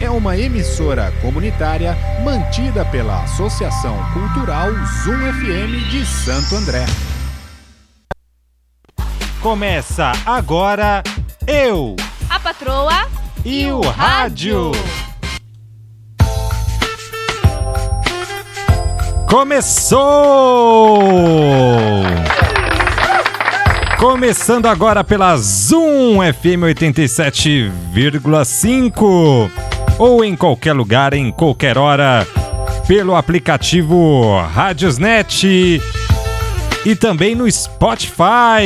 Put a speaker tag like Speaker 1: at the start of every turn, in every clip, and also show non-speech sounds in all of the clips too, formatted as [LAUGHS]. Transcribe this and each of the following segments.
Speaker 1: é uma emissora comunitária mantida pela Associação Cultural Zoom FM de Santo André.
Speaker 2: Começa agora eu
Speaker 3: a patroa
Speaker 2: e, o rádio. Começou! Começando agora pela Zoom FM 87,5 ou em qualquer lugar, em qualquer hora, pelo aplicativo Radiosnet e também no Spotify.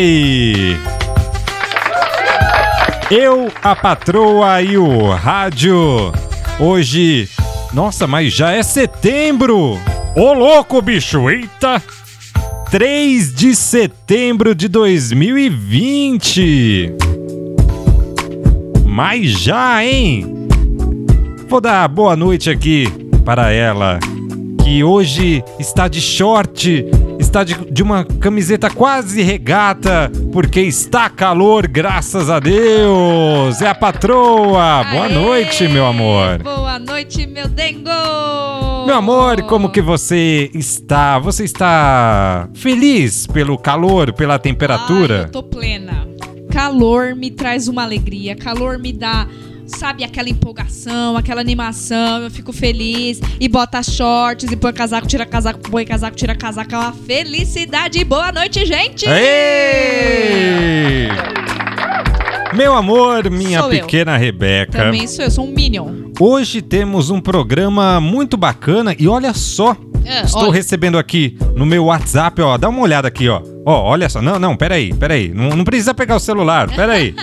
Speaker 2: Eu, a patroa e o rádio. Hoje, nossa, mas já é setembro! Ô louco, bicho, eita! 3 de setembro de 2020. Mas já, hein? Vou dar boa noite aqui para ela, que hoje está de short, está de, de uma camiseta quase regata, porque está calor, graças a Deus. É a patroa. Boa
Speaker 3: Aê!
Speaker 2: noite, meu amor.
Speaker 3: Boa noite, meu dengo!
Speaker 2: Meu amor, como que você está? Você está feliz pelo calor, pela
Speaker 3: Ai,
Speaker 2: temperatura?
Speaker 3: eu tô plena. Calor me traz uma alegria, calor me dá, sabe, aquela empolgação, aquela animação, eu fico feliz e bota shorts e põe casaco, tira casaco, põe casaco, tira casaco, é uma felicidade. Boa noite, gente!
Speaker 2: Ei! Meu amor, minha
Speaker 3: Sou eu.
Speaker 2: pequena Rebeca.
Speaker 3: Também sou eu, sou um minion.
Speaker 2: Hoje temos um programa muito bacana e olha só,
Speaker 3: É,
Speaker 2: estou
Speaker 3: olha,
Speaker 2: recebendo aqui no meu WhatsApp, ó, dá uma olhada aqui, ó. Ó, olha só. Não, não, peraí, peraí. Não, não precisa pegar o celular,
Speaker 3: [LAUGHS]
Speaker 2: peraí.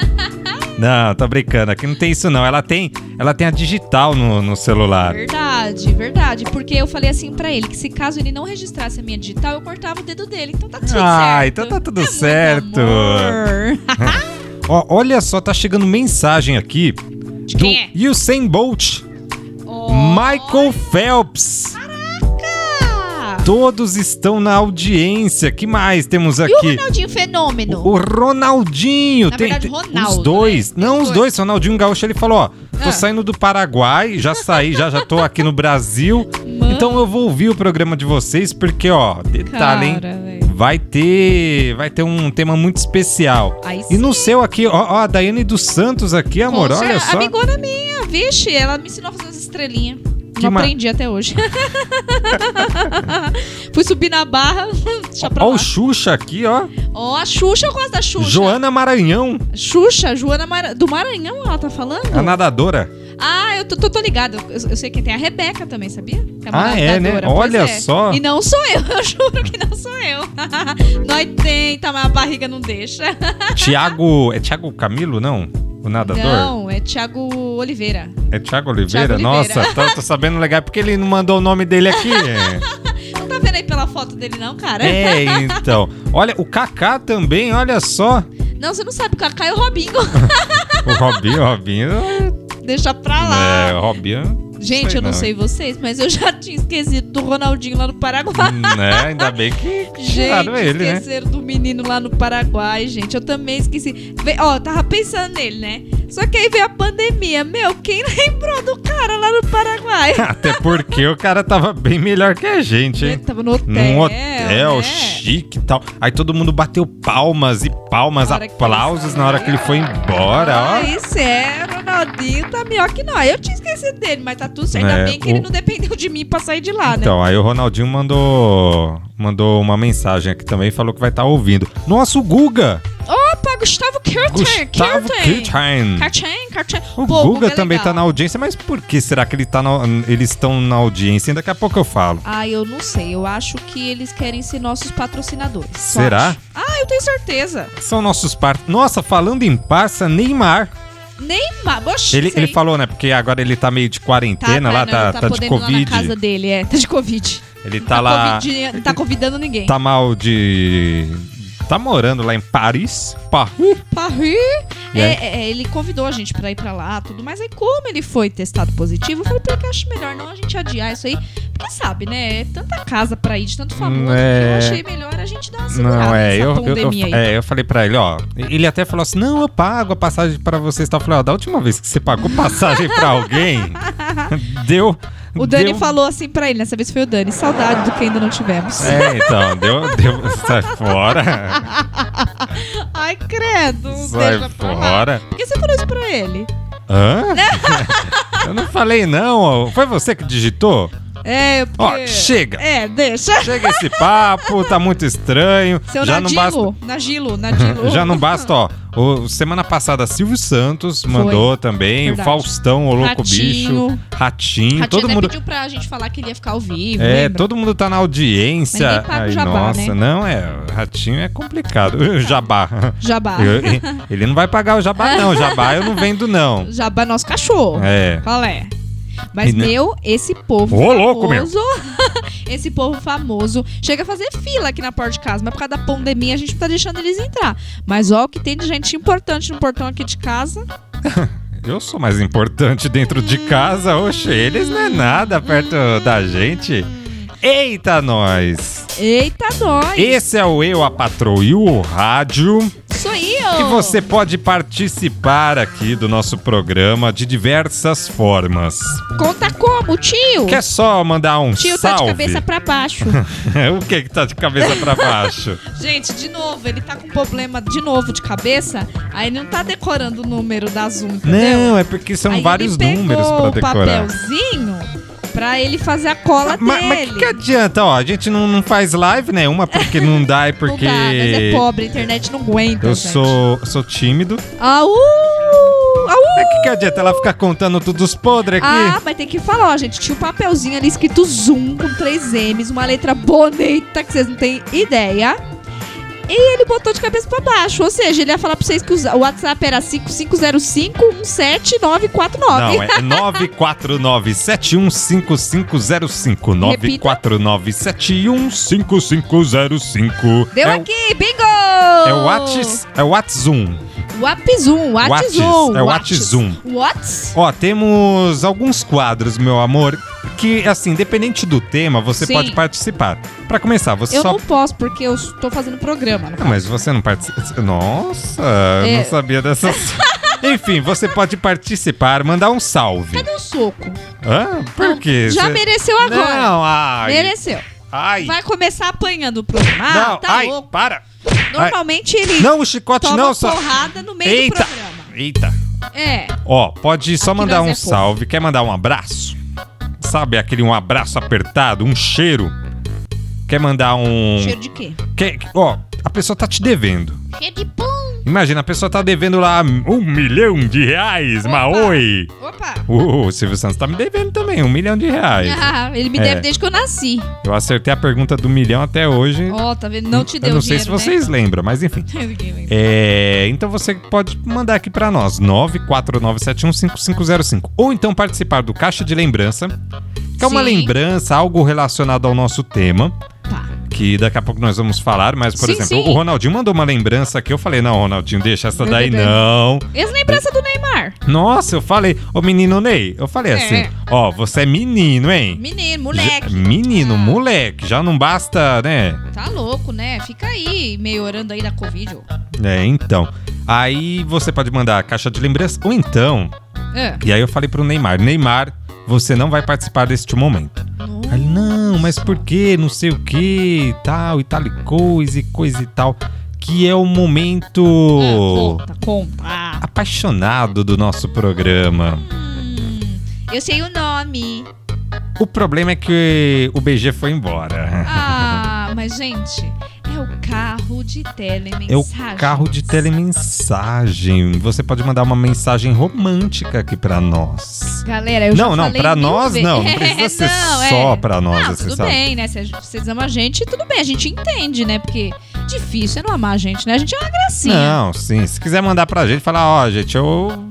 Speaker 2: Não, tô brincando, aqui não tem isso não. Ela tem, ela tem a digital no, no celular.
Speaker 3: Verdade, verdade. Porque eu falei assim pra ele que se caso ele não registrasse a minha digital, eu cortava o dedo dele. Então tá tudo certo.
Speaker 2: Ah, então tá tudo
Speaker 3: É muito
Speaker 2: certo.
Speaker 3: amor.
Speaker 2: Ó, olha só, tá chegando mensagem aqui
Speaker 3: De
Speaker 2: do
Speaker 3: quem é?
Speaker 2: Usain Bolt,
Speaker 3: Oh.
Speaker 2: Michael Phelps.
Speaker 3: Ah,
Speaker 2: Todos estão na audiência. Que mais temos
Speaker 3: E o
Speaker 2: aqui?
Speaker 3: Ronaldinho Fenômeno?
Speaker 2: O Ronaldinho,
Speaker 3: Na
Speaker 2: tem, tem
Speaker 3: verdade,
Speaker 2: os
Speaker 3: Ronaldo,
Speaker 2: dois.
Speaker 3: né?
Speaker 2: Não,
Speaker 3: Tem
Speaker 2: os
Speaker 3: dois.
Speaker 2: dois. Ronaldinho Gaúcho, ele falou, ó, tô
Speaker 3: Ah.
Speaker 2: saindo do Paraguai, já saí, já já tô aqui no Brasil.
Speaker 3: [LAUGHS] Mano,
Speaker 2: Então eu vou ouvir o programa de vocês porque, ó,
Speaker 3: cara,
Speaker 2: detalhe, hein?
Speaker 3: velho.
Speaker 2: Vai ter, vai ter um tema muito especial.
Speaker 3: Aí sim.
Speaker 2: E no seu aqui, ó, ó, a Daiane dos Santos aqui, amor,
Speaker 3: Poxa,
Speaker 2: olha só.
Speaker 3: Amigona minha, vixe, ela me ensinou a fazer as estrelinhas.
Speaker 2: Que
Speaker 3: Não
Speaker 2: ma-
Speaker 3: aprendi até hoje. [LAUGHS] Fui subir na barra, [LAUGHS] deixa pra
Speaker 2: Ó
Speaker 3: lá.
Speaker 2: o Xuxa aqui, ó.
Speaker 3: Ó, a Xuxa, eu gosto da Xuxa.
Speaker 2: Joana Maranhão,
Speaker 3: Xuxa, Joana Mara- do Maranhão, ela tá falando?
Speaker 2: a
Speaker 3: [LAUGHS]
Speaker 2: nadadora.
Speaker 3: Ah, eu tô, tô, tô ligada. Eu, eu sei quem tem a Rebeca também, sabia? Que
Speaker 2: Ah, é, né?
Speaker 3: nadadora, pois
Speaker 2: Olha
Speaker 3: é.
Speaker 2: só.
Speaker 3: E não sou eu, [LAUGHS] eu juro que não sou eu. [LAUGHS] Nós tenta, mas a barriga não deixa.
Speaker 2: Tá Tiago. É Tiago Camilo, não? O nadador?
Speaker 3: Não, é Thiago Oliveira.
Speaker 2: É Tiago Oliveira?
Speaker 3: Thiago Oliveira.
Speaker 2: Nossa, tô, tô sabendo legal. é Porque ele não mandou o nome dele
Speaker 3: [LAUGHS]
Speaker 2: aqui.
Speaker 3: Não tá vendo aí pela foto dele, não, cara?
Speaker 2: é, então. Olha, o Kaká também, olha só.
Speaker 3: Não, você não sabe, o Kaká é o Robinho. [LAUGHS]
Speaker 2: O Robinho, o Robinho.
Speaker 3: Deixa pra lá.
Speaker 2: É, o Robinho.
Speaker 3: Gente,
Speaker 2: sei
Speaker 3: eu não,
Speaker 2: não,
Speaker 3: sei vocês, mas eu já tinha esquecido do Ronaldinho lá no Paraguai.
Speaker 2: Né? Ainda bem que
Speaker 3: [LAUGHS] Gente,
Speaker 2: tiraram ele, né?
Speaker 3: esqueceram do menino lá no Paraguai, gente. Eu também esqueci. Ve- Ó, eu tava pensando nele, né? Só que aí veio a pandemia. Meu, quem [LAUGHS] lembrou do cara lá no Paraguai?
Speaker 2: Até porque o cara tava bem melhor que a [LAUGHS] gente, hein?
Speaker 3: Ele tava no hotel.
Speaker 2: Num hotel
Speaker 3: né?
Speaker 2: chique e tal. Aí todo mundo bateu palmas e palmas,
Speaker 3: Na hora que
Speaker 2: aplausos
Speaker 3: ele
Speaker 2: na hora que ele foi embora, ó.
Speaker 3: Ah, isso é, Ronaldinho tá melhor que nós. Eu tinha esquecido dele, mas tá tudo certo.
Speaker 2: É,
Speaker 3: Ainda bem que
Speaker 2: o-
Speaker 3: ele não dependeu de mim pra sair de lá, né?
Speaker 2: Então, aí o Ronaldinho mandou mandou uma mensagem aqui também, falou que vai estar ouvindo. Nossa, o Guga!
Speaker 3: Opa, Gustavo Kirten!
Speaker 2: Gustavo Kirchheim.
Speaker 3: Kirten, Kirten.
Speaker 2: O
Speaker 3: Pô,
Speaker 2: Guga também
Speaker 3: é legal.
Speaker 2: tá na audiência, mas por que será que ele tá na- eles estão na audiência? Daqui a pouco eu falo.
Speaker 3: Ah, eu não sei. Eu acho que eles querem ser nossos patrocinadores. Só
Speaker 2: Será?
Speaker 3: acho. Ah, eu tenho certeza.
Speaker 2: São nossos par... Nossa, falando em parça, Neymar.
Speaker 3: Neymar. Oxe,
Speaker 2: Ele,
Speaker 3: sei.
Speaker 2: ele falou, né? Porque agora ele tá meio de
Speaker 3: Tá,
Speaker 2: quarentena
Speaker 3: tá,
Speaker 2: lá,
Speaker 3: não,
Speaker 2: tá, tá de
Speaker 3: podendo ir lá
Speaker 2: Covid.
Speaker 3: na casa dele, é. Tá de Covid. é,
Speaker 2: Ele [LAUGHS] tá lá.
Speaker 3: Covid, não tá convidando ninguém.
Speaker 2: Tá mal de. tá morando lá em Paris. Pá.
Speaker 3: Paris.
Speaker 2: E
Speaker 3: Tá É, é, ele convidou a gente pra ir pra lá, tudo. Mas aí, como ele foi testado positivo, eu falei pra ele que eu acho melhor não a gente adiar isso aí. Porque sabe, né? É tanta casa pra ir, de tanto famoso, que eu
Speaker 2: é.
Speaker 3: achei melhor a gente dar uma segurada
Speaker 2: Não, é,
Speaker 3: nessa
Speaker 2: eu, eu, eu,
Speaker 3: pandemia aí.
Speaker 2: é, eu falei pra ele, ó. Ele até falou assim: não, eu pago a passagem pra vocês. Tá? Eu falei, ó, da última vez que você pagou passagem pra
Speaker 3: [LAUGHS]
Speaker 2: alguém, deu.
Speaker 3: O Dani
Speaker 2: deu... um-
Speaker 3: falou assim pra ele, nessa vez foi o Dani. Saudade do que ainda não tivemos.
Speaker 2: É, então, deu. deu sai fora.
Speaker 3: [LAUGHS] Ai, credo.
Speaker 2: sai
Speaker 3: deixa pra lá.
Speaker 2: fora.
Speaker 3: Por que você falou isso pra ele? [LAUGHS]
Speaker 2: Hã? eu não falei, não. ó. Foi você que digitou?
Speaker 3: É, porque...
Speaker 2: Ó, chega.
Speaker 3: É, deixa.
Speaker 2: Chega esse papo, tá muito estranho.
Speaker 3: Seu
Speaker 2: já não basta.
Speaker 3: Nadilo. Nadilo, Nadilo.
Speaker 2: [LAUGHS] Já não basta, ó. O, semana passada, Silvio Santos mandou também,
Speaker 3: Verdade.
Speaker 2: o Faustão, o Louco Bicho,
Speaker 3: Ratinho.
Speaker 2: Ratinho,
Speaker 3: Ratinho
Speaker 2: todo
Speaker 3: até
Speaker 2: mundo.
Speaker 3: pediu pra gente falar que ele ia ficar ao vivo,
Speaker 2: É,
Speaker 3: lembra?
Speaker 2: todo mundo tá na audiência.
Speaker 3: Mas ninguém paga o
Speaker 2: Ai,
Speaker 3: jabá,
Speaker 2: nossa,
Speaker 3: né?
Speaker 2: não é. Ratinho é complicado. [LAUGHS] O Jabá.
Speaker 3: Jabá.
Speaker 2: Eu- ele não vai pagar o jabá, não. Jabá eu não vendo,
Speaker 3: [LAUGHS]
Speaker 2: não.
Speaker 3: Jabá é nosso cachorro.
Speaker 2: É.
Speaker 3: Qual é? Mas,
Speaker 2: E não-
Speaker 3: meu, esse povo
Speaker 2: Ô,
Speaker 3: famoso. [LAUGHS]
Speaker 2: louco, meu.
Speaker 3: esse povo famoso chega a fazer fila aqui na porta de casa, mas por causa da pandemia a gente não tá deixando eles entrar. Mas ó, o que tem de gente importante no portão aqui de casa.
Speaker 2: Eu sou mais importante dentro de casa. Oxe, eles não é nada perto da gente. Eita, nós!
Speaker 3: Eita, nós!
Speaker 2: Esse é o Eu, a Patroa e o Rádio.
Speaker 3: Isso aí,
Speaker 2: E
Speaker 3: ó!
Speaker 2: você pode participar aqui do nosso programa de diversas formas.
Speaker 3: Conta como, tio?
Speaker 2: Quer só mandar um
Speaker 3: Tio tá
Speaker 2: salve?
Speaker 3: de cabeça pra baixo.
Speaker 2: [LAUGHS] o que que tá de cabeça pra
Speaker 3: [LAUGHS]
Speaker 2: baixo?
Speaker 3: Gente, de novo, ele tá com problema de novo de cabeça, aí ele não tá decorando o número da Zoom, entendeu?
Speaker 2: Não, é porque são
Speaker 3: Aí
Speaker 2: vários
Speaker 3: ele pegou
Speaker 2: números pra decorar.
Speaker 3: o papelzinho pra ele fazer a cola
Speaker 2: Ma- Mas
Speaker 3: dele.
Speaker 2: que, é? que adianta? Ó, a gente não, não faz live, né? Uma porque não dá e porque.
Speaker 3: [LAUGHS] Não dá, mas é pobre, a internet não aguenta,
Speaker 2: Eu
Speaker 3: gente. Ah, uh,
Speaker 2: sou, sou tímido.
Speaker 3: Au! Au!
Speaker 2: Mas que, que adianta ela ficar contando tudo os podres
Speaker 3: Ah,
Speaker 2: aqui?
Speaker 3: mas tem que falar, ó, gente. Tinha um papelzinho ali escrito Zoom com três M's, uma letra bonita que vocês não têm ideia. E ele botou de cabeça pra baixo. Ou seja, ele ia falar pra vocês que o WhatsApp era 5505-17949.
Speaker 2: Não, é 949-715505.
Speaker 3: Repita.
Speaker 2: 949-715505.
Speaker 3: Deu
Speaker 2: é, o-
Speaker 3: aqui, bingo!
Speaker 2: É o Whats, é o WhatsZoom.
Speaker 3: Wapzoom,
Speaker 2: Whats,
Speaker 3: Whatzoom.
Speaker 2: é o Whatzoom.
Speaker 3: What?
Speaker 2: Ó, temos alguns quadros, meu amor, que assim, dependente do tema, você
Speaker 3: Sim.
Speaker 2: pode participar. Pra começar, você
Speaker 3: Eu
Speaker 2: só
Speaker 3: não posso, porque eu tô fazendo programa.
Speaker 2: Ah, mas você não participa. Nossa, eu
Speaker 3: É.
Speaker 2: não sabia dessas. [LAUGHS] Enfim, você pode participar, mandar um salve.
Speaker 3: Cadê o soco?
Speaker 2: Hã? Por
Speaker 3: Não,
Speaker 2: quê?
Speaker 3: Já
Speaker 2: Cê-
Speaker 3: mereceu agora.
Speaker 2: Não, ai.
Speaker 3: Mereceu.
Speaker 2: Ai.
Speaker 3: Vai começar apanhando o programa. Ah,
Speaker 2: não,
Speaker 3: tá
Speaker 2: ai,
Speaker 3: louco.
Speaker 2: para.
Speaker 3: Normalmente ele
Speaker 2: Não, o chicote
Speaker 3: toma
Speaker 2: não, só.
Speaker 3: porrada no meio
Speaker 2: Eita.
Speaker 3: do programa.
Speaker 2: Eita.
Speaker 3: É.
Speaker 2: Ó, pode só
Speaker 3: Aqui
Speaker 2: mandar
Speaker 3: nós
Speaker 2: um
Speaker 3: é fofo.
Speaker 2: salve. Quer mandar um abraço? Sabe aquele um abraço apertado, um cheiro? Quer mandar um.
Speaker 3: Cheiro de quê?
Speaker 2: Quer- Ó, a pessoa tá te devendo.
Speaker 3: Cheiro de pum.
Speaker 2: Imagina, a pessoa tá devendo lá um milhão de reais,
Speaker 3: Opa.
Speaker 2: mas oi!
Speaker 3: Opa.
Speaker 2: Uh, o Silvio Santos tá me devendo também, um milhão de reais.
Speaker 3: [LAUGHS] Ah, ele me
Speaker 2: É.
Speaker 3: deve desde que eu nasci.
Speaker 2: Eu acertei a pergunta do milhão até hoje.
Speaker 3: Ó, tá vendo? Não te deu
Speaker 2: Eu não sei
Speaker 3: dinheiro,
Speaker 2: se
Speaker 3: [LAUGHS]
Speaker 2: vocês lembram, mas enfim.
Speaker 3: né?
Speaker 2: É, então você pode mandar aqui pra nós, 949715505. Ou então participar do Caixa de Lembrança, que é uma
Speaker 3: Sim.
Speaker 2: lembrança, algo relacionado ao nosso tema,
Speaker 3: Tá.
Speaker 2: que daqui a pouco nós vamos falar, mas, por
Speaker 3: Sim,
Speaker 2: exemplo,
Speaker 3: sim.
Speaker 2: o Ronaldinho mandou uma lembrança que eu falei, não, Ronaldinho, deixa essa
Speaker 3: Meu
Speaker 2: daí
Speaker 3: Deus.
Speaker 2: não.
Speaker 3: E as lembranças do Neymar?
Speaker 2: Nossa, eu falei, ô menino Ney, eu falei
Speaker 3: É.
Speaker 2: assim, ó, você é menino, hein?
Speaker 3: Menino, moleque.
Speaker 2: Já- menino,
Speaker 3: Ah.
Speaker 2: moleque, já não basta, né?
Speaker 3: Tá louco, né? Fica aí, meio orando aí da Covid. ó.
Speaker 2: É, então. Aí você pode mandar a caixa de lembrança, ou então,
Speaker 3: É.
Speaker 2: e aí eu falei pro Neymar, Neymar, você não vai participar deste momento. Aí ele, Ah, não, mas por quê? Não sei o que, tal, e tal, e coisa, e coisa e tal. Que é o momento
Speaker 3: Ah, conta, conta. Ah.
Speaker 2: apaixonado do nosso programa.
Speaker 3: Hum, eu sei o nome.
Speaker 2: O problema é que o BG foi embora.
Speaker 3: Ah, mas gente, é o carro de telemensagem.
Speaker 2: É o carro de telemensagem. Você pode mandar uma mensagem romântica aqui pra nós.
Speaker 3: Galera, eu já
Speaker 2: não, não,
Speaker 3: falei
Speaker 2: pra
Speaker 3: mil
Speaker 2: nós
Speaker 3: vezes. [LAUGHS]
Speaker 2: não. Não precisa ser
Speaker 3: Não, é.
Speaker 2: só pra nós,
Speaker 3: Não,
Speaker 2: você
Speaker 3: tudo
Speaker 2: sabe.
Speaker 3: bem, né? Se a gente- vocês amam a gente, tudo bem, a gente entende, né? Porque difícil é não amar a gente, né? A gente é uma gracinha.
Speaker 2: Não, sim. Se quiser mandar pra gente, falar, ó, gente, eu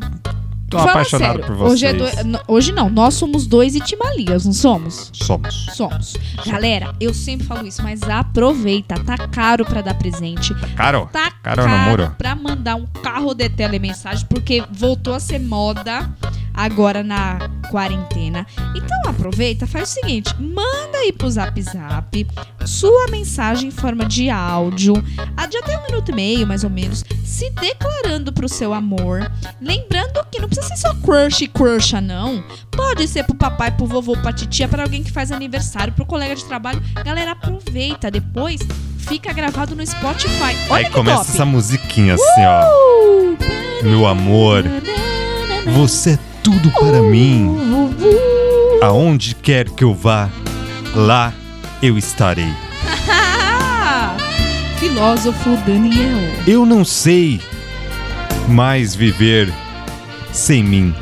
Speaker 2: Tô
Speaker 3: Fala
Speaker 2: apaixonado
Speaker 3: sério,
Speaker 2: por vocês.
Speaker 3: Hoje, é doi- n- hoje não, nós somos dois e Timalias, não somos?
Speaker 2: Somos.
Speaker 3: Somos. Galera, eu sempre falo isso, mas aproveita. Tá caro pra dar presente.
Speaker 2: Caro,
Speaker 3: Tá
Speaker 2: Caro
Speaker 3: caro
Speaker 2: no muro.
Speaker 3: pra mandar um carro de telemensagem, porque voltou a ser moda agora na quarentena. Então aproveita, faz o seguinte, manda aí pro Zap Zap sua mensagem em forma de áudio, a de até um minuto e meio, mais ou menos, se declarando pro seu amor. Lembrando que não precisa ser só crush e crusha, não. Pode ser pro papai, pro vovô, pra titia, pra alguém que faz aniversário, pro colega de trabalho. Galera, aproveita. Depois fica gravado no Spotify. Olha
Speaker 2: Aí
Speaker 3: que
Speaker 2: começa
Speaker 3: top.
Speaker 2: essa musiquinha assim, ó.
Speaker 3: Uh!
Speaker 2: Meu amor, você é tudo para
Speaker 3: Uh!
Speaker 2: mim. Aonde quer que eu vá, lá eu estarei.
Speaker 3: Ah! [LAUGHS] Filósofo Daniel.
Speaker 2: Eu não sei mais viver sem mim.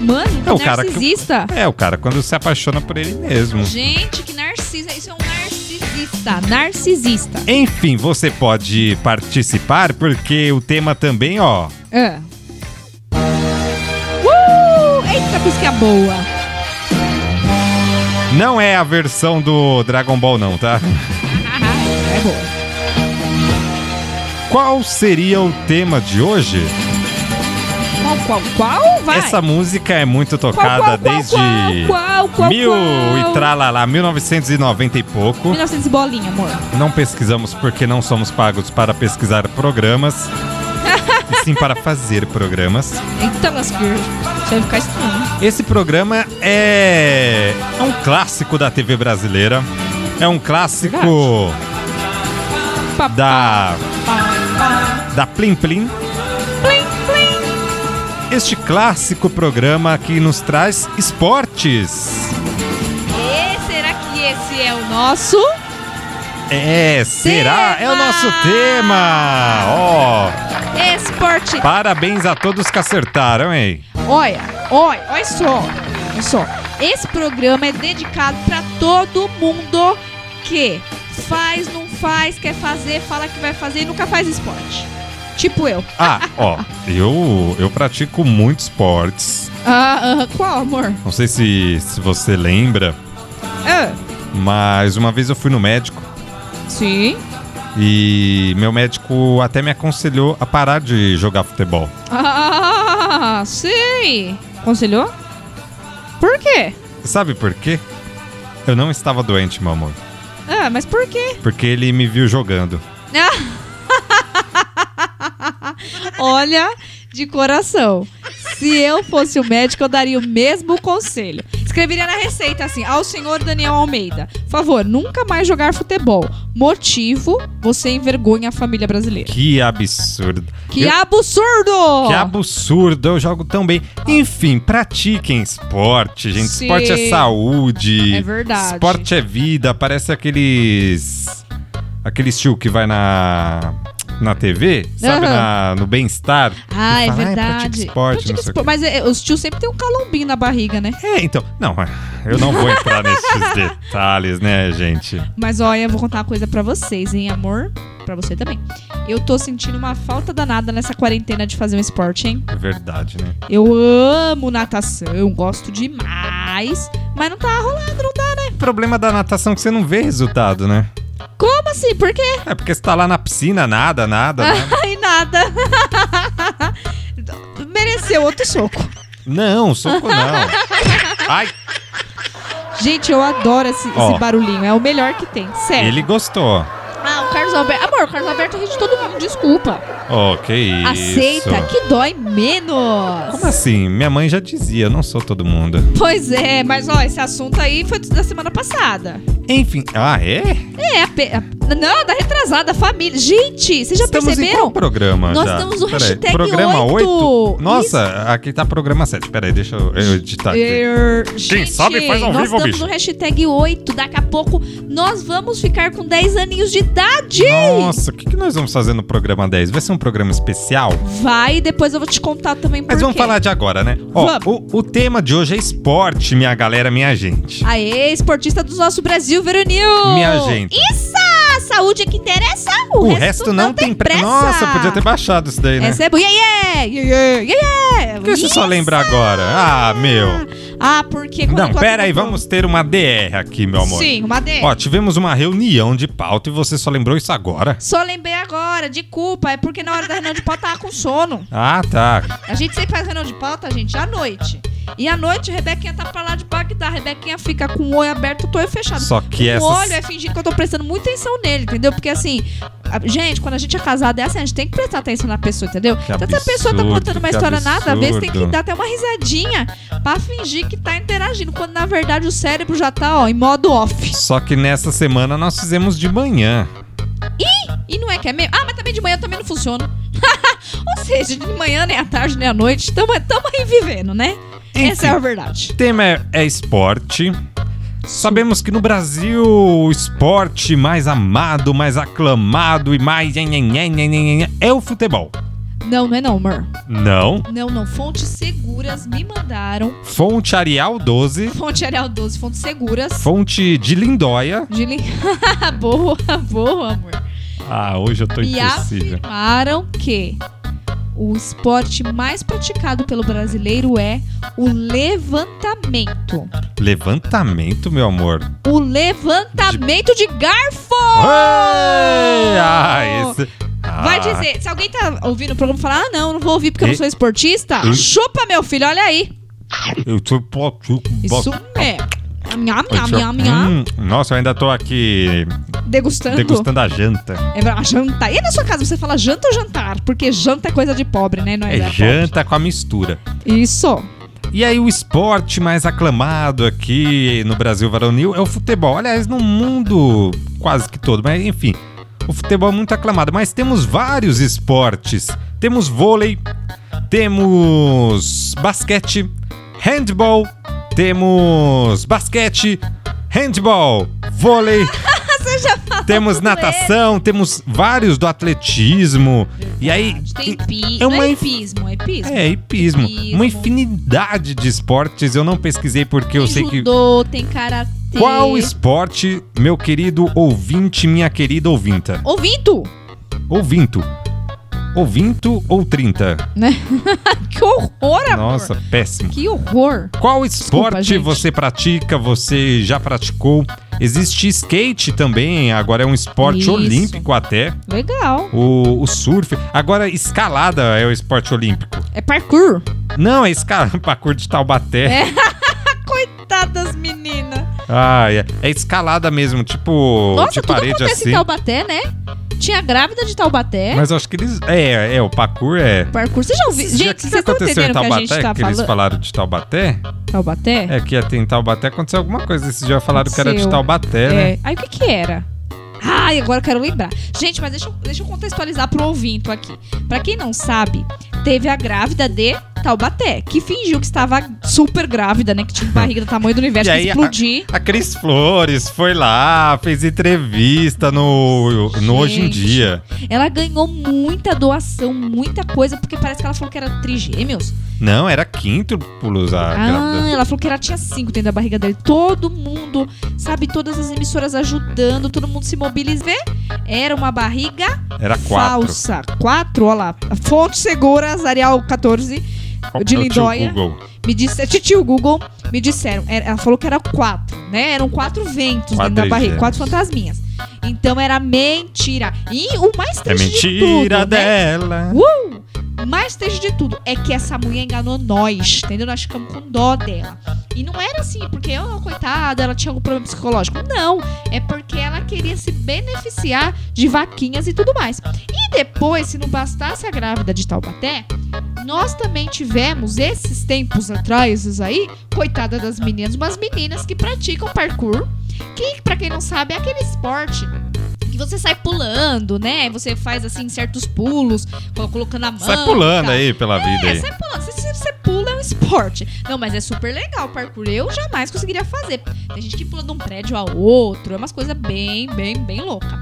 Speaker 3: Mano,
Speaker 2: É o
Speaker 3: que
Speaker 2: cara que-
Speaker 3: narcisista.
Speaker 2: É, o cara quando se apaixona por ele mesmo.
Speaker 3: Gente, que narcisa. Isso é um narcisista. Narcisista.
Speaker 2: Enfim, você pode participar porque o tema também, ó,
Speaker 3: Ah. Uh! Eita, música boa. [LAUGHS]
Speaker 2: não é a versão do Dragon Ball não, tá?
Speaker 3: é boa.
Speaker 2: Qual seria o tema de hoje?
Speaker 3: Qual, qual, qual? Vai.
Speaker 2: Essa música é muito
Speaker 3: qual,
Speaker 2: tocada
Speaker 3: qual, qual,
Speaker 2: desde
Speaker 3: qual, qual, qual,
Speaker 2: mil
Speaker 3: qual?
Speaker 2: e tralalá, 1990 e pouco.
Speaker 3: 1900 bolinha, amor.
Speaker 2: Não pesquisamos porque não somos pagos para pesquisar programas. e sim para fazer programas.
Speaker 3: Eita, lasqueiro. Então, Você vai ficar estranho.
Speaker 2: Esse programa é, é um clássico da TV brasileira. É um clássico
Speaker 3: Pá,
Speaker 2: da
Speaker 3: pá, pá.
Speaker 2: da Plim Plim. Este clássico programa que nos traz esportes.
Speaker 3: E será que esse é o nosso?
Speaker 2: É, será? É o nosso tema. Ó,
Speaker 3: Esporte.
Speaker 2: parabéns a todos que acertaram, hein?
Speaker 3: Olha, olha, olha só. Olha só. Esse programa é dedicado pra todo mundo que faz, não faz, quer fazer, fala que vai fazer e nunca faz esporte. Tipo eu.
Speaker 2: Ah, ó, eu eu pratico muitos esportes.
Speaker 3: Ah, ah, qual, amor?
Speaker 2: Não sei se se você lembra,
Speaker 3: Ah,
Speaker 2: mas uma vez eu fui no médico
Speaker 3: sim.
Speaker 2: E meu médico até me aconselhou a parar de jogar futebol.
Speaker 3: Ah, sim. Conselhou? Por quê?
Speaker 2: Sabe por quê? Eu não estava doente, meu amor.
Speaker 3: Ah, mas por quê?
Speaker 2: Porque ele me viu jogando.
Speaker 3: Olha, de coração. Se eu fosse o médico, eu daria o mesmo conselho. Escreveria na receita assim: ao senhor Daniel Almeida, por favor, nunca mais jogar futebol. Motivo: você envergonha a família brasileira.
Speaker 2: Que absurdo.
Speaker 3: Que
Speaker 2: Eu-
Speaker 3: absurdo!
Speaker 2: Que absurdo, eu jogo tão bem. Enfim, pratiquem esporte, gente.
Speaker 3: Sim.
Speaker 2: Esporte é saúde.
Speaker 3: É verdade.
Speaker 2: Esporte é vida. Parece aqueles. Aquele tio que vai na. Na TV, sabe?
Speaker 3: Aham.
Speaker 2: Na- no bem-estar.
Speaker 3: Ah, é
Speaker 2: Fala, "Ai, pratica
Speaker 3: verdade.
Speaker 2: esporte, não sei o
Speaker 3: Mas é, os tios sempre tem um calombinho na barriga, né?
Speaker 2: É, então. Não, eu não vou entrar nesses
Speaker 3: [LAUGHS]
Speaker 2: detalhes, né, gente?
Speaker 3: Mas olha, eu vou contar uma coisa pra vocês, hein, amor? Pra você também. Eu tô sentindo uma falta danada nessa quarentena de fazer um esporte, hein?
Speaker 2: É verdade, né?
Speaker 3: Eu amo natação, gosto demais. Mas não tá rolando, não tá, né?
Speaker 2: O problema da natação é que você não vê resultado, né?
Speaker 3: Como assim? Por quê?
Speaker 2: É porque você tá lá na piscina, nada, nada. né? nada.
Speaker 3: [LAUGHS] Ai, nada. Mereceu outro soco.
Speaker 2: Não, soco não. Ai,
Speaker 3: Gente, eu adoro esse, esse
Speaker 2: Ó.
Speaker 3: barulhinho. É o melhor que tem. Sério.
Speaker 2: ele gostou.
Speaker 3: Ah, o Carlos Alberto. Amor, o Carlos Alberto ri de todo mundo. Desculpa.
Speaker 2: Oh, que isso.
Speaker 3: Aceita que dói menos.
Speaker 2: Como assim? Minha mãe já dizia, eu não sou todo mundo.
Speaker 3: Pois é, mas ó, esse assunto aí foi da semana passada.
Speaker 2: Enfim, ah, é?
Speaker 3: É, a pe- a- não, da retrasada, a família. Gente, vocês já
Speaker 2: Estamos em
Speaker 3: perceberam?
Speaker 2: qual programa
Speaker 3: Nós
Speaker 2: já?
Speaker 3: temos o
Speaker 2: Peraí,
Speaker 3: hashtag
Speaker 2: Programa
Speaker 3: 8?
Speaker 2: 8? Nossa, aqui tá programa 7. Peraí, deixa eu eu editar aqui.
Speaker 3: Er,
Speaker 2: Quem sabe faz ao
Speaker 3: nós
Speaker 2: vivo,
Speaker 3: estamos
Speaker 2: bicho.
Speaker 3: no hashtag 8. Daqui a pouco nós vamos ficar com 10 aninhos de idade.
Speaker 2: Nossa, o que, que nós vamos fazer no programa 10? Vai ser um programa especial?
Speaker 3: Vai, depois eu vou te contar também por
Speaker 2: Mas vamos
Speaker 3: quê.
Speaker 2: falar de agora, né? Ó, o, o tema de hoje é esporte,
Speaker 3: Ah,
Speaker 2: minha galera, minha gente.
Speaker 3: Aê, esportista do nosso Brasil, Veronil.
Speaker 2: Minha gente.
Speaker 3: Isso! saúde é que interessa. O,
Speaker 2: O, resto, não, tem pressa. Nossa, podia ter baixado isso daí, né?
Speaker 3: Essa é boa. Yeah, yeah, yeah, yeah, yeah.
Speaker 2: Por que você só lembra agora? Ah, meu.
Speaker 3: Ah, porque... quando-
Speaker 2: Não,
Speaker 3: quando-
Speaker 2: pera aí, vamos ter uma DR aqui, meu amor.
Speaker 3: Sim, é. uma D.
Speaker 2: Ó, tivemos uma reunião de pauta e você só lembrou isso agora?
Speaker 3: Só lembrei agora, de culpa. É porque na hora da reunião de pauta eu tava com sono.
Speaker 2: Ah, tá.
Speaker 3: A gente sempre faz reunião de pauta, gente, à noite. E à noite, a Rebequinha tá pra lá de Bagdá. A Rebequinha fica com o olho aberto, o olho fechado.
Speaker 2: Só que
Speaker 3: o
Speaker 2: essas-
Speaker 3: olho é fingir que eu tô prestando muita atenção nele, entendeu? Porque assim, a- gente, quando a gente é casado, é assim, a gente tem que prestar atenção na pessoa, entendeu?
Speaker 2: Que
Speaker 3: Então, se a pessoa tá
Speaker 2: absurdo,
Speaker 3: contando uma
Speaker 2: que
Speaker 3: história nada a ver, você tem que
Speaker 2: absurdo.
Speaker 3: dar até uma risadinha pra fingir que tá interagindo, quando na verdade o cérebro já tá, ó, em modo off.
Speaker 2: Só que nessa semana nós fizemos de manhã.
Speaker 3: E não é que é mesmo. Ah, mas também de manhã eu também não funciona. [LAUGHS] Ou seja, de manhã, nem à tarde, nem à noite, tamo, tamo aí vivendo, né? Essa é a verdade.
Speaker 2: O tema é, é esporte. Sabemos que no Brasil o esporte mais amado, mais aclamado e mais é o futebol.
Speaker 3: Não, não é não, amor.
Speaker 2: Não.
Speaker 3: Não, não. Fontes seguras me mandaram.
Speaker 2: Fonte Arial 12,
Speaker 3: Fonte Arial 12, fontes seguras.
Speaker 2: fonte de Lindóia.
Speaker 3: De lin- [LAUGHS] boa, boa, amor.
Speaker 2: Ah, hoje eu tô
Speaker 3: Me
Speaker 2: impossível.
Speaker 3: afirmaram que o esporte mais praticado pelo brasileiro é o levantamento.
Speaker 2: Levantamento, meu amor.
Speaker 3: O levantamento de garfo!
Speaker 2: Ei! Ah, esse... Ah,
Speaker 3: Oh! Vai dizer, se alguém tá ouvindo o programa e falar, ah, não, não vou ouvir porque eu não
Speaker 2: E- Hum?
Speaker 3: sou esportista,
Speaker 2: E-
Speaker 3: chupa, meu filho, olha aí.
Speaker 2: Eu tô potu-
Speaker 3: Isso tá
Speaker 2: bo-
Speaker 3: mesmo. Nham, nham, nham, nham.
Speaker 2: Hum, nossa, eu ainda tô aqui
Speaker 3: Degustando.
Speaker 2: degustando a janta.
Speaker 3: É pra jantar. E na sua casa você fala janta ou jantar? Porque janta é coisa de pobre, né? Não é,
Speaker 2: É
Speaker 3: da
Speaker 2: janta com a mistura.
Speaker 3: pobre. Isso.
Speaker 2: E aí o esporte mais aclamado aqui no Brasil varonil é o futebol. Aliás, no mundo quase que todo, mas enfim, o futebol é muito aclamado. Mas temos vários esportes. Temos vôlei, temos basquete, handball, temos basquete, handball, vôlei.
Speaker 3: [LAUGHS]
Speaker 2: Temos
Speaker 3: tudo
Speaker 2: natação, temos vários do atletismo. E aí
Speaker 3: Tem pi...
Speaker 2: é
Speaker 3: não
Speaker 2: uma
Speaker 3: é
Speaker 2: inf-
Speaker 3: hipismo, é hipismo.
Speaker 2: é, hipismo.
Speaker 3: Hipismo.
Speaker 2: Uma infinidade de esportes. Eu não pesquisei porque eu
Speaker 3: tem
Speaker 2: sei que.
Speaker 3: judô, tem karatê.
Speaker 2: Qual esporte, meu querido ouvinte, minha querida ouvinta?
Speaker 3: Ouvindo?
Speaker 2: Ouvinto. Ouvinto ou 30?
Speaker 3: Que horror, É, amor.
Speaker 2: Nossa, péssimo.
Speaker 3: Que horror.
Speaker 2: Qual esporte
Speaker 3: gente.
Speaker 2: você pratica, você já praticou? Existe skate também, agora é um esporte
Speaker 3: Isso.
Speaker 2: olímpico até.
Speaker 3: Legal.
Speaker 2: O, o surf. Agora, escalada é o esporte olímpico.
Speaker 3: É parkour.
Speaker 2: Não, é [LAUGHS] escalada. Parkour de Taubaté.
Speaker 3: Tá das meninas.
Speaker 2: Ah, é, é escalada mesmo, tipo
Speaker 3: Nossa,
Speaker 2: de
Speaker 3: tudo
Speaker 2: parede
Speaker 3: acontece né?
Speaker 2: assim.
Speaker 3: em Taubaté, né? Tinha grávida de Taubaté.
Speaker 2: Mas eu acho que eles. É, é, o parkour é.
Speaker 3: Parkour. Você já ouviu?
Speaker 2: Já-
Speaker 3: Gente,
Speaker 2: que
Speaker 3: vocês estão
Speaker 2: aconteceu em
Speaker 3: entendendo o que a
Speaker 2: Taubaté?
Speaker 3: gente tá
Speaker 2: que eles
Speaker 3: falando?
Speaker 2: falaram de Taubaté?
Speaker 3: Taubaté?
Speaker 2: É que ia ter em Taubaté aconteceu alguma coisa. Esses dias falaram que era de
Speaker 3: Aconteceu.
Speaker 2: Taubaté, né?
Speaker 3: É. Aí o que que era? Ai, agora eu quero lembrar. Gente, mas deixa, eu- deixa eu contextualizar pro ouvinto aqui. Pra quem não sabe, teve a grávida de Taubaté, que fingiu que estava super grávida, né? Que tinha uma barriga do tamanho do universo
Speaker 2: [LAUGHS] E
Speaker 3: que
Speaker 2: aí,
Speaker 3: ia explodir.
Speaker 2: A Cris Flores foi lá, fez entrevista no, no Hoje em
Speaker 3: Gente.
Speaker 2: Dia.
Speaker 3: Ela ganhou muita doação, muita coisa, porque parece que ela falou que era trigêmeos.
Speaker 2: Não, era quíntuplos a grávida.
Speaker 3: Ah, ela falou que ela tinha cinco dentro da barriga dele. Todo mundo, sabe, todas as emissoras ajudando, todo mundo se mobilizou. Era uma barriga
Speaker 2: Era quatro.
Speaker 3: Falsa. Quatro, olha lá. Fonte segura, Arial 14.
Speaker 2: Qual que
Speaker 3: de
Speaker 2: é o tio
Speaker 3: Lindóia.
Speaker 2: Google?
Speaker 3: Me disse, titio Google, me disseram. era- Ela falou que era quatro, né? Eram quatro ventos dentro da
Speaker 2: Quadrigêmeos.
Speaker 3: barriga, quatro fantasminhas. Então era mentira. E o mais
Speaker 2: É
Speaker 3: triste de
Speaker 2: mentira
Speaker 3: tudo, né?
Speaker 2: dela.
Speaker 3: Uh! Mais triste de tudo é que essa mulher enganou nós, entendeu? Nós ficamos com dó dela. E não era assim, porque, oh, coitada, ela tinha algum problema psicológico. Não, é porque ela queria se beneficiar de vaquinhas e tudo mais. E depois, se não bastasse a grávida de Taubaté, nós também tivemos, esses tempos atrás, esses aí, coitada das meninas, umas meninas que praticam parkour, que, pra quem não sabe, é aquele esporte que você sai pulando, né? Você faz, assim, certos pulos, co- colocando a mão.
Speaker 2: Sai pulando
Speaker 3: tá?
Speaker 2: aí pela vida
Speaker 3: É,
Speaker 2: aí.
Speaker 3: sai pulando. Se se você pula, é um esporte. Não, mas é super legal o parkour. Eu jamais conseguiria fazer. Tem gente que pula de um prédio a outro. É umas coisas bem, bem, bem louca.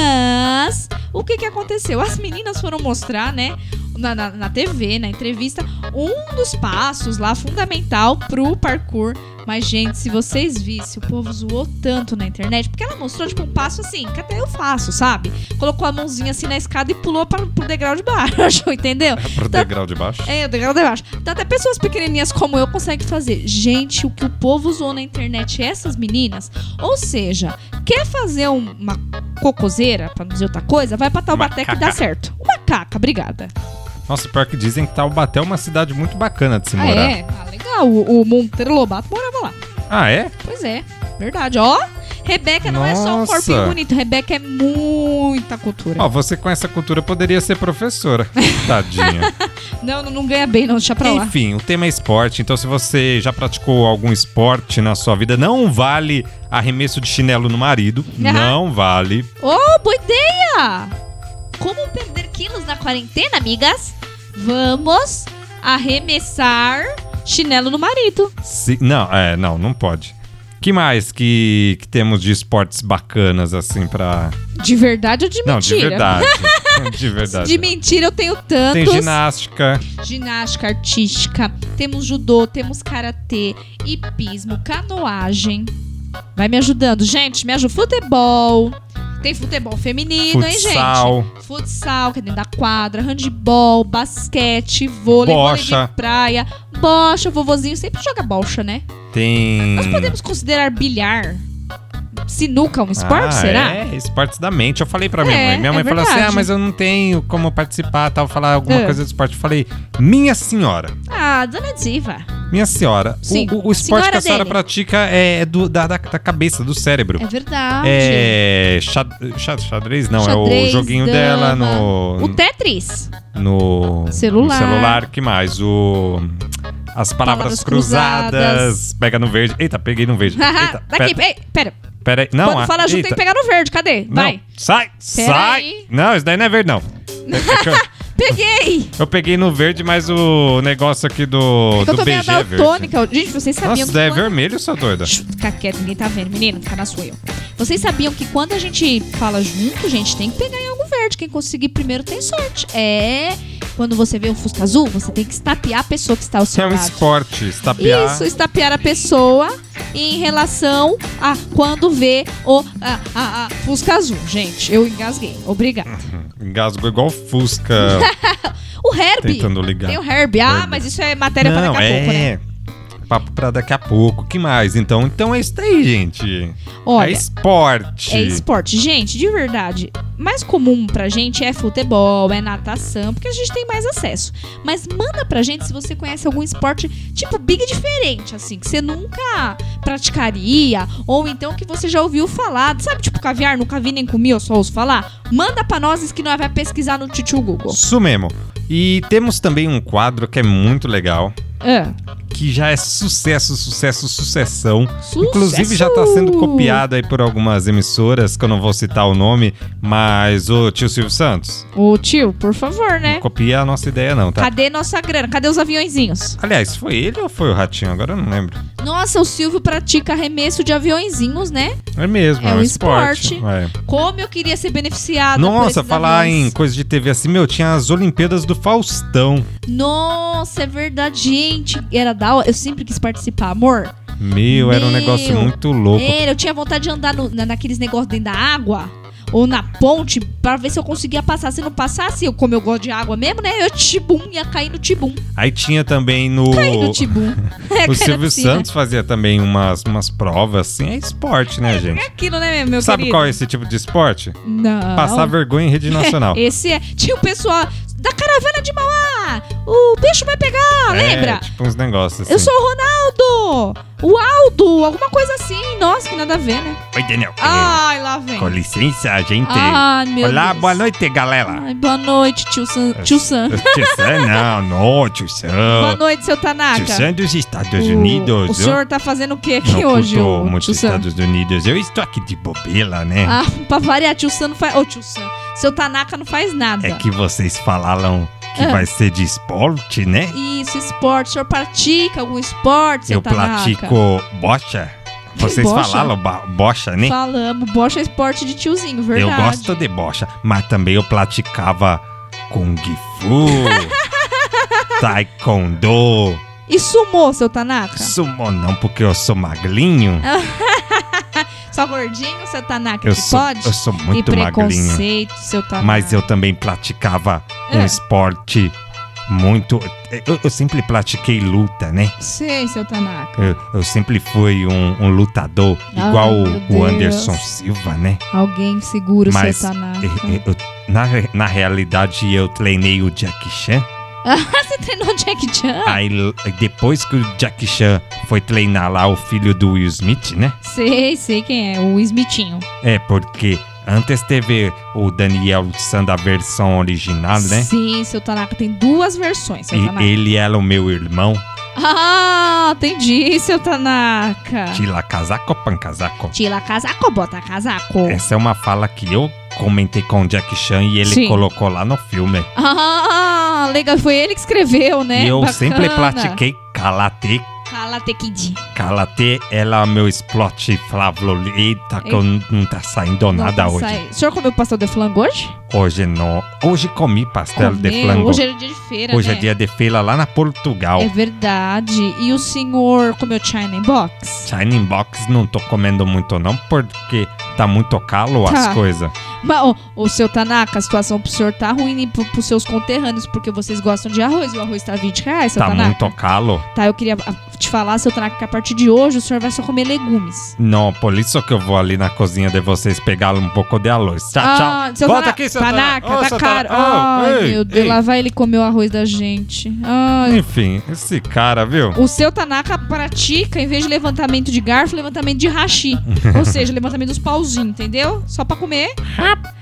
Speaker 3: Mas, o que que aconteceu? As meninas foram mostrar, né? Na, na, na TV, na entrevista, um dos passos lá fundamental pro parkour Mas, gente, se vocês vissem, o povo zoou tanto na internet, porque ela mostrou, tipo, um passo assim, que até eu faço, sabe? Colocou a mãozinha assim na escada e pulou para, pro degrau de baixo, [LAUGHS] entendeu?
Speaker 2: Pro degrau de baixo.
Speaker 3: É, o degrau de baixo. Então, até pessoas pequenininhas como eu conseguem fazer. Gente, o que o povo usou na internet é essas meninas. Ou seja, quer fazer um- uma cocoseira, pra não dizer outra coisa, vai pra Taubaté que dá
Speaker 2: caca.
Speaker 3: certo. Uma caca, obrigada.
Speaker 2: Nossa, pior que dizem que Taubaté é uma cidade muito bacana de se
Speaker 3: Ah,
Speaker 2: morar.
Speaker 3: é? Ah, legal. O, o Monteiro Lobato morava lá.
Speaker 2: Ah, é?
Speaker 3: Pois é, verdade. Ó, Rebeca não é só um
Speaker 2: Nossa.
Speaker 3: corpinho bonito. Rebeca é muita cultura.
Speaker 2: Ó, você com essa cultura poderia ser
Speaker 3: [LAUGHS]
Speaker 2: professora. Tadinha.
Speaker 3: Não, não, não ganha bem, não. Deixa pra lá.
Speaker 2: Enfim, o tema é esporte, então se você já praticou algum esporte na sua vida, não vale arremesso de chinelo no
Speaker 3: [LAUGHS]
Speaker 2: marido.
Speaker 3: Ah.
Speaker 2: Não vale.
Speaker 3: Ô, Oh, boa ideia! Como perder quilos na quarentena, amigas? Vamos arremessar chinelo no marido.
Speaker 2: Se- não, é, não, não pode. Que mais que, que temos de esportes bacanas, assim, pra.
Speaker 3: De verdade ou de mentira?
Speaker 2: Não, de
Speaker 3: [LAUGHS]
Speaker 2: verdade. de verdade.
Speaker 3: De mentira eu tenho tantos.
Speaker 2: Tem ginástica.
Speaker 3: Ginástica artística, temos judô, temos karatê, hipismo, canoagem. Vai me ajudando, gente. Me ajuda. Futebol. Tem futebol feminino, hein,
Speaker 2: Futsal.
Speaker 3: é gente? Futsal, que é dentro da quadra, handebol, basquete, vôlei, vôlei
Speaker 2: Bocha.
Speaker 3: de praia, bocha, o vovozinho sempre joga bocha, né?
Speaker 2: Tem.
Speaker 3: Nós podemos considerar bilhar, sinuca um esporte,
Speaker 2: Ah,
Speaker 3: será?
Speaker 2: É, esportes da mente. Eu falei pra minha
Speaker 3: É,
Speaker 2: mãe. Minha
Speaker 3: é
Speaker 2: mãe falou assim: ah,
Speaker 3: verdade.
Speaker 2: mas eu não tenho como participar, tal, falar alguma
Speaker 3: É.
Speaker 2: coisa do esporte. Eu falei, minha senhora.
Speaker 3: Ah, dona Diva.
Speaker 2: Minha senhora,
Speaker 3: Sim,
Speaker 2: o, o- o esporte
Speaker 3: senhora
Speaker 2: que a senhora
Speaker 3: dele.
Speaker 2: pratica é do- da, da- da cabeça, do cérebro.
Speaker 3: É verdade.
Speaker 2: É. xa- xa- xadrez não, é o
Speaker 3: Xadrez,
Speaker 2: joguinho
Speaker 3: dama.
Speaker 2: dela no.
Speaker 3: O Tetris. [LAUGHS]
Speaker 2: no
Speaker 3: Celular.
Speaker 2: no celular, que mais? O. As palavras,
Speaker 3: Palavras
Speaker 2: cruzadas.
Speaker 3: cruzadas. Pega
Speaker 2: Pega no verde. Eita, peguei no
Speaker 3: [LAUGHS]
Speaker 2: verde. Eita,
Speaker 3: Daqui,
Speaker 2: pera,
Speaker 3: ei, pera.
Speaker 2: pera aí. Não,
Speaker 3: Quando
Speaker 2: ah,
Speaker 3: fala junto,
Speaker 2: eita.
Speaker 3: tem que pegar no verde. Cadê? Vai.
Speaker 2: Não, sai, sai.
Speaker 3: aí.
Speaker 2: Não, isso daí não é verde, não. É que eu,
Speaker 3: Peguei!
Speaker 2: eu peguei no verde, mas o negócio aqui do,
Speaker 3: Então eu
Speaker 2: do
Speaker 3: tô meio
Speaker 2: BG é verde.
Speaker 3: daltônica. Gente, vocês sabiam
Speaker 2: Nossa, isso daí é
Speaker 3: que. quando-
Speaker 2: vermelho, sua doida.
Speaker 3: Shh, Fica quieto, ninguém tá vendo. Menino, fica na sua eu. Vocês sabiam que quando a gente fala junto, gente, tem que pegar em algo verde. Quem conseguir primeiro tem sorte. É. Quando você vê um fusca azul, você tem que estapear a pessoa que está ao
Speaker 2: Isso é
Speaker 3: seu
Speaker 2: um
Speaker 3: lado.
Speaker 2: esporte, estapear.
Speaker 3: Isso, estapear a pessoa em relação a quando vê o a, a- a fusca azul. Gente, eu engasguei.
Speaker 2: Hum.
Speaker 3: Obrigada.
Speaker 2: Engasgou igual
Speaker 3: [LAUGHS]
Speaker 2: Fusca
Speaker 3: O Herbie.
Speaker 2: tentando ligar.
Speaker 3: Tem o Herbie. Ah,
Speaker 2: Herbie.
Speaker 3: mas isso é matéria
Speaker 2: Não,
Speaker 3: pra daqui a pouco, né?
Speaker 2: é. Papo pra daqui a pouco. Que mais, então? Então é isso daí, gente. é
Speaker 3: Olha,
Speaker 2: esporte.
Speaker 3: É esporte. Gente, de verdade, mais comum pra gente é futebol, é natação, porque a gente tem mais acesso. Mas manda pra gente se você conhece algum esporte, tipo, big diferente, assim, que você nunca praticaria, ou então que você já ouviu falar. Sabe, tipo, caviar, nunca vi nem comi, eu só ouço falar? Manda pra nós isso que nós vai pesquisar no Titio Google.
Speaker 2: Isso mesmo. E temos também um quadro que é muito legal,
Speaker 3: Ah,
Speaker 2: que já é sucesso, sucesso, sucessão.
Speaker 3: sucesso!
Speaker 2: Inclusive já tá sendo copiado aí por algumas emissoras, que eu não vou citar o nome, mas o tio Silvio Santos,
Speaker 3: Ô, tio, por favor,
Speaker 2: não
Speaker 3: né?
Speaker 2: copia a nossa ideia não, tá?
Speaker 3: Cadê nossa grana? Cadê os aviõezinhos?
Speaker 2: Aliás, foi ele ou foi o Ratinho? Agora eu não lembro.
Speaker 3: Nossa, o Silvio pratica arremesso de aviõezinhos, né?
Speaker 2: É mesmo, é,
Speaker 3: É
Speaker 2: um
Speaker 3: um
Speaker 2: esporte.
Speaker 3: esporte.
Speaker 2: É.
Speaker 3: Como eu queria ser beneficiada. por
Speaker 2: Nossa,
Speaker 3: esses
Speaker 2: falar
Speaker 3: aviões.
Speaker 2: em coisa de TV assim, meu, tinha as Olimpíadas do Faustão.
Speaker 3: Nossa, é verdade, gente. Era da hora. Eu sempre quis participar, amor.
Speaker 2: Meu, era um
Speaker 3: Meu, É.
Speaker 2: negócio muito louco.
Speaker 3: Era, eu tinha vontade de andar no- na- naqueles negócios dentro da água ou na ponte pra ver se eu conseguia passar. Se não passasse, eu, como eu gosto de água mesmo, né? Eu tibum, ia cair no tibum.
Speaker 2: Aí tinha também no.
Speaker 3: Cair no tibum. Ia cair na
Speaker 2: O Silvio
Speaker 3: piscina.
Speaker 2: Santos fazia também umas, umas provas, assim. É esporte, né, gente?
Speaker 3: É aquilo, né, meu
Speaker 2: Sabe
Speaker 3: querido?
Speaker 2: qual é esse tipo de esporte?
Speaker 3: Não.
Speaker 2: Passar vergonha em rede nacional.
Speaker 3: Esse é. Tinha o pessoal da caravana de Mauá. O bicho vai pegar, Ah, lembra?
Speaker 2: É, tipo uns negócios assim.
Speaker 3: Eu sou o Ronaldo! O Aldo! Alguma coisa assim. Nossa, que nada a ver, né?
Speaker 2: Oi, Daniel.
Speaker 3: Ai, lá vem.
Speaker 2: É. Com licença, gente.
Speaker 3: Ai, Ah, meu
Speaker 2: Olá,
Speaker 3: Deus.
Speaker 2: boa noite, É. galera.
Speaker 3: Ai, boa noite, tio Sam. Tio Sam.
Speaker 2: Tio
Speaker 3: [LAUGHS]
Speaker 2: Sam, não, não, tio
Speaker 3: Boa
Speaker 2: Sam.
Speaker 3: noite, seu Tanaka.
Speaker 2: Tio Sam dos Estados
Speaker 3: O-
Speaker 2: Unidos.
Speaker 3: O senhor tá fazendo o que aqui
Speaker 2: não
Speaker 3: hoje,
Speaker 2: curto
Speaker 3: ô,
Speaker 2: muito
Speaker 3: tio Sam?
Speaker 2: Estados Unidos. Eu estou aqui de bobeira, né?
Speaker 3: Ah, [LAUGHS] pra variar, tio Sam não faz. Ô, tio Sam, seu Tanaka não faz nada.
Speaker 2: É que vocês falaram que
Speaker 3: Ah.
Speaker 2: vai ser de esporte, né?
Speaker 3: Isso, esporte. O senhor pratica algum esporte, seu
Speaker 2: Eu
Speaker 3: Tanaka?
Speaker 2: platico bocha. Vocês
Speaker 3: tá bocha?
Speaker 2: falaram ba- bocha, né?
Speaker 3: Falamos, bocha é esporte de tiozinho, verdade.
Speaker 2: Eu gosto de bocha, mas também eu
Speaker 3: [LAUGHS]
Speaker 2: praticava Kung Fu, Taekwondo,
Speaker 3: E sumou, seu Tanaka?
Speaker 2: Sumou não, porque eu sou magrinho.
Speaker 3: Só gordinho, seu Tanaka,
Speaker 2: Eu
Speaker 3: É que
Speaker 2: sou,
Speaker 3: pode?
Speaker 2: eu sou
Speaker 3: que
Speaker 2: muito magrinho.
Speaker 3: preconceito, seu Tanaka.
Speaker 2: Mas eu também praticava um
Speaker 3: É.
Speaker 2: esporte muito. Eu, eu sempre pratiquei luta, né?
Speaker 3: Sei, seu Tanaka.
Speaker 2: Eu, eu sempre fui um, um lutador,
Speaker 3: Ah,
Speaker 2: igual
Speaker 3: meu
Speaker 2: o, o Anderson
Speaker 3: Deus.
Speaker 2: Silva, né?
Speaker 3: Alguém segura o então.
Speaker 2: Mas é,
Speaker 3: seu Tanaka.
Speaker 2: eu- eu- eu- na, re- na realidade, eu treinei o Jackie Chan.
Speaker 3: Você treinou Jack Chan?
Speaker 2: Aí, l- depois que o Jackie Chan foi treinar lá o filho do Will Smith, né?
Speaker 3: Sei, sei quem é, o Smithinho.
Speaker 2: É, porque antes teve o Daniel San da versão original, né?
Speaker 3: Sim, seu Tanaka tem duas versões, seu
Speaker 2: E
Speaker 3: Tanaka.
Speaker 2: ele era o meu irmão.
Speaker 3: Ah, entendi, seu Tanaka.
Speaker 2: Tila casaco, pan casaco.
Speaker 3: Tira casaco, bota casaco.
Speaker 2: Essa é uma fala que eu comentei com o Jack Chan e ele
Speaker 3: Sim.
Speaker 2: colocou lá no filme.
Speaker 3: Ah, legal, foi ele que escreveu, né?
Speaker 2: e eu
Speaker 3: Bacana.
Speaker 2: sempre pratiquei karatê.
Speaker 3: Karate Kid.
Speaker 2: Karatê era meu esporte favorito, que eu n- não tá saindo nada
Speaker 3: Não,
Speaker 2: hoje.
Speaker 3: sai- O senhor comeu pastel de flango hoje?
Speaker 2: Hoje não. Hoje comi pastel de
Speaker 3: Comeu.
Speaker 2: flango.
Speaker 3: Hoje é dia de feira,
Speaker 2: Hoje
Speaker 3: né?
Speaker 2: é dia de feira lá na Portugal.
Speaker 3: É verdade. E o senhor comeu China in Box?
Speaker 2: Shining Box não tô comendo muito não, porque tá muito calo
Speaker 3: Tá.
Speaker 2: as coisas.
Speaker 3: Mas, ô, ô, seu Tanaka, a situação pro senhor tá ruim e pro, pros seus conterrâneos, porque vocês gostam de arroz e o arroz tá 20 reais, seu
Speaker 2: Tá
Speaker 3: Tanaka.
Speaker 2: muito calo.
Speaker 3: Tá, eu queria ah, te falar, seu Tanaka, que a partir de hoje o senhor vai só comer legumes.
Speaker 2: Não, por isso que eu vou ali na cozinha de vocês pegar um pouco de arroz. Tchau,
Speaker 3: Ah,
Speaker 2: tchau.
Speaker 3: seu
Speaker 2: Volta
Speaker 3: Tanaka-
Speaker 2: aqui, seu
Speaker 3: Tanaka,
Speaker 2: Tanaka. Ô,
Speaker 3: tá
Speaker 2: seu
Speaker 3: caro.
Speaker 2: Tanaka. Ô,
Speaker 3: Ai,
Speaker 2: ei,
Speaker 3: meu Deus,
Speaker 2: ei.
Speaker 3: lá vai ele comer o arroz da gente. Ai,
Speaker 2: Enfim, esse cara, viu?
Speaker 3: O seu Tanaka pratica, em vez de levantamento de garfo, levantamento de hashi. Ou seja, levantamento dos pauzinhos, entendeu? Só pra comer.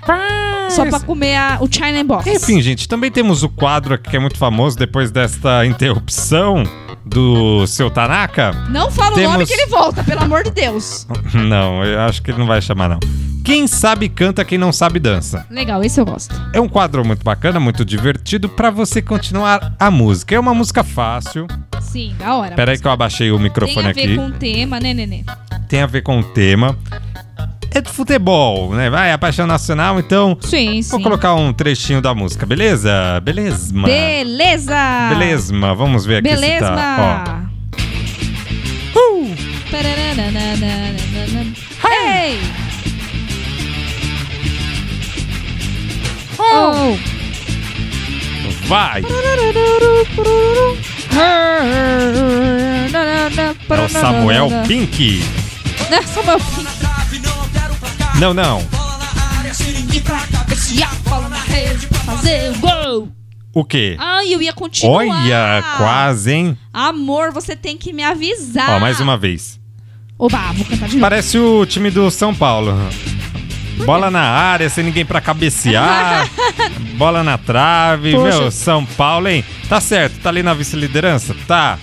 Speaker 3: Rapaz! Só pra comer a- o China in Box.
Speaker 2: É Enfim, gente, também temos o quadro aqui que é muito famoso depois desta interrupção do seu Tanaka.
Speaker 3: Não fala o nome
Speaker 2: temos-
Speaker 3: que ele volta, pelo amor de Deus.
Speaker 2: [LAUGHS] Não, eu acho que ele não vai chamar não. Quem sabe canta, quem não sabe dança.
Speaker 3: Legal, esse eu gosto.
Speaker 2: É um quadro muito bacana, muito divertido pra você continuar a música. É uma música fácil.
Speaker 3: Sim, da hora.
Speaker 2: Peraí que eu abaixei o
Speaker 3: Tem
Speaker 2: microfone
Speaker 3: a ver
Speaker 2: aqui.
Speaker 3: com o tema, né, nenê?
Speaker 2: Tem a ver com o tema. É de futebol, né? Vai, é a paixão nacional, então
Speaker 3: Sim, sim.
Speaker 2: vou colocar um trechinho da música, beleza? Belesma.
Speaker 3: Beleza!
Speaker 2: Belesma, vamos ver aqui se
Speaker 3: Beleza!
Speaker 2: tá.
Speaker 3: Uh! Paranananananana. Hey!
Speaker 2: Ó,
Speaker 3: Oh!
Speaker 2: vai! É o Samuel Pink.
Speaker 3: Não, Samuel Pink.
Speaker 2: Não, não.
Speaker 3: Fazer o gol.
Speaker 2: O quê?
Speaker 3: Ai, eu ia continuar.
Speaker 2: Olha, quase, hein?
Speaker 3: Amor, você tem que me avisar.
Speaker 2: Ó, mais uma vez.
Speaker 3: Oba, vou cantar de novo.
Speaker 2: Parece o time do São Paulo. Bola na área, sem ninguém pra
Speaker 3: [LAUGHS]
Speaker 2: cabecear. bola na trave.
Speaker 3: Poxa.
Speaker 2: Meu, São Paulo, hein? Tá certo, tá ali na vice-liderança? Tá.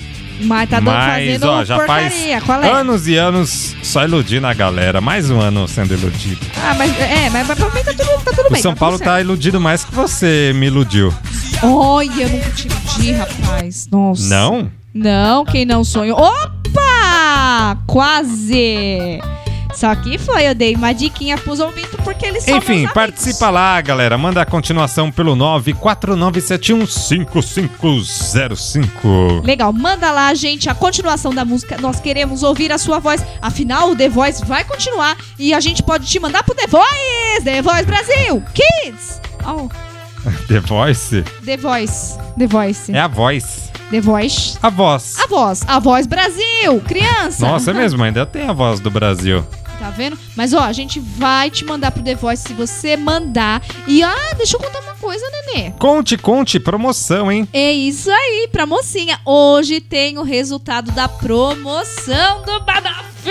Speaker 3: Mas tá dando
Speaker 2: Mas,
Speaker 3: fazendo
Speaker 2: ó, já
Speaker 3: porcaria.
Speaker 2: faz
Speaker 3: Qual é?
Speaker 2: anos e anos só iludindo a galera. Mais um ano sendo iludido.
Speaker 3: Ah, mas é, mas, mas pra mim tá tudo, tá tudo
Speaker 2: O
Speaker 3: bem.
Speaker 2: São
Speaker 3: tudo
Speaker 2: Paulo
Speaker 3: certo.
Speaker 2: tá iludido mais que você me iludiu.
Speaker 3: Olha, eu nunca te iludi, rapaz. Nossa.
Speaker 2: Não?
Speaker 3: Não, quem não sonhou. Opa! Quase! Só que foi, eu dei uma diquinha pros ouvintes porque eles são
Speaker 2: Enfim,
Speaker 3: meus amigos.
Speaker 2: participa lá, galera. Manda a continuação pelo 949715505.
Speaker 3: Legal, manda lá, gente, a continuação da música. Nós queremos ouvir a sua voz. Afinal, o The Voice vai continuar e a gente pode te mandar pro The Voice! The Voice Brasil! Kids! Oh,
Speaker 2: The Voice?
Speaker 3: The Voice. The Voice.
Speaker 2: É a voz.
Speaker 3: The Voice.
Speaker 2: A voz.
Speaker 3: A voz. A voz Brasil! Criança!
Speaker 2: Nossa, é mesmo, ainda tem a voz do Brasil.
Speaker 3: Tá vendo? Mas ó, a gente vai te mandar pro The Voice se você mandar. E ah, deixa eu contar uma coisa, nenê.
Speaker 2: Conte, conte, promoção, hein?
Speaker 3: É isso aí, pra mocinha. Hoje tem o resultado da promoção do Banoff.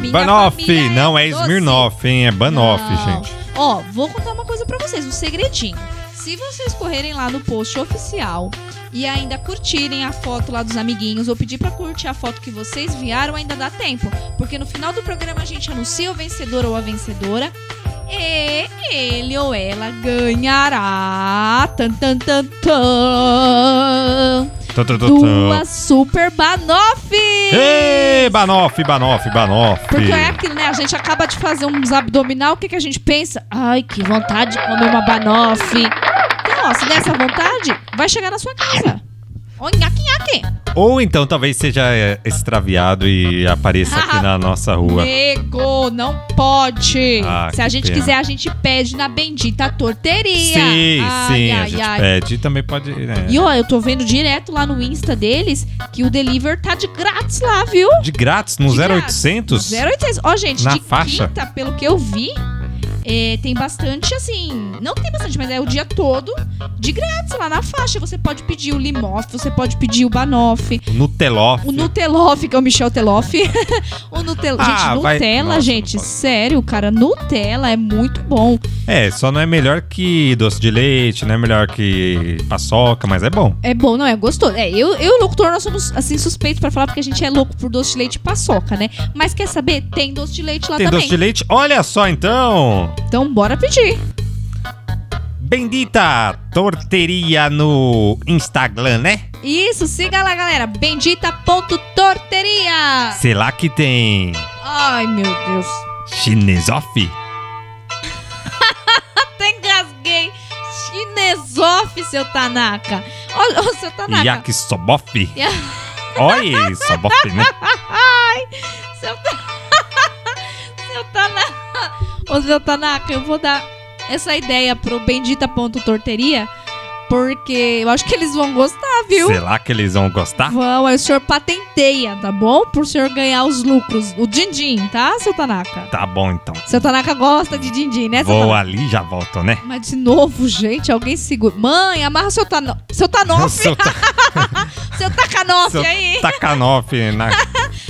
Speaker 3: Minha
Speaker 2: Banoff,
Speaker 3: família
Speaker 2: não é
Speaker 3: doce.
Speaker 2: Smirnoff, hein? É Banoff,
Speaker 3: Não.
Speaker 2: gente.
Speaker 3: Ó, vou contar uma coisa pra vocês, um segredinho. Se vocês correrem lá no post oficial e ainda curtirem a foto lá dos amiguinhos ou pedir pra curtir a foto que vocês enviaram, ainda dá tempo. Porque no final do programa a gente anuncia o vencedor ou a vencedora e ele ou ela ganhará tan, tan, tan, tan,
Speaker 2: Tã, tã, tã, tã.
Speaker 3: duas super banoffes!
Speaker 2: Ê, Banoff, Banoff, Banoff.
Speaker 3: Porque é aquilo, né? A gente acaba de fazer uns abdominal, o que, que a gente pensa? Ai, que vontade de comer uma banoffee. Então, ó, se der essa vontade, vai chegar na sua casa. Ô, nhaque, nhaque.
Speaker 2: Ou então talvez seja é, extraviado e apareça
Speaker 3: [LAUGHS]
Speaker 2: aqui na nossa rua.
Speaker 3: Nego, não pode.
Speaker 2: Ah,
Speaker 3: Se a
Speaker 2: que
Speaker 3: gente
Speaker 2: pena.
Speaker 3: quiser, a gente pede na bendita torteria.
Speaker 2: Sim,
Speaker 3: Ai,
Speaker 2: sim, a
Speaker 3: ai,
Speaker 2: gente
Speaker 3: ai.
Speaker 2: pede. Também pode. né?
Speaker 3: E ó, eu tô vendo direto lá no Insta deles que o deliver tá de grátis lá, viu?
Speaker 2: De grátis no
Speaker 3: De grátis.
Speaker 2: 0800?
Speaker 3: 0800. Ó, gente,
Speaker 2: Na
Speaker 3: de
Speaker 2: faixa.
Speaker 3: quinta, pelo que eu vi, é, tem bastante, assim... Não tem bastante, mas é o dia todo de grátis lá na faixa. Você pode pedir o Limoff, você pode pedir o Banoff,
Speaker 2: No Teló.
Speaker 3: o Nuteloff, que é o Michel Teloff. [LAUGHS] o Nutel...
Speaker 2: Ah,
Speaker 3: gente,
Speaker 2: vai-
Speaker 3: Nutella,
Speaker 2: Nossa,
Speaker 3: gente,
Speaker 2: não pode.
Speaker 3: sério, cara, Nutella é muito bom.
Speaker 2: É, só não é melhor que doce de leite, não é melhor que paçoca, mas é bom.
Speaker 3: É bom, não é gostoso. É, eu, eu e o locutor, nós somos, assim, suspeitos pra falar, porque a gente é louco por doce de leite e paçoca, né? Mas quer saber? Tem doce de leite lá
Speaker 2: Tem
Speaker 3: também.
Speaker 2: doce de leite? Olha só então!
Speaker 3: Então, bora pedir.
Speaker 2: Bendita Torteria no Instagram, né?
Speaker 3: Isso, siga lá, galera. Bendita.torteria.
Speaker 2: Sei lá que tem
Speaker 3: Ai, meu Deus.
Speaker 2: chinês off.
Speaker 3: Até engasguei. Chinesof, seu Tanaka. Olha, ô, seu Tanaka.
Speaker 2: Yakisobof.
Speaker 3: Ya-
Speaker 2: Oi, sobof, né?
Speaker 3: Seu, ta... seu Tanaka. Ô, seu Tanaka, eu vou dar essa ideia pro Bendita.torteria, porque eu acho que eles vão gostar, [LAUGHS] viu?
Speaker 2: Sei lá que eles vão gostar?
Speaker 3: Vão, aí o senhor patenteia, tá bom? Pro senhor ganhar os lucros. O din-din, tá, seu Tanaka?
Speaker 2: Tá bom então.
Speaker 3: Seu Tanaka gosta de din-din, né, seu
Speaker 2: Vou
Speaker 3: Tanaka?
Speaker 2: ali e já volto, né?
Speaker 3: Mas de novo, gente, alguém segura. Mãe, amarra seu Tanoff. Seu Tanoff,
Speaker 2: Seu ta-
Speaker 3: [LAUGHS] seu Takanoff
Speaker 2: Seu-
Speaker 3: aí.
Speaker 2: Takanoff. Na...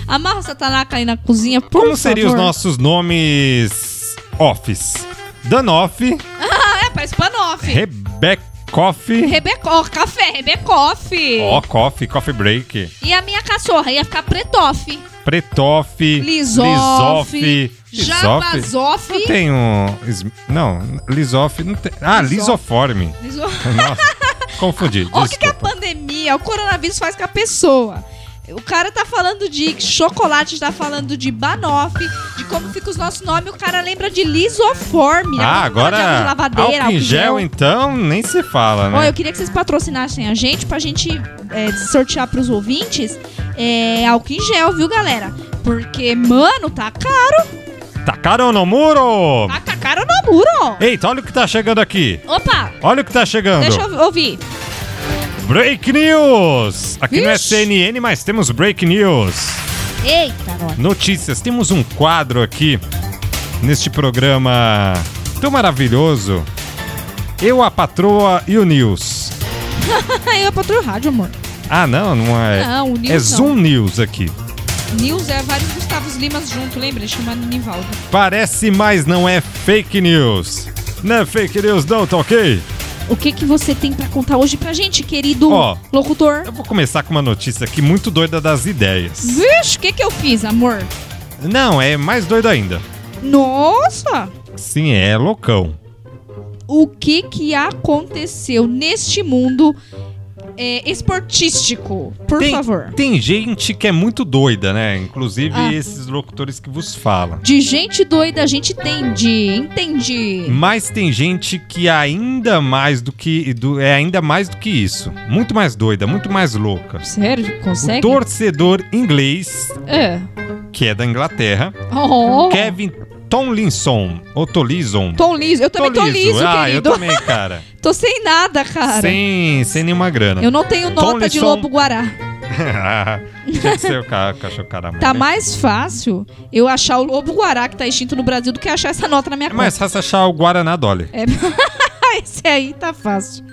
Speaker 3: Amarra seu Tanaka aí na cozinha, [LAUGHS] por
Speaker 2: né? Como seriam os
Speaker 3: favor.
Speaker 2: nossos nomes offs? Danoff,
Speaker 3: Ah, é, pra Spanoff.
Speaker 2: Rebecoff,
Speaker 3: Rebecoff, café, Rebecoff.
Speaker 2: ó, coffee, coffee break,
Speaker 3: E a minha cachorra ia ficar Pretoff.
Speaker 2: Pretoff,
Speaker 3: Lisoff,
Speaker 2: Lisoff.
Speaker 3: Jabazoff.
Speaker 2: Não tem um. is- Não, Lisoff. Não tem... Ah, lisoforme.
Speaker 3: Liso-
Speaker 2: Nossa,
Speaker 3: [LAUGHS]
Speaker 2: confundi.
Speaker 3: Olha o que, é que a
Speaker 2: Desculpa.
Speaker 3: pandemia, o coronavírus faz com a pessoa. O cara tá falando de chocolate, tá falando de banoff, de como fica os nossos nomes, o cara lembra de lisoforme.
Speaker 2: Ah,
Speaker 3: alguma coisa de
Speaker 2: agora.
Speaker 3: água de lavadeira,
Speaker 2: Álcool em gel, então, nem se fala,
Speaker 3: Ó,
Speaker 2: né?
Speaker 3: eu queria que vocês patrocinassem a gente pra gente é, sortear pros ouvintes é, álcool em gel, viu, galera? Porque, mano, tá caro,
Speaker 2: Tacaram no muro!
Speaker 3: tá ca- caro no muro. ó.
Speaker 2: Eita, olha o que tá chegando aqui.
Speaker 3: Opa,
Speaker 2: Olha o que tá chegando.
Speaker 3: deixa eu ouvir.
Speaker 2: Break News! Aqui não é
Speaker 3: Ixi.
Speaker 2: CNN, mas temos Break News.
Speaker 3: Eita, agora.
Speaker 2: Notícias. Temos um quadro aqui neste programa tão maravilhoso. Eu, a patroa e o News.
Speaker 3: Aí [LAUGHS] eu pra outro rádio, amor.
Speaker 2: Ah, não, não é.
Speaker 3: Não, o News
Speaker 2: é
Speaker 3: não.
Speaker 2: Zoom News aqui.
Speaker 3: News é vários Gustavos Limas junto, lembra? Chama Nivaldo.
Speaker 2: Parece, mas não é fake news. Não é fake news, não, tá ok?
Speaker 3: O que que você tem pra contar hoje pra gente, querido
Speaker 2: Ó.
Speaker 3: locutor?
Speaker 2: Eu vou começar com uma notícia aqui muito doida das ideias.
Speaker 3: Vixe, o que que eu fiz, amor?
Speaker 2: Não, é mais doida ainda.
Speaker 3: Nossa!
Speaker 2: Sim, é loucão.
Speaker 3: O que que aconteceu neste mundo é, esportístico? Por
Speaker 2: tem,
Speaker 3: favor.
Speaker 2: Tem gente que é muito doida, né? Inclusive
Speaker 3: Ah.
Speaker 2: esses locutores que vos falam.
Speaker 3: De gente doida a gente entende, entende.
Speaker 2: Mas tem gente que ainda mais do que do- é ainda mais do que isso. Muito mais doida, muito mais louca.
Speaker 3: Sério?
Speaker 2: O
Speaker 3: Consegue?
Speaker 2: torcedor inglês,
Speaker 3: É.
Speaker 2: que é da Inglaterra,
Speaker 3: Oh.
Speaker 2: Kevin Tomlinson, ou Tolison.
Speaker 3: Tô liso. Eu também tô liso,
Speaker 2: ah,
Speaker 3: querido.
Speaker 2: eu também, cara.
Speaker 3: Tô sem nada, [LAUGHS] cara.
Speaker 2: sem, sem nenhuma grana.
Speaker 3: Eu não tenho nota de
Speaker 2: Tomlinson.
Speaker 3: lobo guará.
Speaker 2: [LAUGHS] Tinha que ser o ca- cachorro caramelo.
Speaker 3: Tá mais fácil eu achar o lobo guará que tá extinto no Brasil do que achar essa nota na minha
Speaker 2: É
Speaker 3: conta.
Speaker 2: mais fácil achar o Guaraná Dolly.
Speaker 3: É. Ah, [LAUGHS] esse aí tá fácil.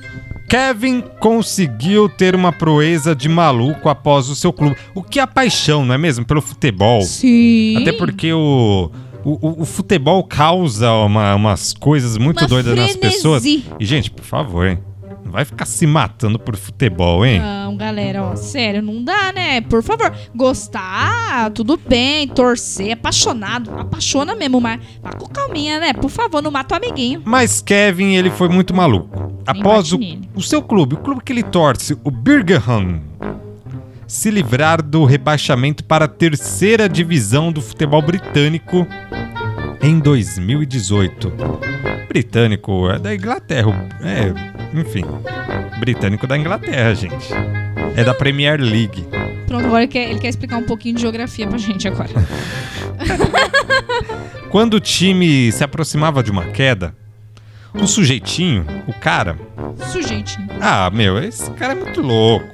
Speaker 2: Kevin conseguiu ter uma proeza de maluco após o seu clube. O que é a paixão, não é mesmo? Pelo futebol.
Speaker 3: Sim.
Speaker 2: Até porque o, o, o- o futebol causa uma- umas coisas muito
Speaker 3: Uma
Speaker 2: doidas nas
Speaker 3: frenesi.
Speaker 2: pessoas. E, gente, por favor, hein? Não vai ficar se matando por futebol, hein?
Speaker 3: Não, galera, ó, sério, não dá, né? Por favor, gostar, tudo bem, torcer, apaixonado, apaixona mesmo, mas, mas com calminha, né? Por favor, não mata o amiguinho.
Speaker 2: Mas Kevin, ele foi muito maluco. Após o,
Speaker 3: Imaginei.
Speaker 2: o seu clube, o clube que ele torce, o Birmingham, se livrar do rebaixamento para a terceira divisão do futebol britânico em 2018. Britânico é da Inglaterra, é, enfim, britânico da Inglaterra, gente. É da Premier League.
Speaker 3: Pronto, agora ele quer, ele quer explicar um pouquinho de geografia pra
Speaker 2: [LAUGHS]
Speaker 3: gente agora.
Speaker 2: Quando o time se aproximava de uma queda, o sujeitinho, o cara,
Speaker 3: Sujeitinho.
Speaker 2: ah, meu, esse cara é muito louco.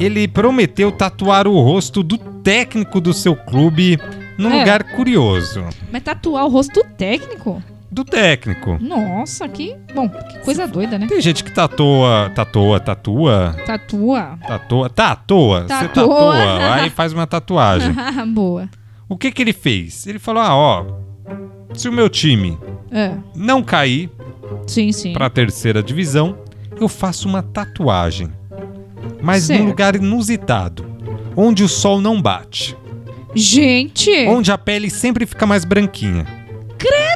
Speaker 2: Ele prometeu tatuar o rosto do técnico do seu clube num
Speaker 3: É.
Speaker 2: lugar curioso.
Speaker 3: Mas tatuar o rosto do técnico?
Speaker 2: Do técnico.
Speaker 3: Nossa, que. Bom, que coisa doida, né?
Speaker 2: Tem gente que tatua, tatua, tatua,
Speaker 3: Tatua.
Speaker 2: tatua, tatua, você
Speaker 3: Tatua. [LAUGHS]
Speaker 2: tatua, aí faz uma tatuagem.
Speaker 3: Boa.
Speaker 2: O que que ele fez? Ele falou, ah, ó, se o meu time
Speaker 3: É.
Speaker 2: não cair
Speaker 3: Sim, sim.
Speaker 2: pra terceira divisão, eu faço uma tatuagem. Mas num
Speaker 3: Certo.
Speaker 2: lugar inusitado, onde o sol não bate,
Speaker 3: Gente!
Speaker 2: onde a pele sempre fica mais branquinha.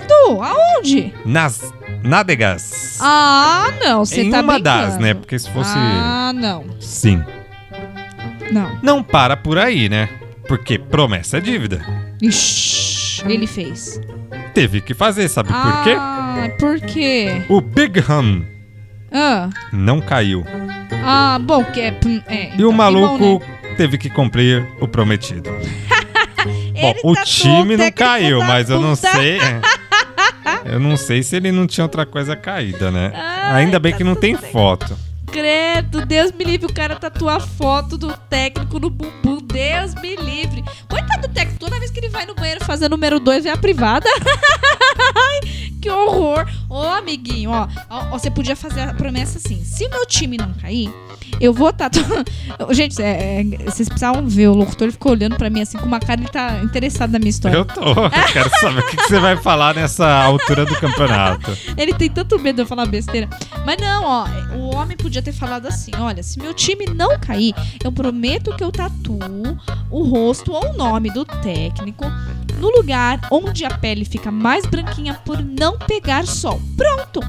Speaker 3: Edu, aonde?
Speaker 2: Nas nádegas.
Speaker 3: Ah, não. Você
Speaker 2: em
Speaker 3: tá
Speaker 2: uma
Speaker 3: brincando.
Speaker 2: das, né? Porque se fosse...
Speaker 3: Ah, não.
Speaker 2: Sim.
Speaker 3: Não.
Speaker 2: Não para por aí, né? Porque promessa é dívida.
Speaker 3: Ixi, ele fez.
Speaker 2: Teve que fazer, sabe por quê?
Speaker 3: Ah, por quê?
Speaker 2: O Bigham
Speaker 3: Ah,
Speaker 2: não caiu.
Speaker 3: ah bom, que é. pum, é,
Speaker 2: E
Speaker 3: então,
Speaker 2: o
Speaker 3: que
Speaker 2: maluco
Speaker 3: bom, né?
Speaker 2: teve que cumprir o prometido. Bom,
Speaker 3: Ele
Speaker 2: o
Speaker 3: tatuou
Speaker 2: time não
Speaker 3: tá técnico
Speaker 2: caiu,
Speaker 3: da
Speaker 2: mas eu não
Speaker 3: puta.
Speaker 2: sei. é. Eu não sei se ele não tinha outra coisa caída, né?
Speaker 3: [LAUGHS] Ai, tá
Speaker 2: Ainda bem que não tem foto.
Speaker 3: Credo, Deus me livre, o cara tatuar foto do técnico no bumbum. Deus me livre. Coitado do técnico, toda vez que ele vai no banheiro fazer número 2, vem a privada. [LAUGHS] Ai, que horror. Ô, amiguinho, ó, ó, ó, você podia fazer a promessa assim: se o meu time não cair, eu vou tatuar. [LAUGHS] Gente, é, é, vocês precisavam ver, o locutor ele ficou olhando pra mim assim com uma cara, ele tá interessado na minha história.
Speaker 2: Eu tô. Eu quero saber o que que você vai falar nessa altura do
Speaker 3: [LAUGHS]
Speaker 2: campeonato.
Speaker 3: Ele tem tanto medo de eu falar besteira. Mas não, ó, o homem podia ter falado assim: olha, se meu time não cair, eu prometo que eu tatuo o rosto ou o nome do técnico no lugar onde a pele fica mais branquinha por não pegar sol. Pronto!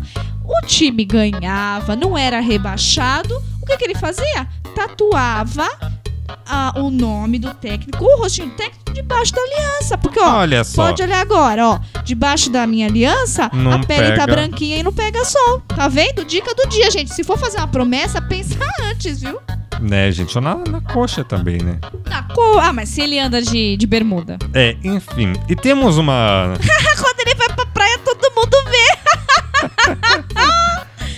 Speaker 3: O time ganhava, não era rebaixado. O que, que ele fazia? Tatuava ah, o nome do técnico, o rostinho do técnico debaixo da aliança. Porque, ó,
Speaker 2: Olha só.
Speaker 3: Pode olhar agora, ó. Debaixo da minha aliança,
Speaker 2: Não
Speaker 3: a pele tá
Speaker 2: pega.
Speaker 3: branquinha e não pega sol. Tá vendo? Dica do dia, gente. Se for fazer uma promessa, pensa [LAUGHS] antes, viu?
Speaker 2: Né, gente? Ou na, na coxa também, né?
Speaker 3: Na cor... Ah, mas se ele anda de, de bermuda. [LAUGHS] Ah,
Speaker 2: É, enfim. E temos uma.
Speaker 3: Quando ele vai pra praia, todo mundo vê.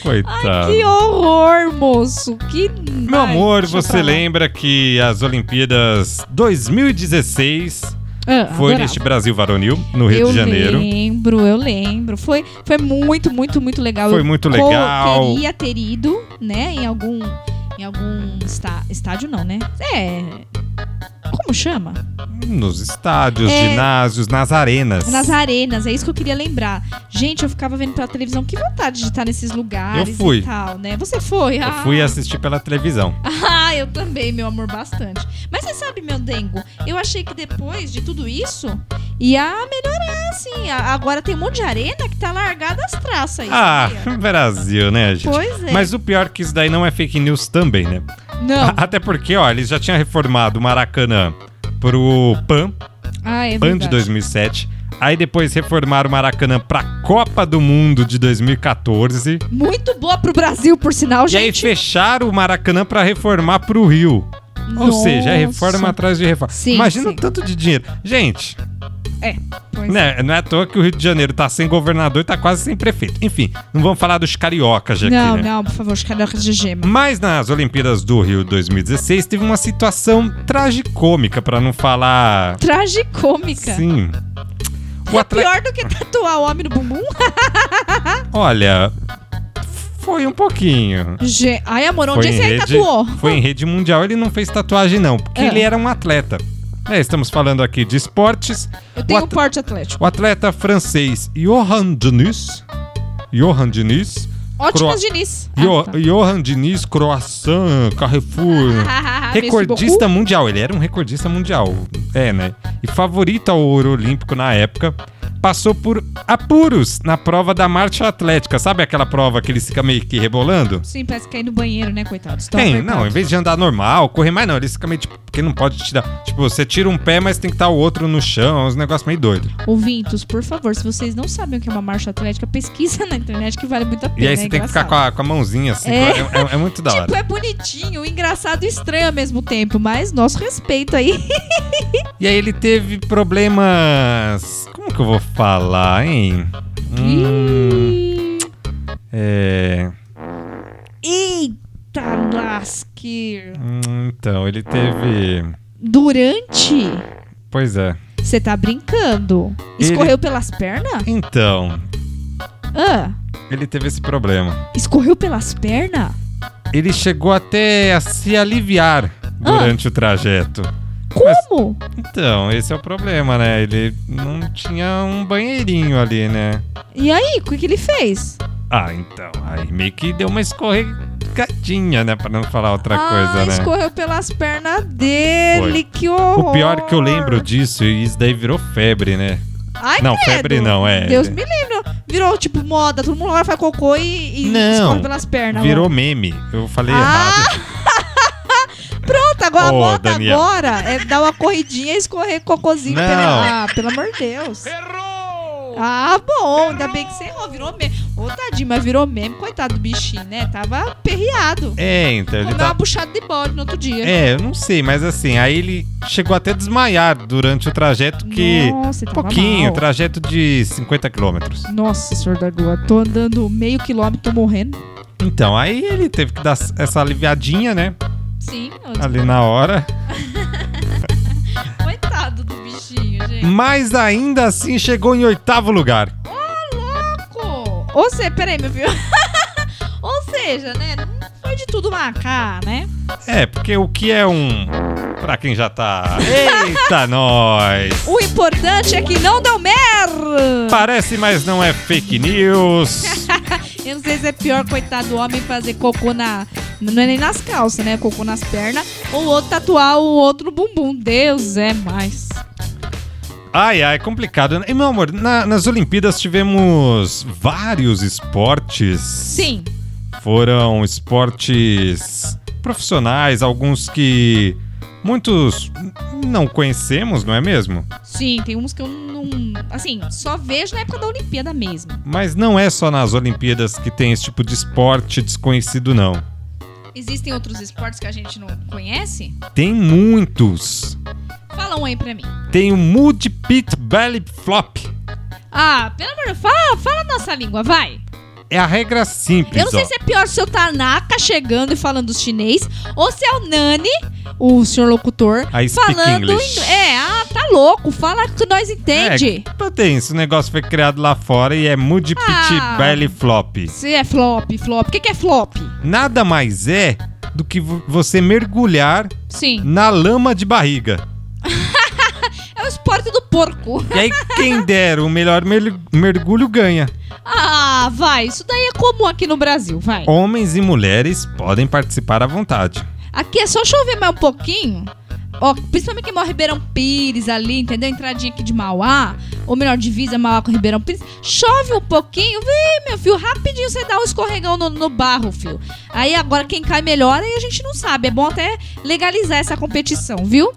Speaker 2: Coitada.
Speaker 3: Que horror, moço. Que.
Speaker 2: Ah. Meu
Speaker 3: Ai,
Speaker 2: amor,
Speaker 3: deixa pra
Speaker 2: você
Speaker 3: lá.
Speaker 2: lembra que as Olimpíadas 2016
Speaker 3: Ah,
Speaker 2: foi
Speaker 3: adorava.
Speaker 2: neste Brasil varonil, no Rio
Speaker 3: eu
Speaker 2: de Janeiro.
Speaker 3: lembro, eu lembro. Foi, foi muito, muito, muito legal.
Speaker 2: Foi
Speaker 3: Eu
Speaker 2: muito
Speaker 3: co-
Speaker 2: legal.
Speaker 3: Teria ter ido, né, em algum, em algum está, estádio, não, né? É. Como chama?
Speaker 2: Nos estádios,
Speaker 3: É.
Speaker 2: ginásios, nas arenas.
Speaker 3: Nas arenas, é isso que eu queria lembrar. Gente, eu ficava vendo pela televisão, que vontade de estar nesses lugares
Speaker 2: Eu fui.
Speaker 3: e tal, né? Você foi?
Speaker 2: Eu
Speaker 3: ah.
Speaker 2: fui assistir pela televisão.
Speaker 3: Ah, [LAUGHS] eu também, meu amor, bastante. Mas você sabe, meu dengo, eu achei que depois de tudo isso ia melhorar, assim. A- Agora tem um monte de arena que tá largada as traças aí.
Speaker 2: Ah,
Speaker 3: sabia?
Speaker 2: Brasil, né, [LAUGHS] gente?
Speaker 3: é. pois é.
Speaker 2: Mas o pior é que isso daí não é fake news também, né?
Speaker 3: Não.
Speaker 2: [LAUGHS] Até porque, ó, eles já tinham reformado o Maracanã pro PAN,
Speaker 3: Ah, é
Speaker 2: PAN de
Speaker 3: verdade.
Speaker 2: 2007. Aí depois reformaram o Maracanã pra Copa do Mundo de 2014.
Speaker 3: Muito boa pro Brasil, por sinal,
Speaker 2: E aí
Speaker 3: gente.
Speaker 2: fecharam o Maracanã pra reformar pro Rio. Ou seja, é reforma
Speaker 3: Nossa.
Speaker 2: atrás de reforma.
Speaker 3: Sim,
Speaker 2: Imagina o
Speaker 3: sim.
Speaker 2: tanto de dinheiro. Gente,
Speaker 3: Pois é.
Speaker 2: né, não é à toa que o Rio de Janeiro tá sem governador e tá quase sem prefeito. Enfim, não vamos falar dos cariocas de aqui,
Speaker 3: Não,
Speaker 2: né?
Speaker 3: não, por favor, os cariocas de gema.
Speaker 2: Mas nas Olimpíadas do Rio 2016 teve uma situação tragicômica, pra não falar.
Speaker 3: Tragicômica.
Speaker 2: Sim. O
Speaker 3: É
Speaker 2: atleta.
Speaker 3: pior do que tatuar o homem no bumbum? [LAUGHS]
Speaker 2: Olha, foi um pouquinho.
Speaker 3: Ge- Ai, amor, onde
Speaker 2: Foi
Speaker 3: é
Speaker 2: em
Speaker 3: que ele
Speaker 2: rede-
Speaker 3: tatuou?
Speaker 2: Foi em rede mundial, ele não fez tatuagem, não, porque
Speaker 3: É.
Speaker 2: ele era um atleta. É, estamos falando aqui de esportes.
Speaker 3: Eu tenho
Speaker 2: O
Speaker 3: um porte atlético.
Speaker 2: O atleta francês Johan Diniz, Johan Diniz, Cro-
Speaker 3: Ótimas Diniz.
Speaker 2: Jo- [LAUGHS]
Speaker 3: Ah, tá.
Speaker 2: Johan Diniz, Croissant,
Speaker 3: [LAUGHS]
Speaker 2: Carrefour,
Speaker 3: Messi Bocu?
Speaker 2: recordista mundial. Ele era um recordista mundial, é, né? E favorito ao ouro olímpico na época, passou por apuros na prova da marcha atlética. Sabe aquela prova que eles ficam meio que rebolando?
Speaker 3: Sim, parece que é ir no banheiro, né, coitado?
Speaker 2: Tem, não, em vez de andar normal, correr mais não, eles ficam meio tipo, porque não pode tirar. Tipo, você tira um pé, mas tem que estar o outro no chão, é uns negócios meio doido.
Speaker 3: Ouvintos, por favor, se vocês não sabem o que é uma marcha atlética, pesquisa na internet que vale muito a pena.
Speaker 2: E aí você
Speaker 3: é
Speaker 2: tem que ficar
Speaker 3: engraçado.
Speaker 2: com a, com a mãozinha assim,
Speaker 3: É.
Speaker 2: com a- é- é muito da hora.
Speaker 3: Tipo, é bonitinho, engraçado e estranho ao mesmo tempo, mas nosso respeito aí.
Speaker 2: E aí ele teve problemas. Como que eu vou falar, hein? Hum, é.
Speaker 3: Eita, lasque.
Speaker 2: hum, Então, ele teve.
Speaker 3: Durante,
Speaker 2: Pois é.
Speaker 3: você tá brincando.
Speaker 2: Ele-
Speaker 3: Escorreu pelas pernas?
Speaker 2: Então,
Speaker 3: Ah,
Speaker 2: ele teve esse problema.
Speaker 3: escorreu pelas pernas?
Speaker 2: Ele chegou até a se aliviar durante o trajeto.
Speaker 3: Ah! Como?
Speaker 2: Então, esse é o problema, né? Ele não tinha um banheirinho ali, né?
Speaker 3: E aí, o que, que ele fez?
Speaker 2: Ah, então. Aí meio que deu uma escorregadinha, né? Pra não falar outra
Speaker 3: ah,
Speaker 2: coisa, né?
Speaker 3: escorreu pelas pernas dele, que horror.
Speaker 2: O pior é que eu lembro disso, e isso daí virou febre, né?
Speaker 3: Ai,
Speaker 2: não,
Speaker 3: credo.
Speaker 2: febre não, é.
Speaker 3: Deus me livre. Virou tipo moda, todo mundo agora faz cocô e, e
Speaker 2: Não.
Speaker 3: escorre pelas pernas.
Speaker 2: Virou meme. Eu falei
Speaker 3: Ah, [LAUGHS]
Speaker 2: errado.
Speaker 3: Pronto, agora a
Speaker 2: Ô,
Speaker 3: moda
Speaker 2: Daniel.
Speaker 3: agora é dar uma corridinha e escorrer cocôzinho
Speaker 2: Não.
Speaker 3: pela. Ah, pelo amor de Deus. Ah, bom, ainda bem que você errou, virou meme. Ô, tadinho, mas virou meme, coitado do bichinho, né? Tava perreado.
Speaker 2: É, então ele
Speaker 3: Comeu uma
Speaker 2: tá.
Speaker 3: buchada de bode no outro dia.
Speaker 2: É, eu não sei, mas assim, aí ele chegou até a desmaiar durante o trajeto que. um
Speaker 3: Nossa, ele tava
Speaker 2: pouquinho,
Speaker 3: mal.
Speaker 2: trajeto de 50 quilômetros.
Speaker 3: Nossa, senhor da Globo, tô andando meio quilômetro, tô morrendo.
Speaker 2: Então, aí ele teve que dar essa aliviadinha, né?
Speaker 3: Sim,
Speaker 2: Ali na hora.
Speaker 3: coitado do bichinho, gente.
Speaker 2: Mas ainda assim chegou em oitavo lugar.
Speaker 3: Pô, Tá Ou seja, peraí, meu filho. [LAUGHS] Ou seja, né? Não foi de tudo macá, né?
Speaker 2: É, porque o que é um. Pra quem já tá. Eita, nós!
Speaker 3: O importante é que não deu merda.
Speaker 2: Parece, mas não é fake news.
Speaker 3: Eu não sei se é pior, coitado do homem, fazer cocô na. Não é nem nas calças, né? Cocô nas pernas. Ou o outro tatuar o outro no bumbum. Deus é mais.
Speaker 2: Ai, ai, complicado. né? E, meu amor, na- nas Olimpíadas tivemos vários esportes.
Speaker 3: Sim.
Speaker 2: Foram esportes profissionais, alguns que muitos n- não conhecemos, não é mesmo?
Speaker 3: Sim, tem uns que eu não. Assim, só vejo na época da Olimpíada mesmo.
Speaker 2: Mas não é só nas Olimpíadas que tem esse tipo de esporte desconhecido, não.
Speaker 3: Existem outros esportes que a gente não conhece?
Speaker 2: Tem muitos.
Speaker 3: Fala um aí pra mim.
Speaker 2: Tem o Mood Pit Belly Flop.
Speaker 3: Ah, pelo amor de Deus, fala, fala a nossa língua, vai.
Speaker 2: É a regra simples,
Speaker 3: Eu não sei
Speaker 2: ó.
Speaker 3: se é pior se o Tanaka chegando e falando chinês ou se é o Nani, o senhor locutor,
Speaker 2: I speak
Speaker 3: falando.
Speaker 2: English.
Speaker 3: em- É, ah, tá louco, fala que nós entende.
Speaker 2: É, tem, esse negócio foi criado lá fora e é Mood Pit
Speaker 3: Ah.
Speaker 2: Belly Flop.
Speaker 3: Se é flop, flop. O que, que é flop?
Speaker 2: Nada mais é do que vo- você mergulhar
Speaker 3: Sim.
Speaker 2: na lama de barriga.
Speaker 3: É o esporte do porco.
Speaker 2: E aí quem der o melhor mer- mergulho ganha.
Speaker 3: Ah, vai. Isso daí é comum aqui no Brasil, vai.
Speaker 2: Homens e mulheres podem participar à vontade.
Speaker 3: Aqui é só chover mais um pouquinho. Ó, principalmente quem mora em Ribeirão Pires ali, entendeu? Entradinha aqui de Mauá, ou melhor, divisa Mauá com Ribeirão Pires. Chove um pouquinho, vem, meu filho, rapidinho você dá um escorregão no, no barro, filho. Aí agora quem cai melhor, aí a gente não sabe. É bom até legalizar essa competição, viu?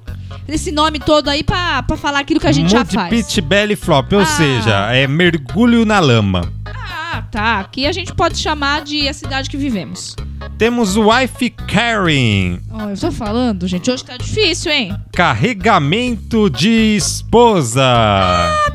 Speaker 3: Esse nome todo aí pra, pra falar aquilo que Então a gente já
Speaker 2: Mood
Speaker 3: faz.
Speaker 2: Pit Belly Flop, ou
Speaker 3: Ah.
Speaker 2: seja, é mergulho na lama.
Speaker 3: Ah, tá. Aqui a gente pode chamar de a cidade que vivemos.
Speaker 2: Temos o Wife Carrying,
Speaker 3: Ó, eu tô falando, gente, hoje tá difícil, hein?
Speaker 2: carregamento de esposa.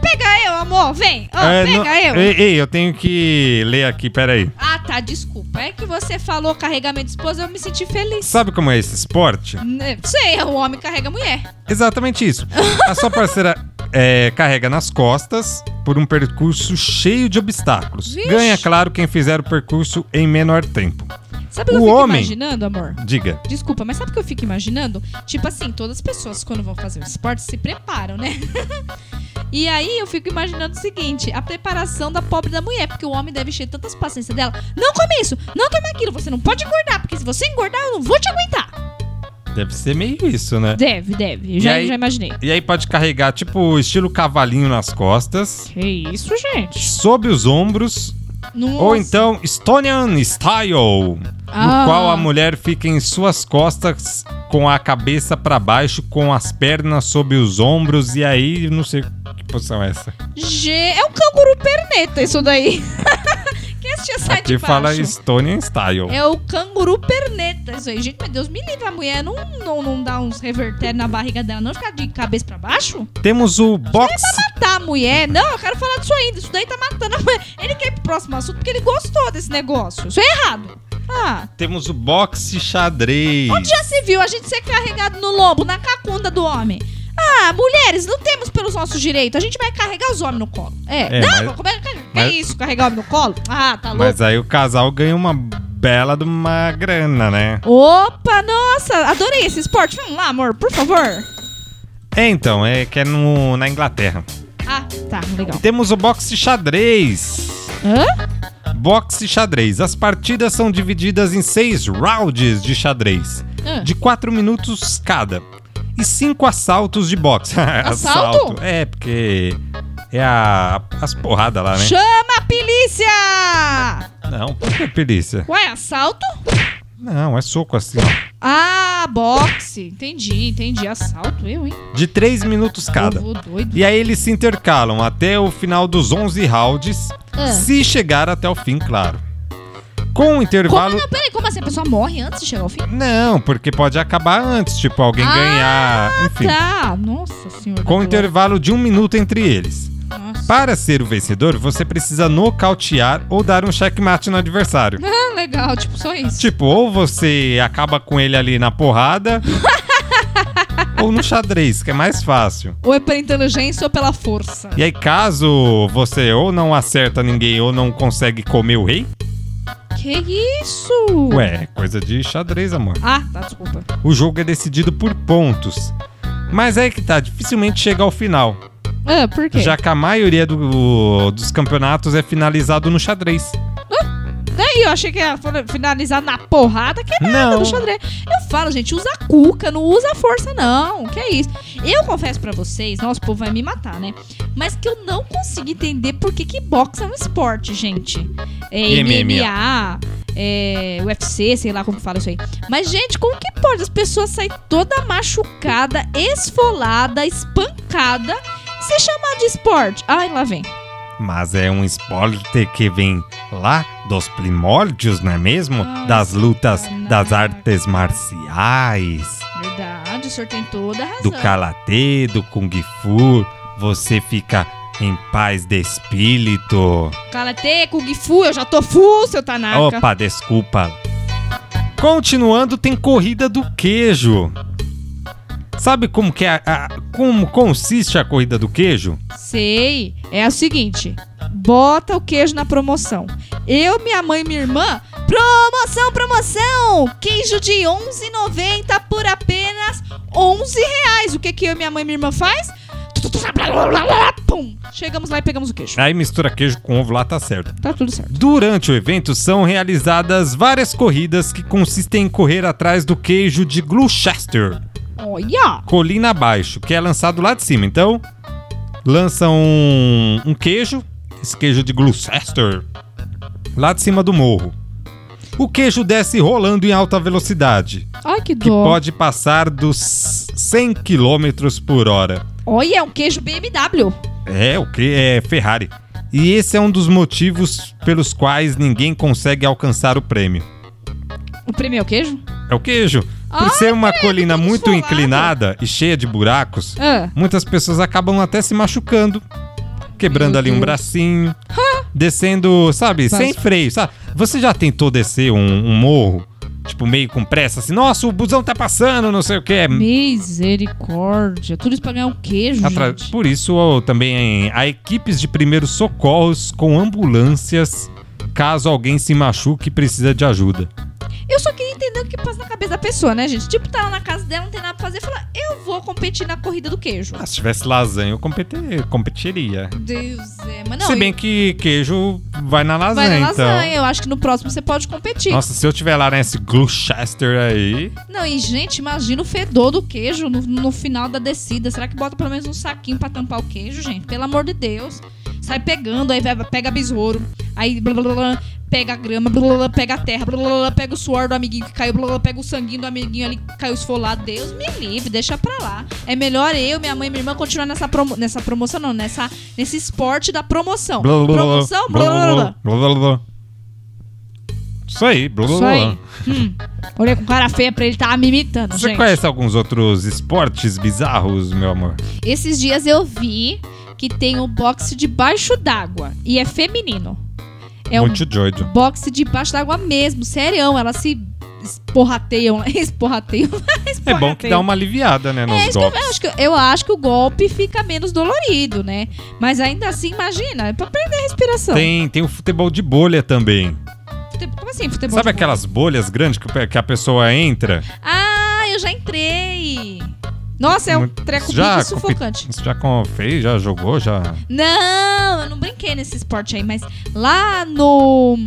Speaker 3: Pega eu, amor, vem. Ó,
Speaker 2: É,
Speaker 3: Ah, pega
Speaker 2: não-
Speaker 3: eu.
Speaker 2: Ei, ei, eu tenho que ler aqui, peraí.
Speaker 3: Ah, tá, desculpa. É que você falou carregamento de esposa, eu me senti feliz.
Speaker 2: Sabe como é esse esporte?
Speaker 3: Né, Sei, o homem carrega a mulher.
Speaker 2: Exatamente isso. A sua parceira é, carrega nas costas por um percurso cheio de obstáculos.
Speaker 3: Vixe.
Speaker 2: Ganha, claro, quem fizer o percurso em menor tempo.
Speaker 3: Sabe o que
Speaker 2: O
Speaker 3: eu fico
Speaker 2: homem-
Speaker 3: imaginando, amor?
Speaker 2: Diga.
Speaker 3: Desculpa, mas sabe o que eu fico imaginando? Tipo assim, todas as pessoas quando vão fazer o esporte se preparam, né? [LAUGHS] E aí eu fico imaginando o seguinte, a preparação da pobre da mulher, porque o homem deve encher tantas paciências dela. Não come isso, não tome aquilo, você não pode engordar, porque se você engordar eu não vou te aguentar.
Speaker 2: Deve ser meio isso, né?
Speaker 3: Deve, deve.
Speaker 2: E
Speaker 3: Eu Já,
Speaker 2: aí-
Speaker 3: já imaginei.
Speaker 2: E aí pode carregar, tipo, estilo cavalinho nas costas,
Speaker 3: Que isso, gente?
Speaker 2: sobre os ombros,
Speaker 3: Nossa.
Speaker 2: ou então Estonian Style,
Speaker 3: Ah.
Speaker 2: no qual a mulher fica em suas costas com a cabeça pra baixo, com as pernas sob os ombros, e aí não sei que posição é essa.
Speaker 3: Ge- É um canguru perneta isso daí. [LAUGHS] Quem assistia sai
Speaker 2: Aqui
Speaker 3: de
Speaker 2: fala
Speaker 3: baixo?
Speaker 2: Estonian Style.
Speaker 3: É o canguru perneta isso aí. Gente, meu Deus, me livre. A mulher não, não, não dá uns reverter na barriga dela, não? Ficar de cabeça pra baixo?
Speaker 2: Temos o box.
Speaker 3: Matar a mulher? Não, eu quero falar disso ainda. Isso daí tá matando a mulher. Ele quer ir pro próximo assunto porque ele gostou desse negócio. Isso é errado. Ah,
Speaker 2: Temos o boxe xadrez.
Speaker 3: já se viu a gente ser carregado no lombo, na cacunda do homem. Ah, mulheres, não temos pelos nossos direitos. A gente vai carregar os homens no colo. É.
Speaker 2: É,
Speaker 3: não,
Speaker 2: mas-
Speaker 3: como é que que é
Speaker 2: mas-
Speaker 3: isso? Carregar homem no colo? Ah, tá louco.
Speaker 2: Mas aí o casal ganha uma bela de uma grana, né?
Speaker 3: Opa, nossa, adorei esse esporte. Vamos lá, amor, por favor.
Speaker 2: É, então, é que é no, na Inglaterra.
Speaker 3: Ah, tá, legal.
Speaker 2: Temos o boxe xadrez.
Speaker 3: Hã?
Speaker 2: Boxe xadrez. As partidas são divididas em seis rounds de xadrez,
Speaker 3: Hã?
Speaker 2: de quatro minutos cada, e cinco assaltos de [LAUGHS] boxe.
Speaker 3: Assalto?
Speaker 2: É, porque é a, as porradas lá, né?
Speaker 3: Chama a polícia!
Speaker 2: Não, por que perícia?
Speaker 3: Ué, assalto?
Speaker 2: Não, é soco assim. ó.
Speaker 3: Ah, boxe. Entendi, entendi. Assalto eu, hein?
Speaker 2: De três minutos cada.
Speaker 3: Eu vou doido.
Speaker 2: E aí eles se intercalam até o final dos 11 rounds,
Speaker 3: Ah.
Speaker 2: se chegar até o fim, claro. Com o intervalo.
Speaker 3: Como, não, peraí, como assim? A pessoa morre antes de chegar ao fim?
Speaker 2: Não, porque pode acabar antes, tipo, alguém
Speaker 3: Ah,
Speaker 2: ganhar, enfim.
Speaker 3: Tá, nossa senhora.
Speaker 2: Com um
Speaker 3: do
Speaker 2: intervalo de um minuto entre eles.
Speaker 3: Lorde. Nossa.
Speaker 2: Para ser o vencedor, você precisa nocautear ou dar um checkmate no
Speaker 3: [LAUGHS]
Speaker 2: adversário.
Speaker 3: Ah, legal, tipo, só isso.
Speaker 2: Tipo, ou você acaba com ele ali na
Speaker 3: [LAUGHS]
Speaker 2: porrada, ou no xadrez, que é mais fácil.
Speaker 3: Ou é pela inteligência ou pela força.
Speaker 2: E aí, caso você ou não acerta ninguém ou não consegue comer o rei,
Speaker 3: Que isso?
Speaker 2: ué, é coisa de xadrez, amor.
Speaker 3: Ah, tá, desculpa.
Speaker 2: O jogo é decidido por pontos. Mas aí que tá, dificilmente chega ao final.
Speaker 3: Ah, por quê?
Speaker 2: Já que a maioria do- dos campeonatos é finalizado no xadrez.
Speaker 3: Daí eu achei que ia fala- finalizar na porrada, que nada
Speaker 2: Não.
Speaker 3: do xadrez. Eu falo, gente, usa a cuca, não usa a força, não. Que é isso. Eu confesso pra vocês, nosso povo vai me matar, né? Mas que eu não consigo entender por que que boxe é um esporte, gente. É,
Speaker 2: MMA.
Speaker 3: MMA, é, UFC, sei lá como que fala isso aí. Mas, gente, como que pode as pessoas saírem toda machucada, esfolada, espancada, e se chamar de esporte? Ai, lá vem.
Speaker 2: Mas é um esporte que vem lá dos primórdios, não é mesmo?
Speaker 3: Ah,
Speaker 2: Das lutas,
Speaker 3: caraca.
Speaker 2: das artes marciais,
Speaker 3: Verdade, o senhor tem toda a razão.
Speaker 2: do karatê, do kung fu. Você fica em paz de espírito.
Speaker 3: Karatê, Kung Fu, eu já tô full, seu Tanaka.
Speaker 2: Opa, desculpa. Continuando, tem corrida do queijo. Sabe como que é a- a- como consiste a corrida do queijo?
Speaker 3: Sei. É o seguinte, bota o queijo na promoção. Eu, minha mãe e minha irmã, promoção, promoção! Queijo de 11,90 por apenas 11 reais. O que que eu, minha mãe e minha irmã faz? Pum! Chegamos lá e pegamos o queijo.
Speaker 2: Aí mistura queijo com ovo lá, tá certo.
Speaker 3: Tá tudo certo.
Speaker 2: Durante o evento são realizadas várias corridas que consistem em correr atrás do queijo de Gloucester,
Speaker 3: Olha!
Speaker 2: colina abaixo, que é lançado lá de cima. Então, lança um, um queijo, esse queijo de Gloucester, lá de cima do morro. O queijo desce rolando em alta velocidade,
Speaker 3: Ai, que
Speaker 2: que
Speaker 3: dó.
Speaker 2: pode passar dos 100 km por hora.
Speaker 3: Olha, é um queijo BMW.
Speaker 2: É, o que é Ferrari. E esse é um dos motivos pelos quais ninguém consegue alcançar o prêmio.
Speaker 3: O primeiro queijo?
Speaker 2: É o queijo. Por
Speaker 3: Ai,
Speaker 2: ser uma colina
Speaker 3: tudo
Speaker 2: muito
Speaker 3: esfolado.
Speaker 2: inclinada e cheia de buracos,
Speaker 3: Ah.
Speaker 2: muitas pessoas acabam até se machucando, quebrando
Speaker 3: Meu
Speaker 2: ali um
Speaker 3: Deus.
Speaker 2: bracinho, descendo, sabe,
Speaker 3: Vai.
Speaker 2: sem freio, sabe? Você já tentou descer um, um morro, tipo, meio com pressa, assim, nossa, o busão tá passando, não sei o que.
Speaker 3: Misericórdia. Tudo isso pra ganhar um queijo, gente.
Speaker 2: Por isso, ó, também há equipes de primeiros socorros com ambulâncias caso alguém se machuque e precisa de ajuda.
Speaker 3: Eu Eu só queria entender o que passa na cabeça da pessoa, né, gente? Tipo, tá lá na casa dela, não tem nada pra fazer, fala, eu vou competir na corrida do queijo.
Speaker 2: Ah, se tivesse lasanha, eu competi- competiria.
Speaker 3: Meu Deus, é. Mas não,
Speaker 2: se
Speaker 3: eu-
Speaker 2: bem que queijo vai na
Speaker 3: vai
Speaker 2: lasanha,
Speaker 3: na
Speaker 2: então.
Speaker 3: lasanha. Eu acho que no próximo você pode competir.
Speaker 2: Nossa, se eu tiver lá nesse Gloucester aí.
Speaker 3: Não, e gente, imagina o fedor do queijo no, no final da descida. Será que bota pelo menos um saquinho pra tampar o queijo, gente? Pelo amor de Deus. Sai pegando, aí vai- pega besouro, aí blá, blá, blá, blá, pega a grama, blá, blá, blá, pega a terra, blá, blá, blá, pega o suor do amiguinho que caiu, blá, blá, pega o sanguinho do amiguinho ali que caiu esfolado. Deus me livre, deixa pra lá. É melhor eu, minha mãe e minha irmã continuar nessa, promo- nessa promoção, não, nessa, nesse esporte da promoção.
Speaker 2: Blá, blá, blá,
Speaker 3: promoção, blá, blá, blá, blá.
Speaker 2: blá, blá, blá, blá. Isso aí, blá, blá,
Speaker 3: Isso aí.
Speaker 2: blá.
Speaker 3: Hum. Olhei com cara feia pra ele, tava me imitando,
Speaker 2: Você
Speaker 3: gente.
Speaker 2: conhece alguns outros esportes bizarros, meu amor?
Speaker 3: Esses dias eu vi que tem um boxe debaixo d'água e é feminino. É um
Speaker 2: Muito doido.
Speaker 3: boxe debaixo d'água mesmo, serião. Elas se esporrateiam, [LAUGHS] esporrateiam.
Speaker 2: É bom que dá uma aliviada, né, nos
Speaker 3: É isso que eu,
Speaker 2: golpes.
Speaker 3: eu acho que, eu acho que o golpe fica menos dolorido, né? Mas ainda assim, imagina, é pra perder a respiração.
Speaker 2: Tem, tem o futebol de bolha também.
Speaker 3: Fute- Como assim, futebol?
Speaker 2: Sabe
Speaker 3: de
Speaker 2: aquelas bolhas grandes que, o pe- que a pessoa entra?
Speaker 3: bola? Ah, eu já entrei. Nossa, é um
Speaker 2: Muito-
Speaker 3: treco
Speaker 2: já
Speaker 3: bem
Speaker 2: compe-
Speaker 3: sufocante.
Speaker 2: Você já com- fez, já jogou, já.
Speaker 3: Não, eu não brinquei nesse esporte aí, mas lá no.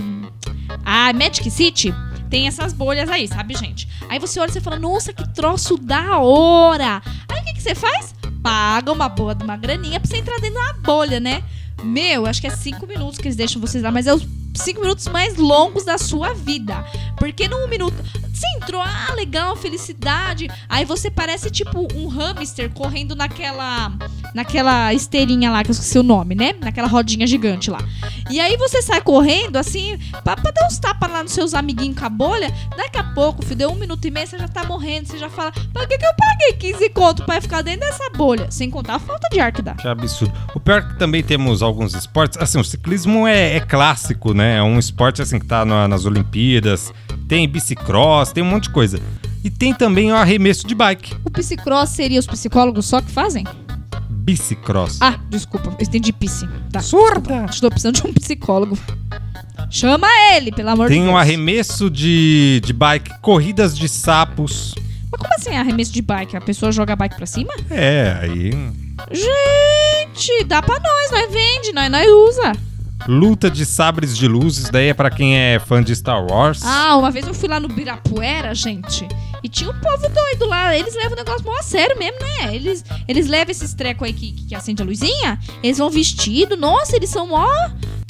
Speaker 3: Ah, Magic City tem essas bolhas aí, sabe, gente? Aí você olha e você fala, nossa, que troço da hora! Aí o que, que você faz? Paga uma boa uma graninha pra você entrar dentro da bolha, né? Meu, acho que é cinco minutos que eles deixam vocês lá, mas é os cinco minutos mais longos da sua vida. Porque num minuto. Você entrou, ah, legal, felicidade. Aí você parece tipo um hamster correndo naquela naquela esteirinha lá, que eu esqueci o nome, né? Naquela rodinha gigante lá. E aí você sai correndo, assim, pra, pra dar uns tapas lá nos seus amiguinhos com a bolha. Daqui a pouco, filho, deu um minuto e meio, você já tá morrendo. Você já fala, pra que, que eu paguei 15 conto pra ficar dentro dessa bolha? Sem contar a falta de ar que dá.
Speaker 2: Que absurdo. O pior é que também temos alguns esportes. Assim, o ciclismo é, é clássico, né? É um esporte assim que tá na- nas Olimpíadas. Tem bicicross, tem um monte de coisa. E tem também o arremesso de bike.
Speaker 3: O psicross seria os psicólogos só que fazem?
Speaker 2: Bicicross.
Speaker 3: Ah, desculpa, eu entendi pisse. Tá.
Speaker 2: Surda!
Speaker 3: Te dou a opção de um psicólogo. Chama ele, pelo amor de
Speaker 2: Tem
Speaker 3: Deus.
Speaker 2: um arremesso de, de bike, corridas de sapos.
Speaker 3: Mas como assim arremesso de bike? A pessoa joga a bike pra cima?
Speaker 2: É, aí.
Speaker 3: Gente, dá pra nós, nós vende, nós, nós usa.
Speaker 2: Luta de sabres de luz, isso daí é pra quem é fã de Star Wars.
Speaker 3: Ah, uma vez eu fui lá no Birapuera, gente, e tinha um povo doido lá. Eles levam o negócio mó a sério mesmo, né? Eles, eles levam esses trecos aí que, que acende a luzinha, eles vão vestido, nossa, eles são mó,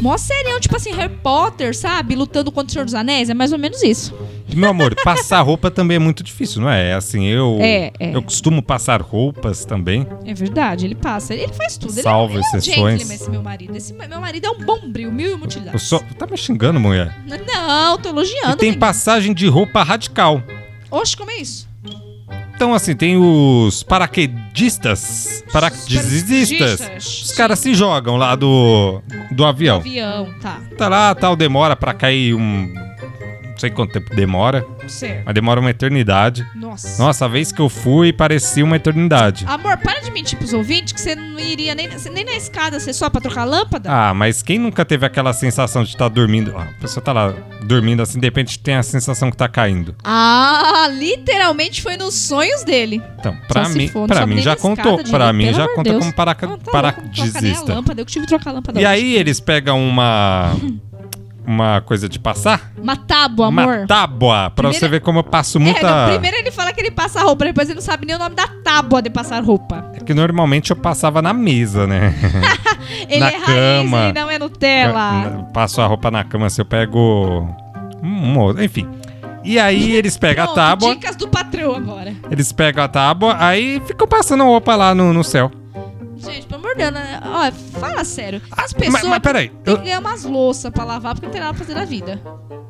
Speaker 3: mó serião, tipo assim, Harry Potter, sabe? Lutando contra o Senhor dos Anéis, é mais ou menos isso.
Speaker 2: E, Meu amor, passar roupa também é muito difícil, não é? Assim, eu.
Speaker 3: É, é,
Speaker 2: Eu costumo passar roupas também.
Speaker 3: é verdade, ele passa, ele faz tudo. Ele,
Speaker 2: Salvo
Speaker 3: ele é um
Speaker 2: exceções.
Speaker 3: gentleman, esse meu marido. Esse meu marido é um bombril, mil e
Speaker 2: Eu
Speaker 3: mutilado.
Speaker 2: só. Tá me xingando, mulher.
Speaker 3: Não, tô elogiando.
Speaker 2: E tem
Speaker 3: Miguel.
Speaker 2: passagem de roupa radical.
Speaker 3: Oxe, como é isso?
Speaker 2: Então, assim, tem os paraquedistas. Paraquedistas. Os caras se jogam lá do, do avião.
Speaker 3: Avião, tá.
Speaker 2: Tá lá, tal, demora pra cair um. Não sei quanto tempo demora,
Speaker 3: Certo.
Speaker 2: mas demora uma eternidade.
Speaker 3: Nossa.
Speaker 2: Nossa, a vez que eu fui, parecia uma eternidade.
Speaker 3: Amor, para de mentir pros ouvintes que você não iria nem, você- nem na escada ser só pra trocar a lâmpada.
Speaker 2: Ah, mas quem nunca teve aquela sensação de estar dormindo? Ah, a pessoa tá lá dormindo assim, de repente tem a sensação que tá caindo.
Speaker 3: Ah, literalmente foi nos sonhos dele.
Speaker 2: Então, pra
Speaker 3: se
Speaker 2: mim,
Speaker 3: for, não
Speaker 2: pra
Speaker 3: sobe
Speaker 2: mim
Speaker 3: nem
Speaker 2: já
Speaker 3: na escada,
Speaker 2: contou.
Speaker 3: gente,
Speaker 2: Pra mim
Speaker 3: pelo
Speaker 2: já
Speaker 3: amor de
Speaker 2: conta
Speaker 3: Deus.
Speaker 2: como paraca-
Speaker 3: Ah, tá louco, não troca nem a
Speaker 2: paraquedista.
Speaker 3: lâmpada, eu que tive que trocar a
Speaker 2: E
Speaker 3: lâmpada. hoje.
Speaker 2: aí eles pegam uma uma coisa de passar,
Speaker 3: Uma tábua,
Speaker 2: uma
Speaker 3: amor.
Speaker 2: tábua, pra
Speaker 3: Primeiro-
Speaker 2: você ver como eu passo
Speaker 3: É, não,
Speaker 2: muita.
Speaker 3: primeiro ele fala que ele passa roupa, depois ele não sabe nem o nome da tábua de passar roupa.
Speaker 2: É que normalmente eu passava na mesa, né?
Speaker 3: Ele
Speaker 2: Na
Speaker 3: é
Speaker 2: cama.
Speaker 3: raiz e não é Nutella.
Speaker 2: Eu passo a roupa na cama, se eu pego um outro, enfim. E aí eles pegam a
Speaker 3: Pronto,
Speaker 2: tábua,
Speaker 3: Dicas do patrão agora.
Speaker 2: eles pegam a tábua, aí ficam passando roupa lá no, no céu.
Speaker 3: Gente, pelo amor de Deus, né? Ó, fala sério.
Speaker 2: Mas-
Speaker 3: As pessoas
Speaker 2: Mas, peraí,
Speaker 3: têm
Speaker 2: eu-
Speaker 3: que ganhar umas louças pra lavar porque não tem nada pra fazer na vida.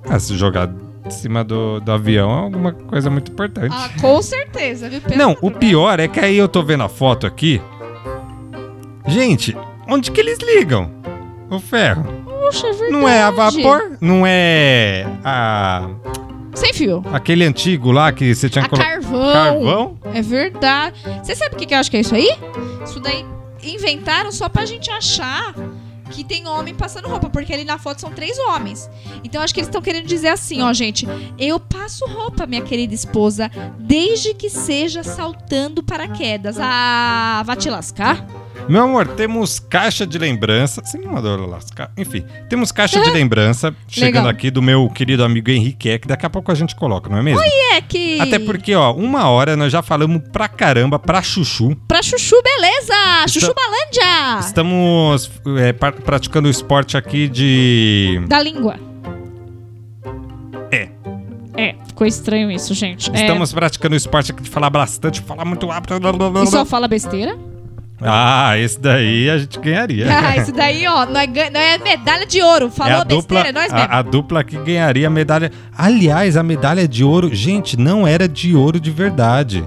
Speaker 2: ah, se jogar em cima do, do avião é alguma coisa muito importante.
Speaker 3: Ah, com certeza, viu? Pelo
Speaker 2: Não,
Speaker 3: amor
Speaker 2: o
Speaker 3: de
Speaker 2: pior é que aí eu tô vendo a foto aqui. Gente, onde que eles ligam? O ferro.
Speaker 3: Deus. Puxa, é verdade.
Speaker 2: Não é a vapor, não é a,
Speaker 3: Sem fio.
Speaker 2: aquele antigo lá que você tinha
Speaker 3: A
Speaker 2: colocado.
Speaker 3: carvão.
Speaker 2: É Carvão?
Speaker 3: É verdade. Você sabe o que que eu acho que é isso aí? Isso daí inventaram só pra gente achar que tem homem passando roupa, porque ali na foto são três homens. Então acho que eles estão querendo dizer assim, ó, gente, eu passo roupa, minha querida esposa, desde que seja saltando paraquedas. Ah, vá te lascar.
Speaker 2: Meu amor, temos caixa de lembrança. Você não adora lascar. Enfim, temos caixa de lembrança chegando
Speaker 3: Legal.
Speaker 2: aqui do meu querido amigo Henrique, que daqui a pouco a gente coloca, não é mesmo?
Speaker 3: E é que
Speaker 2: Até porque, ó, uma hora nós já falamos pra caramba, pra chuchu.
Speaker 3: pra chuchu, beleza? Chuchu Balândia.
Speaker 2: Estamos é, par- praticando o esporte aqui de.
Speaker 3: Da língua.
Speaker 2: É.
Speaker 3: É, ficou estranho isso, gente. É,
Speaker 2: Estamos praticando o esporte aqui de falar bastante, falar muito rápido. blá, blá, blá,
Speaker 3: E só
Speaker 2: blá.
Speaker 3: fala besteira?
Speaker 2: Ah, esse daí a gente ganharia.
Speaker 3: [LAUGHS] Ah, isso daí, ó, não é, gan- não é medalha de ouro. Falou besteira, é nós
Speaker 2: É. a-
Speaker 3: mesmo.
Speaker 2: a, dupla que ganharia a medalha. Aliás, a medalha de ouro, gente, não era de ouro de verdade.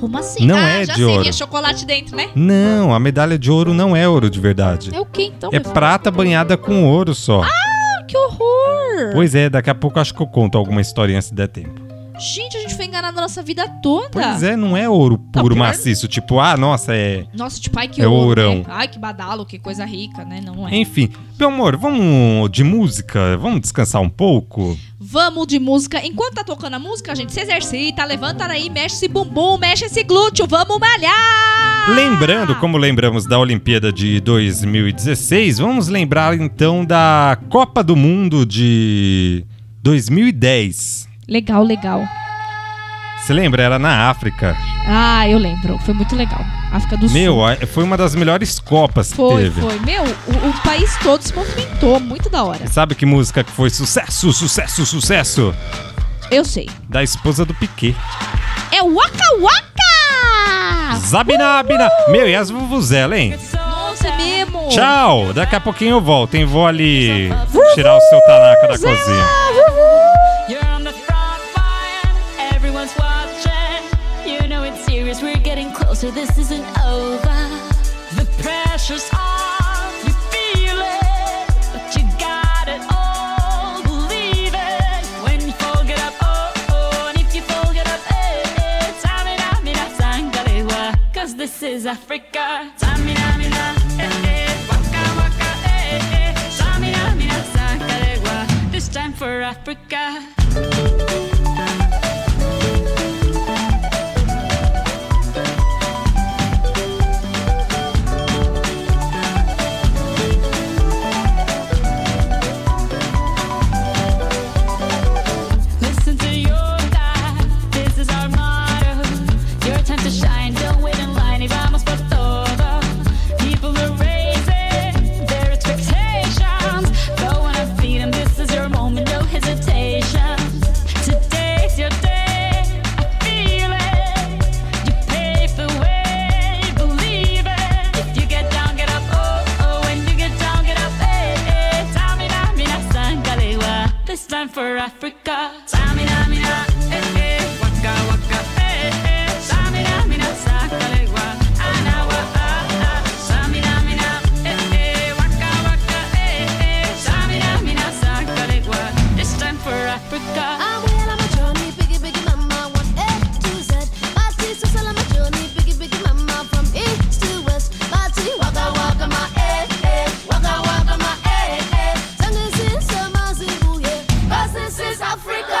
Speaker 3: Como assim?
Speaker 2: não
Speaker 3: ah,
Speaker 2: é
Speaker 3: já
Speaker 2: de
Speaker 3: sei,
Speaker 2: ouro.
Speaker 3: é chocolate dentro, né?
Speaker 2: Não, a medalha de ouro não é ouro de verdade.
Speaker 3: É o que então?
Speaker 2: É
Speaker 3: meu filho?
Speaker 2: prata banhada com ouro só.
Speaker 3: Ah! Que horror!
Speaker 2: Pois é, daqui a pouco acho que eu conto alguma historinha se der tempo.
Speaker 3: Gente, a gente foi enganado a nossa vida toda.
Speaker 2: Pois é, não é ouro puro
Speaker 3: pior-
Speaker 2: maciço, tipo, ah, nossa, é.
Speaker 3: Nossa, tipo, ai que
Speaker 2: É
Speaker 3: ouro,
Speaker 2: ourão.
Speaker 3: né? Ai que badalo, que coisa rica, né? Não é.
Speaker 2: Enfim, meu amor, vamos de música, vamos descansar um pouco.
Speaker 3: Vamos de música. Enquanto tá tocando a música, a gente se exercita, levanta aí, mexe esse bumbum, mexe esse glúteo, vamos malhar!
Speaker 2: Lembrando, como lembramos da Olimpíada de 2016, vamos lembrar então da Copa do Mundo de 2010.
Speaker 3: Legal, legal.
Speaker 2: Você lembra? Era na África.
Speaker 3: Ah, eu lembro. Foi muito legal. África do Sul.
Speaker 2: Meu, a- foi uma das melhores Copas que
Speaker 3: Foi,
Speaker 2: teve.
Speaker 3: foi. Meu, o, o país todo se movimentou. Muito da hora.
Speaker 2: Sabe que música que foi sucesso, sucesso, sucesso?
Speaker 3: Eu sei.
Speaker 2: Da esposa do Piquet.
Speaker 3: É Waka Waka!
Speaker 2: Zabinabina! Meu, e as vuvuzela, hein?
Speaker 3: Nossa, é mesmo!
Speaker 2: Tchau! Daqui a pouquinho eu volto, hein? Vou ali tirar o seu tanaca da cozinha.
Speaker 4: You're on the front line, everyone's watching. You know it's serious, we're getting closer, this isn't over. The pressure's on, you feel it, but you got it all, believe it. When you fold it up, oh, oh, and if you fold it up, eh, eh, tamina, mina, sangalewa, cause this is Africa. Tamina, mina, eh, eh, waka, waka, eh, eh, tamina, mina, sangalewa, this time for Africa. Listen to your time. This is our motto. Your time to shine. Don't wait in line. Y vamos por todo. People are raising their expectations. Go on and feed 'em. This is your moment. No hesitation. Today's your day. I feel it. You pave the way. Believe it. If you get down, get up. Oh oh. When you get down, get up. Hey hey. Tamina, mina, sangalewa. This time for Africa. Samina, mina, eh, eh, waka, waka, eh, eh. Samina, mina, sakalewa, anawa, ah, ah. Samina, mina, eh, eh, waka, waka, eh, eh. Samina, mina, sakalewa. This time for Africa.
Speaker 5: I'm well, I'm a journey, biggie, biggie, mama, one A to Z. My tea, so sell, I'm a journey, biggie, biggie, mama, from east to west. My tea, waka, waka, my eh, eh, waka, waka, my eh, eh. Tango sin, sama, zibu, yeah. 'Cause this is Africa. Africa.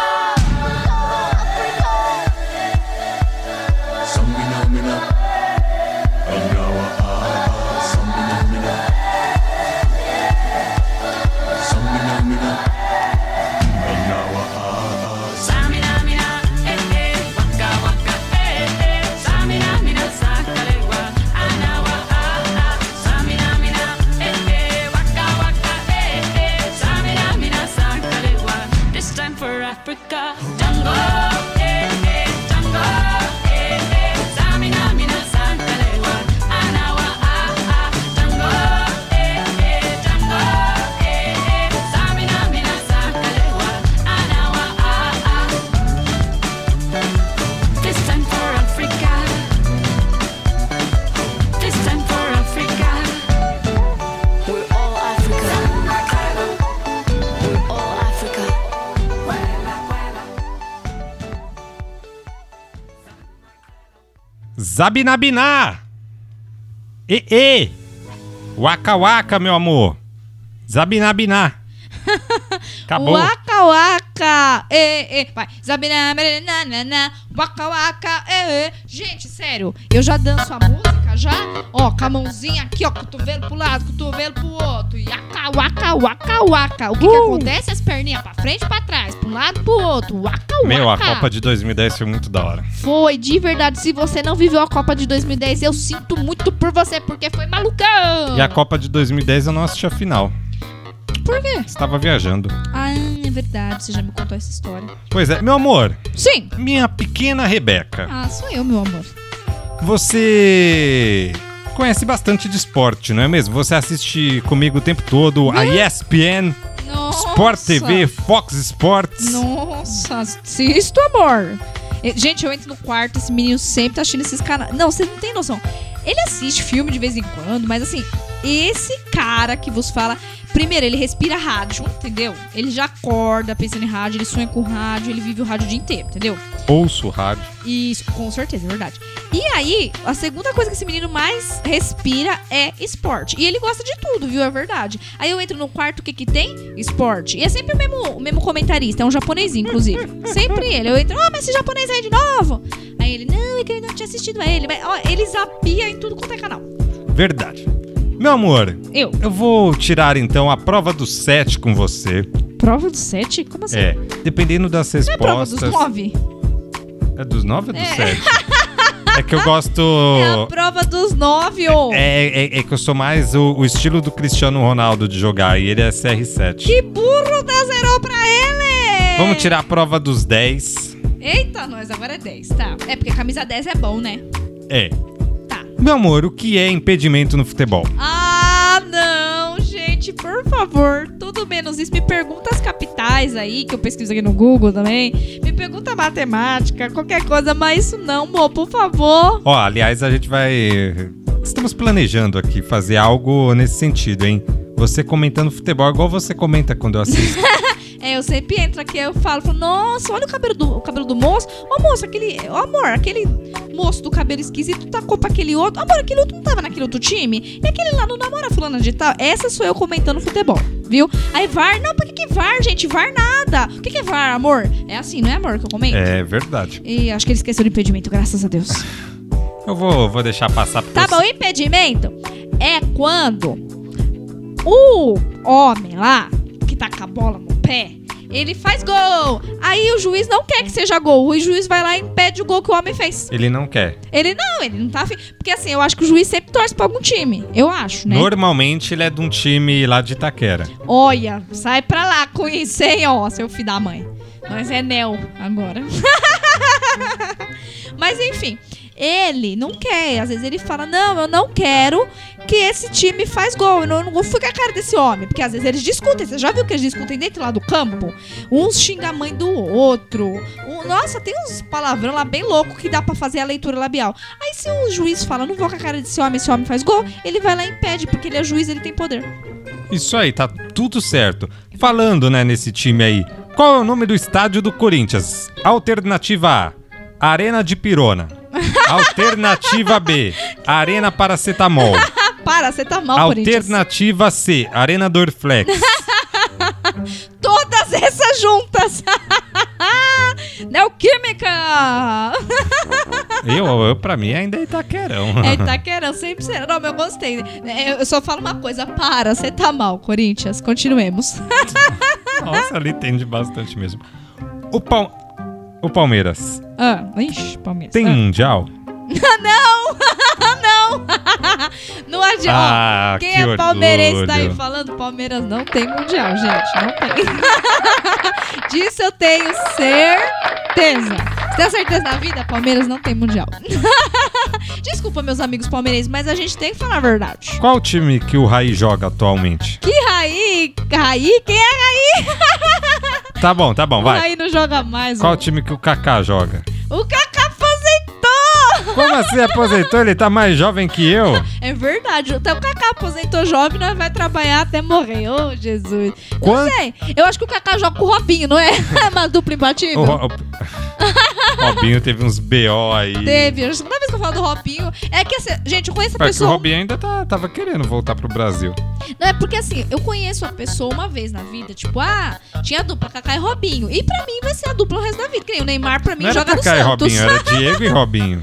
Speaker 4: Samina, mina, eh, eh, waka, waka, eh, eh. Samina, mina, sakalewa, anawa, ah, ah. Samina, mina, eh, eh, waka, waka, eh, eh. Samina, mina, sakalewa. This time for Africa. Tango, eh, eh, tango, eh, eh. Samina, mina, sakalewa, anawa, ah, ah. Tango, eh, eh, tango, eh, eh. Samina, mina, sakalewa, anawa, ah, ah. This time for Africa. This time for Africa.
Speaker 5: We're all Africa. We're all Africa.
Speaker 2: Zabinabiná! E, e! Waka Waka, meu amor! Zabinabiná.
Speaker 3: [LAUGHS]
Speaker 2: Acabou.
Speaker 3: Waka waka. É, é. Vai. Zabina, marana, nana, waka waka. É, é. Gente, sério, eu já danço a música já. Ó, com a mãozinha aqui, ó, cotovelo pro lado, cotovelo pro outro. Yaka waka waka waka. O que
Speaker 2: Uh!
Speaker 3: que acontece? As perninhas pra frente, e pra trás, pro lado, pro outro. Waka waka.
Speaker 2: Meu, a Copa de 2010 foi muito da hora.
Speaker 3: Foi, de verdade. Se você não viveu a Copa de 2010, eu sinto muito por você, porque foi malucão.
Speaker 2: E a Copa de 2010 eu não assisti a final.
Speaker 3: Por quê?
Speaker 2: Estava viajando.
Speaker 3: Ah, é verdade. Você já me contou essa história.
Speaker 2: Pois é, meu amor,
Speaker 3: Sim.
Speaker 2: minha pequena Rebeca,
Speaker 3: Ah, sou eu, meu amor.
Speaker 2: você conhece bastante de esporte, não é mesmo? Você assiste comigo o tempo todo a
Speaker 3: Hum.
Speaker 2: ESPN,
Speaker 3: Nossa.
Speaker 2: Sport TV, Fox Sports.
Speaker 3: Nossa, assisto, amor. Eh, Gente, eu entro no quarto, esse menino sempre tá assistindo esses canais. Não, você não tem noção. Ele assiste filme de vez em quando, mas assim, esse cara que vos fala. Primeiro, ele respira rádio, entendeu? Ele já acorda pensando em rádio, ele sonha com rádio, ele vive o rádio o dia inteiro, entendeu?
Speaker 2: Ouço rádio.
Speaker 3: Isso, com certeza, é verdade. E aí, a segunda coisa que esse menino mais respira é esporte. E ele gosta de tudo, viu? É verdade. Aí eu entro no quarto, o que que tem? Esporte. E é sempre o mesmo, o mesmo comentarista, é um japonesinho, inclusive. Sempre ele. Eu entro, ah, mas esse japonês aí de novo. Aí ele, não, é que eu ainda não tinha assistido a ele. Mas, ó, ele zapia em tudo quanto é canal.
Speaker 2: Verdade. Meu amor,
Speaker 3: Eu.
Speaker 2: eu vou tirar então a prova do 7 com você.
Speaker 3: Prova dos sete? Como assim?
Speaker 2: É, dependendo das
Speaker 3: Não é prova dos
Speaker 2: respostas.
Speaker 3: nove?
Speaker 2: É dos 9 ou dos
Speaker 3: [LAUGHS]
Speaker 2: 7? É que eu gosto.
Speaker 3: É a prova dos nove, ô.
Speaker 2: É, é- é que eu sou mais o, o estilo do Cristiano Ronaldo de jogar e ele é CR7.
Speaker 3: Que burro dá zero pra ele!
Speaker 2: Vamos tirar a prova dos 10.
Speaker 3: Eita, nós agora é 10, tá? É porque camisa 10 é bom, né?
Speaker 2: É.
Speaker 3: Tá.
Speaker 2: Meu amor, o que é impedimento no futebol?
Speaker 3: Ah, não, gente, por favor, tudo menos isso. Me pergunta as capitais aí, que eu pesquiso aqui no Google também. Me pergunta matemática, qualquer coisa, mas isso não, amor, por favor.
Speaker 2: Ó, aliás, a gente vai. Estamos planejando aqui fazer algo nesse sentido, hein? Você comentando futebol igual você comenta quando eu
Speaker 3: [LAUGHS]
Speaker 2: assisto.
Speaker 3: É, eu sempre entro aqui, eu falo, falo, nossa, olha o cabelo do, o cabelo do moço. Ô, moço, aquele. Ô, amor, aquele moço do cabelo esquisito tacou pra aquele outro. Amor, aquele outro não tava naquele outro time? E aquele lá não namora fulana de tal? Essa sou eu comentando futebol, viu? Aí VAR, não, pra que, que VAR, gente? VAR nada. O que, que é VAR, amor? É assim, não é, amor, que eu comento?
Speaker 2: é verdade.
Speaker 3: E acho que ele esqueceu do impedimento, graças a Deus.
Speaker 2: Eu vou, vou deixar passar porque
Speaker 3: Tá
Speaker 2: eu
Speaker 3: bom, o impedimento é quando o homem lá, que tá com a bola no pé, ele faz gol. Aí o juiz não quer que seja gol. O juiz vai lá e impede o gol que o homem fez.
Speaker 2: Ele não quer.
Speaker 3: Ele não, ele não tá afim. Porque assim, eu acho que o juiz sempre torce pra algum time. Eu acho, né?
Speaker 2: Normalmente ele é de um time lá de Itaquera.
Speaker 3: Olha, sai pra lá com isso, hein, ó, seu filho da mãe. Nós é Nel agora. [LAUGHS] Mas enfim, ele não quer. Às vezes ele fala: Não, eu não quero que esse time faz gol. Eu não, eu não vou ficar com a cara desse homem. Porque às vezes eles discutem. Você já viu que eles discutem dentro lá do campo? Um xinga a mãe do outro. Um- nossa, tem uns palavrão lá bem louco que dá pra fazer a leitura labial. Aí se o juiz fala: Não vou com a cara desse homem, esse homem faz gol, ele vai lá e impede. Porque ele é juiz, ele tem poder.
Speaker 2: Isso aí, tá tudo certo. Falando, né, nesse time aí, qual é o nome do estádio do Corinthians? Alternativa A, Arena de Pirona.
Speaker 3: [LAUGHS]
Speaker 2: Alternativa B, Arena Paracetamol.
Speaker 3: Para, você tá mal, Corinthians.
Speaker 2: Alternativa C, Arena Dorflex.
Speaker 3: Todas essas juntas. [LAUGHS] Neoquímica.
Speaker 2: Eu, eu, pra mim, ainda é Itaquerão.
Speaker 3: É Itaquerão, sempre será. Não, mas eu gostei. É, Eu só falo uma coisa. Para, você tá mal, Corinthians. Continuemos. [LAUGHS]
Speaker 2: [LAUGHS] Nossa, ali entende bastante mesmo. O, Pal- o Palmeiras
Speaker 3: Ah, ixi, Palmeiras.
Speaker 2: tem Mundial?
Speaker 3: [LAUGHS] Ah, [LAUGHS] não adianta.
Speaker 2: Ah,
Speaker 3: Quem
Speaker 2: que
Speaker 3: é palmeirense tá aí
Speaker 2: orgulho.
Speaker 3: falando? Palmeiras não tem mundial, gente. Não tem. [LAUGHS] Disso eu tenho certeza. Você tem certeza na vida? Palmeiras não tem mundial. [LAUGHS] Desculpa, meus amigos palmeirenses, mas a gente tem que falar a verdade.
Speaker 2: Qual time que o Raí joga atualmente?
Speaker 3: Que Raí? Raí? Quem é Raí? [LAUGHS]
Speaker 2: Tá bom, tá bom, vai.
Speaker 3: Raí não joga mais.
Speaker 2: Qual
Speaker 3: ó.
Speaker 2: time que o Kaká joga?
Speaker 3: O Kaká aposentou!
Speaker 2: Como assim aposentou? Ele tá mais jovem que eu?
Speaker 3: É verdade. Então o Cacá aposentou jovem, nós vai trabalhar até morrer. Ô, Jesus.
Speaker 2: Quan-
Speaker 3: Não sei. Eu acho que o Cacá joga com o Robinho, não é? [LAUGHS] É uma dupla imbatível.
Speaker 2: O Ro-
Speaker 3: [LAUGHS]
Speaker 2: Robinho teve uns BO aí.
Speaker 3: Teve. A segunda vez que eu falo do Robinho. É que assim, gente, eu conheço a
Speaker 2: Mas que o
Speaker 3: pessoa. um
Speaker 2: Robinho ainda tá- tava querendo voltar pro Brasil.
Speaker 3: Não, é porque assim, eu conheço a pessoa uma vez na vida. Tipo, ah, tinha a dupla Cacá e Robinho. E pra mim vai ser a dupla o resto da vida. Que nem o Neymar, pra mim,
Speaker 2: Não era
Speaker 3: joga no
Speaker 2: Kaká e
Speaker 3: Santos.
Speaker 2: Robinho, era Diego e Robinho.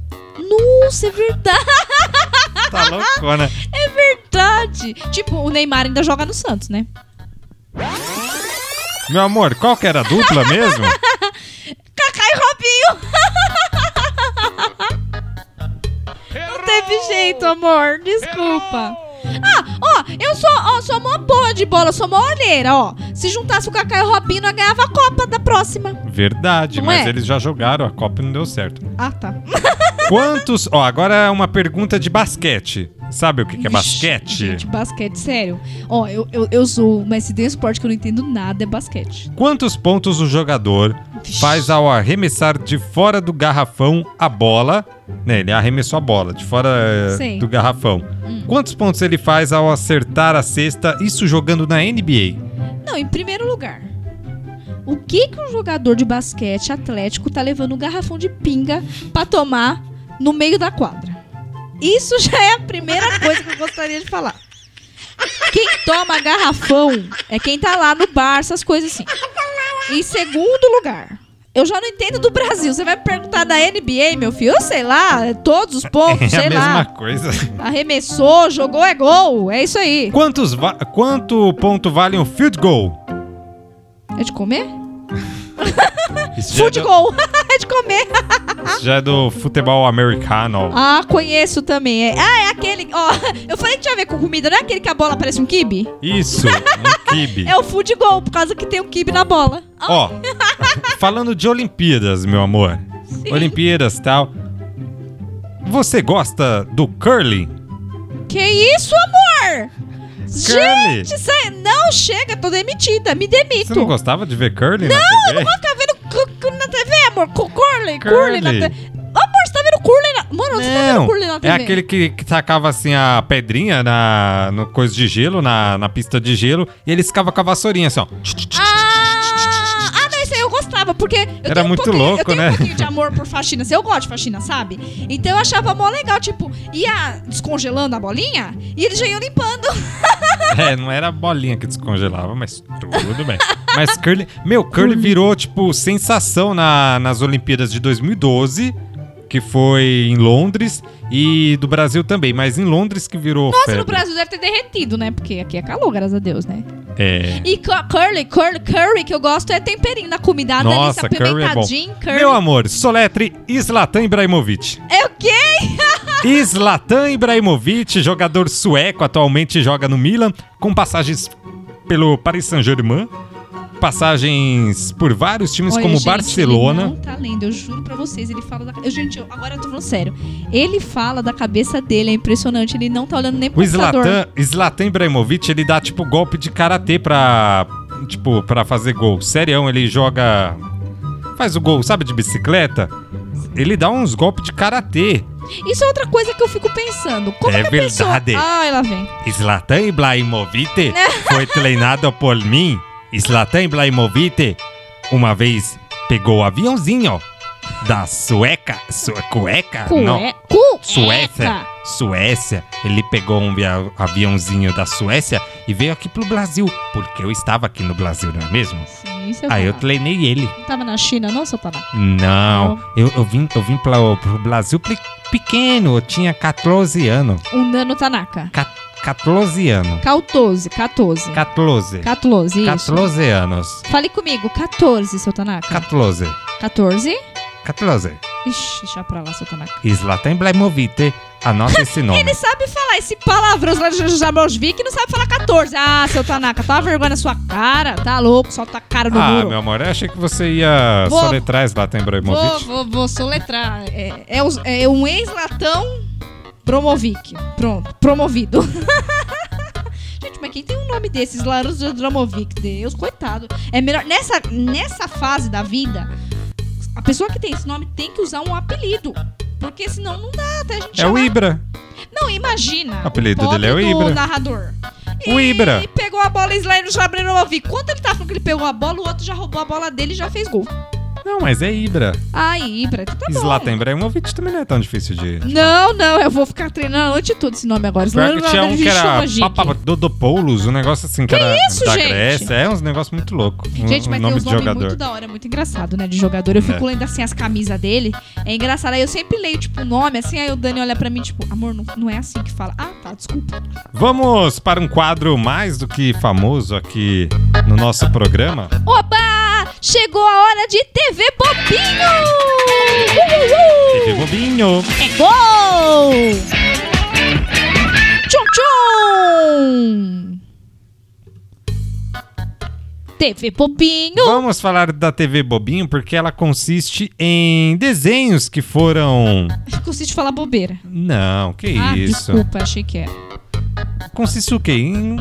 Speaker 3: [LAUGHS] Nossa, é verdade. [LAUGHS] É
Speaker 2: Tá loucona.
Speaker 3: verdade. Tipo, o Neymar ainda joga no Santos, né?
Speaker 2: Meu amor, qual que era a dupla mesmo?
Speaker 3: [LAUGHS] Cacá e Robinho. Não teve jeito, amor. Desculpa. Ah, ó, eu sou, ó, sou mó boa de bola, sou mó olheira, ó. Se juntasse o Cacá e o Robinho, nós ganhava a Copa da próxima.
Speaker 2: Verdade,
Speaker 3: Não
Speaker 2: mas
Speaker 3: é?
Speaker 2: eles já jogaram, a Copa e não deu certo.
Speaker 3: Ah, tá.
Speaker 2: Quantos. Ó, agora é uma pergunta de basquete. Sabe o que, que é
Speaker 3: Ixi,
Speaker 2: basquete?
Speaker 3: Gente, basquete, sério. Ó, eu, eu, eu sou, mas se tem esporte que eu não entendo nada, é basquete.
Speaker 2: Quantos pontos o jogador faz ao arremessar de fora do garrafão a bola? Né, ele arremessou a bola de fora eh,
Speaker 3: Sim. Hum.
Speaker 2: do garrafão. Quantos pontos ele faz ao acertar a cesta, isso jogando na NBA?
Speaker 3: Não, em primeiro lugar, o que que um jogador de basquete atlético tá levando um garrafão de pinga pra tomar no meio da quadra? Isso já é a primeira coisa que eu gostaria de falar. Quem toma garrafão é quem tá lá no bar, essas coisas assim. Em segundo lugar, eu já não entendo do Brasil. Você vai me perguntar da NBA, meu filho? Eu sei lá, todos os
Speaker 2: [LAUGHS]
Speaker 3: pontos,
Speaker 2: [LAUGHS] é
Speaker 3: sei
Speaker 2: a mesma
Speaker 3: lá.
Speaker 2: coisa.
Speaker 3: Arremessou, jogou, é gol. É isso aí.
Speaker 2: Quantos va- quanto ponto vale um field goal?
Speaker 3: É de comer?
Speaker 2: Isso já, é
Speaker 3: Food
Speaker 2: do,
Speaker 3: goal. [LAUGHS] é de comer.
Speaker 2: isso já é do futebol americano.
Speaker 3: Ah, conheço também. É- Ah, é aquele. Ó, [LAUGHS] eu falei que tinha a ver com comida, não é aquele que a bola parece um kibe?
Speaker 2: Isso, um kibe.
Speaker 3: É o food goal, por causa que tem um kibe na bola. Ah,
Speaker 2: Ó, falando de Olimpíadas, meu amor. Olimpíadas e tal. Você gosta do curling?
Speaker 3: [LAUGHS] que isso, amor?
Speaker 2: Curly?
Speaker 3: Gente, isso aí- não chega, tô demitida. Me demito.
Speaker 2: Você não gostava de ver curling na TV?
Speaker 3: Vou ficar vendo cu- cu na TV, amor. cu- Curly, curly na
Speaker 2: Curly.
Speaker 3: TV. Amor, você tá vendo curly na. Mano, você tá vendo curly na TV?
Speaker 2: é aquele que, que tacava assim a pedrinha na no coisa de gelo, na, na pista de gelo, e eles ficavam com a vassourinha assim, ó.
Speaker 3: Ah, ah, não, isso aí eu gostava, porque eu
Speaker 2: Era
Speaker 3: tenho um
Speaker 2: muito
Speaker 3: pouquinho-
Speaker 2: louco,
Speaker 3: eu tenho
Speaker 2: né?
Speaker 3: um pouquinho de amor por faxina. assim, Eu gosto de faxina, sabe? Então eu achava mó legal, tipo, ia descongelando a bolinha e eles já iam limpando. [LAUGHS]
Speaker 2: É, não era a bolinha que descongelava, mas tudo bem. Mas curling, meu, curling virou tipo sensação na- nas Olimpíadas de 2012, que foi em Londres e do Brasil também, mas em Londres que virou
Speaker 3: Nossa,
Speaker 2: febre.
Speaker 3: no Brasil deve ter derretido, né? Porque aqui é calor, graças a Deus, né?
Speaker 2: É.
Speaker 3: E cu- curly, curly, curry que eu gosto é temperinho na comida, a
Speaker 2: Nossa,
Speaker 3: delícia,
Speaker 2: curry é bom.
Speaker 3: pimentadinho, curry.
Speaker 2: Meu amor, Soletre Islatan Ibrahimovic.
Speaker 3: [LAUGHS] É o quê? [LAUGHS]
Speaker 2: Islatan Ibrahimovic, jogador sueco, atualmente joga no Milan, com passagens pelo Paris Saint-Germain, passagens por vários times
Speaker 3: Olha,
Speaker 2: como
Speaker 3: gente, é
Speaker 2: Barcelona.
Speaker 3: Ele não tá lendo, eu juro pra vocês. Ele fala da. Eu, gente, eu- agora eu tô falando sério. Ele fala da cabeça dele, é impressionante. Ele não tá olhando nem pro
Speaker 2: O
Speaker 3: computador.
Speaker 2: Zlatan, Zlatan Ibrahimovic, ele dá tipo golpe de karatê pra, tipo, pra fazer gol. Serião, ele joga. Faz o gol, sabe, de bicicleta? Ele dá uns golpes de karatê.
Speaker 3: Isso é outra coisa que eu fico pensando. Como
Speaker 2: É
Speaker 3: que a pessoa-
Speaker 2: verdade.
Speaker 3: Ah, ela vem.
Speaker 2: Zlatan Ibrahimovic foi treinado por mim. Zlatan Ibrahimovic uma vez pegou o aviãozinho da Sueca. Sueca?
Speaker 3: Cué...
Speaker 2: Ah, Não.
Speaker 3: Cu...
Speaker 2: Suécia.
Speaker 3: Eca.
Speaker 2: Suécia. Ele pegou um via- aviãozinho da Suécia e veio aqui pro Brasil. Porque eu estava aqui no Brasil, não é mesmo?
Speaker 3: Sim, isso eu
Speaker 2: Aí Ah, eu
Speaker 3: falar.
Speaker 2: treinei ele.
Speaker 3: Não tava na China, não, seu Taná?
Speaker 2: Não,
Speaker 3: Oh.
Speaker 2: eu, eu vim, eu vim pra, pro Brasil pe- pequeno. Eu tinha 14 anos.
Speaker 3: O Nano Tanaka.
Speaker 2: Ca- 14 anos.
Speaker 3: 14, 14.
Speaker 2: 14.
Speaker 3: 14, isso.
Speaker 2: 14 anos.
Speaker 3: Fale comigo, 14, seu Tanaka.
Speaker 2: 14.
Speaker 3: 14?
Speaker 2: 14.
Speaker 3: Ixi, deixa pra lá, seu Tanaka.
Speaker 2: Zlatan Ibrahimovic. Anota
Speaker 3: [LAUGHS]
Speaker 2: esse nome.
Speaker 3: Ele sabe falar esse palavrão, Zabrosvik, e não sabe falar 14. Ah, seu Tanaka, tá uma vergonha na sua cara. Tá louco, solta a cara no
Speaker 2: Ah,
Speaker 3: muro.
Speaker 2: meu amor, eu achei que você ia
Speaker 3: Vou-
Speaker 2: soletrar Zlatan Ibrahimovic.
Speaker 3: Vou, vou, vou soletrar. É, é os- é um ex-latão Promovic. Pronto, promovido. [LAUGHS] Gente, mas quem tem um nome desses, Larus de Dromovic? Deus, coitado. É melhor. Nessa, nessa fase da vida, a pessoa que tem esse nome tem que usar um apelido. Porque senão não dá até a gente
Speaker 2: É o
Speaker 3: chamar-
Speaker 2: Ibra.
Speaker 3: Não, imagina.
Speaker 2: O apelido
Speaker 3: pobre
Speaker 2: dele é o
Speaker 3: do
Speaker 2: Ibra.
Speaker 3: narrador.
Speaker 2: O Ibra.
Speaker 3: E pegou a bola, Slayer já abriu o ouvido. Quando ele tá falando que ele pegou a bola, o outro já roubou a bola dele e já fez gol.
Speaker 2: Não, mas é Ibra.
Speaker 3: Ai, Ibra, tá bom.
Speaker 2: Zlatan Ibrahimovic também não é tão difícil de...
Speaker 3: Não, não, eu vou ficar treinando a noite toda esse nome agora.
Speaker 2: Pior que tinha um que era
Speaker 3: Slayer
Speaker 2: Dodopoulos, um negócio assim que, era
Speaker 3: isso,
Speaker 2: da
Speaker 3: gente?
Speaker 2: Grécia. É uns negócios muito louco. Um,
Speaker 3: Gente,
Speaker 2: um
Speaker 3: mas tem
Speaker 2: nome
Speaker 3: uns
Speaker 2: de
Speaker 3: nomes
Speaker 2: jogador.
Speaker 3: muito da hora, muito engraçado, né? De jogador. Eu fico
Speaker 2: É.
Speaker 3: lendo assim as camisas dele. É engraçado. Aí eu sempre leio, tipo, o nome, assim, aí o Dani olha pra mim, tipo, amor, não, não é assim que fala. Ah, tá, desculpa.
Speaker 2: Vamos para um quadro mais do que famoso aqui no nosso programa.
Speaker 3: Opa! Chegou a hora de TV Bobinho!
Speaker 2: TV Bobinho.
Speaker 3: É gol! Tchum, tchum! TV Bobinho!
Speaker 2: Vamos falar da TV Bobinho porque ela consiste em desenhos que foram.
Speaker 3: Consiste falar bobeira.
Speaker 2: Não, que
Speaker 3: ah,
Speaker 2: isso.
Speaker 3: desculpa, achei que é. era.
Speaker 2: Consiste o quê? Em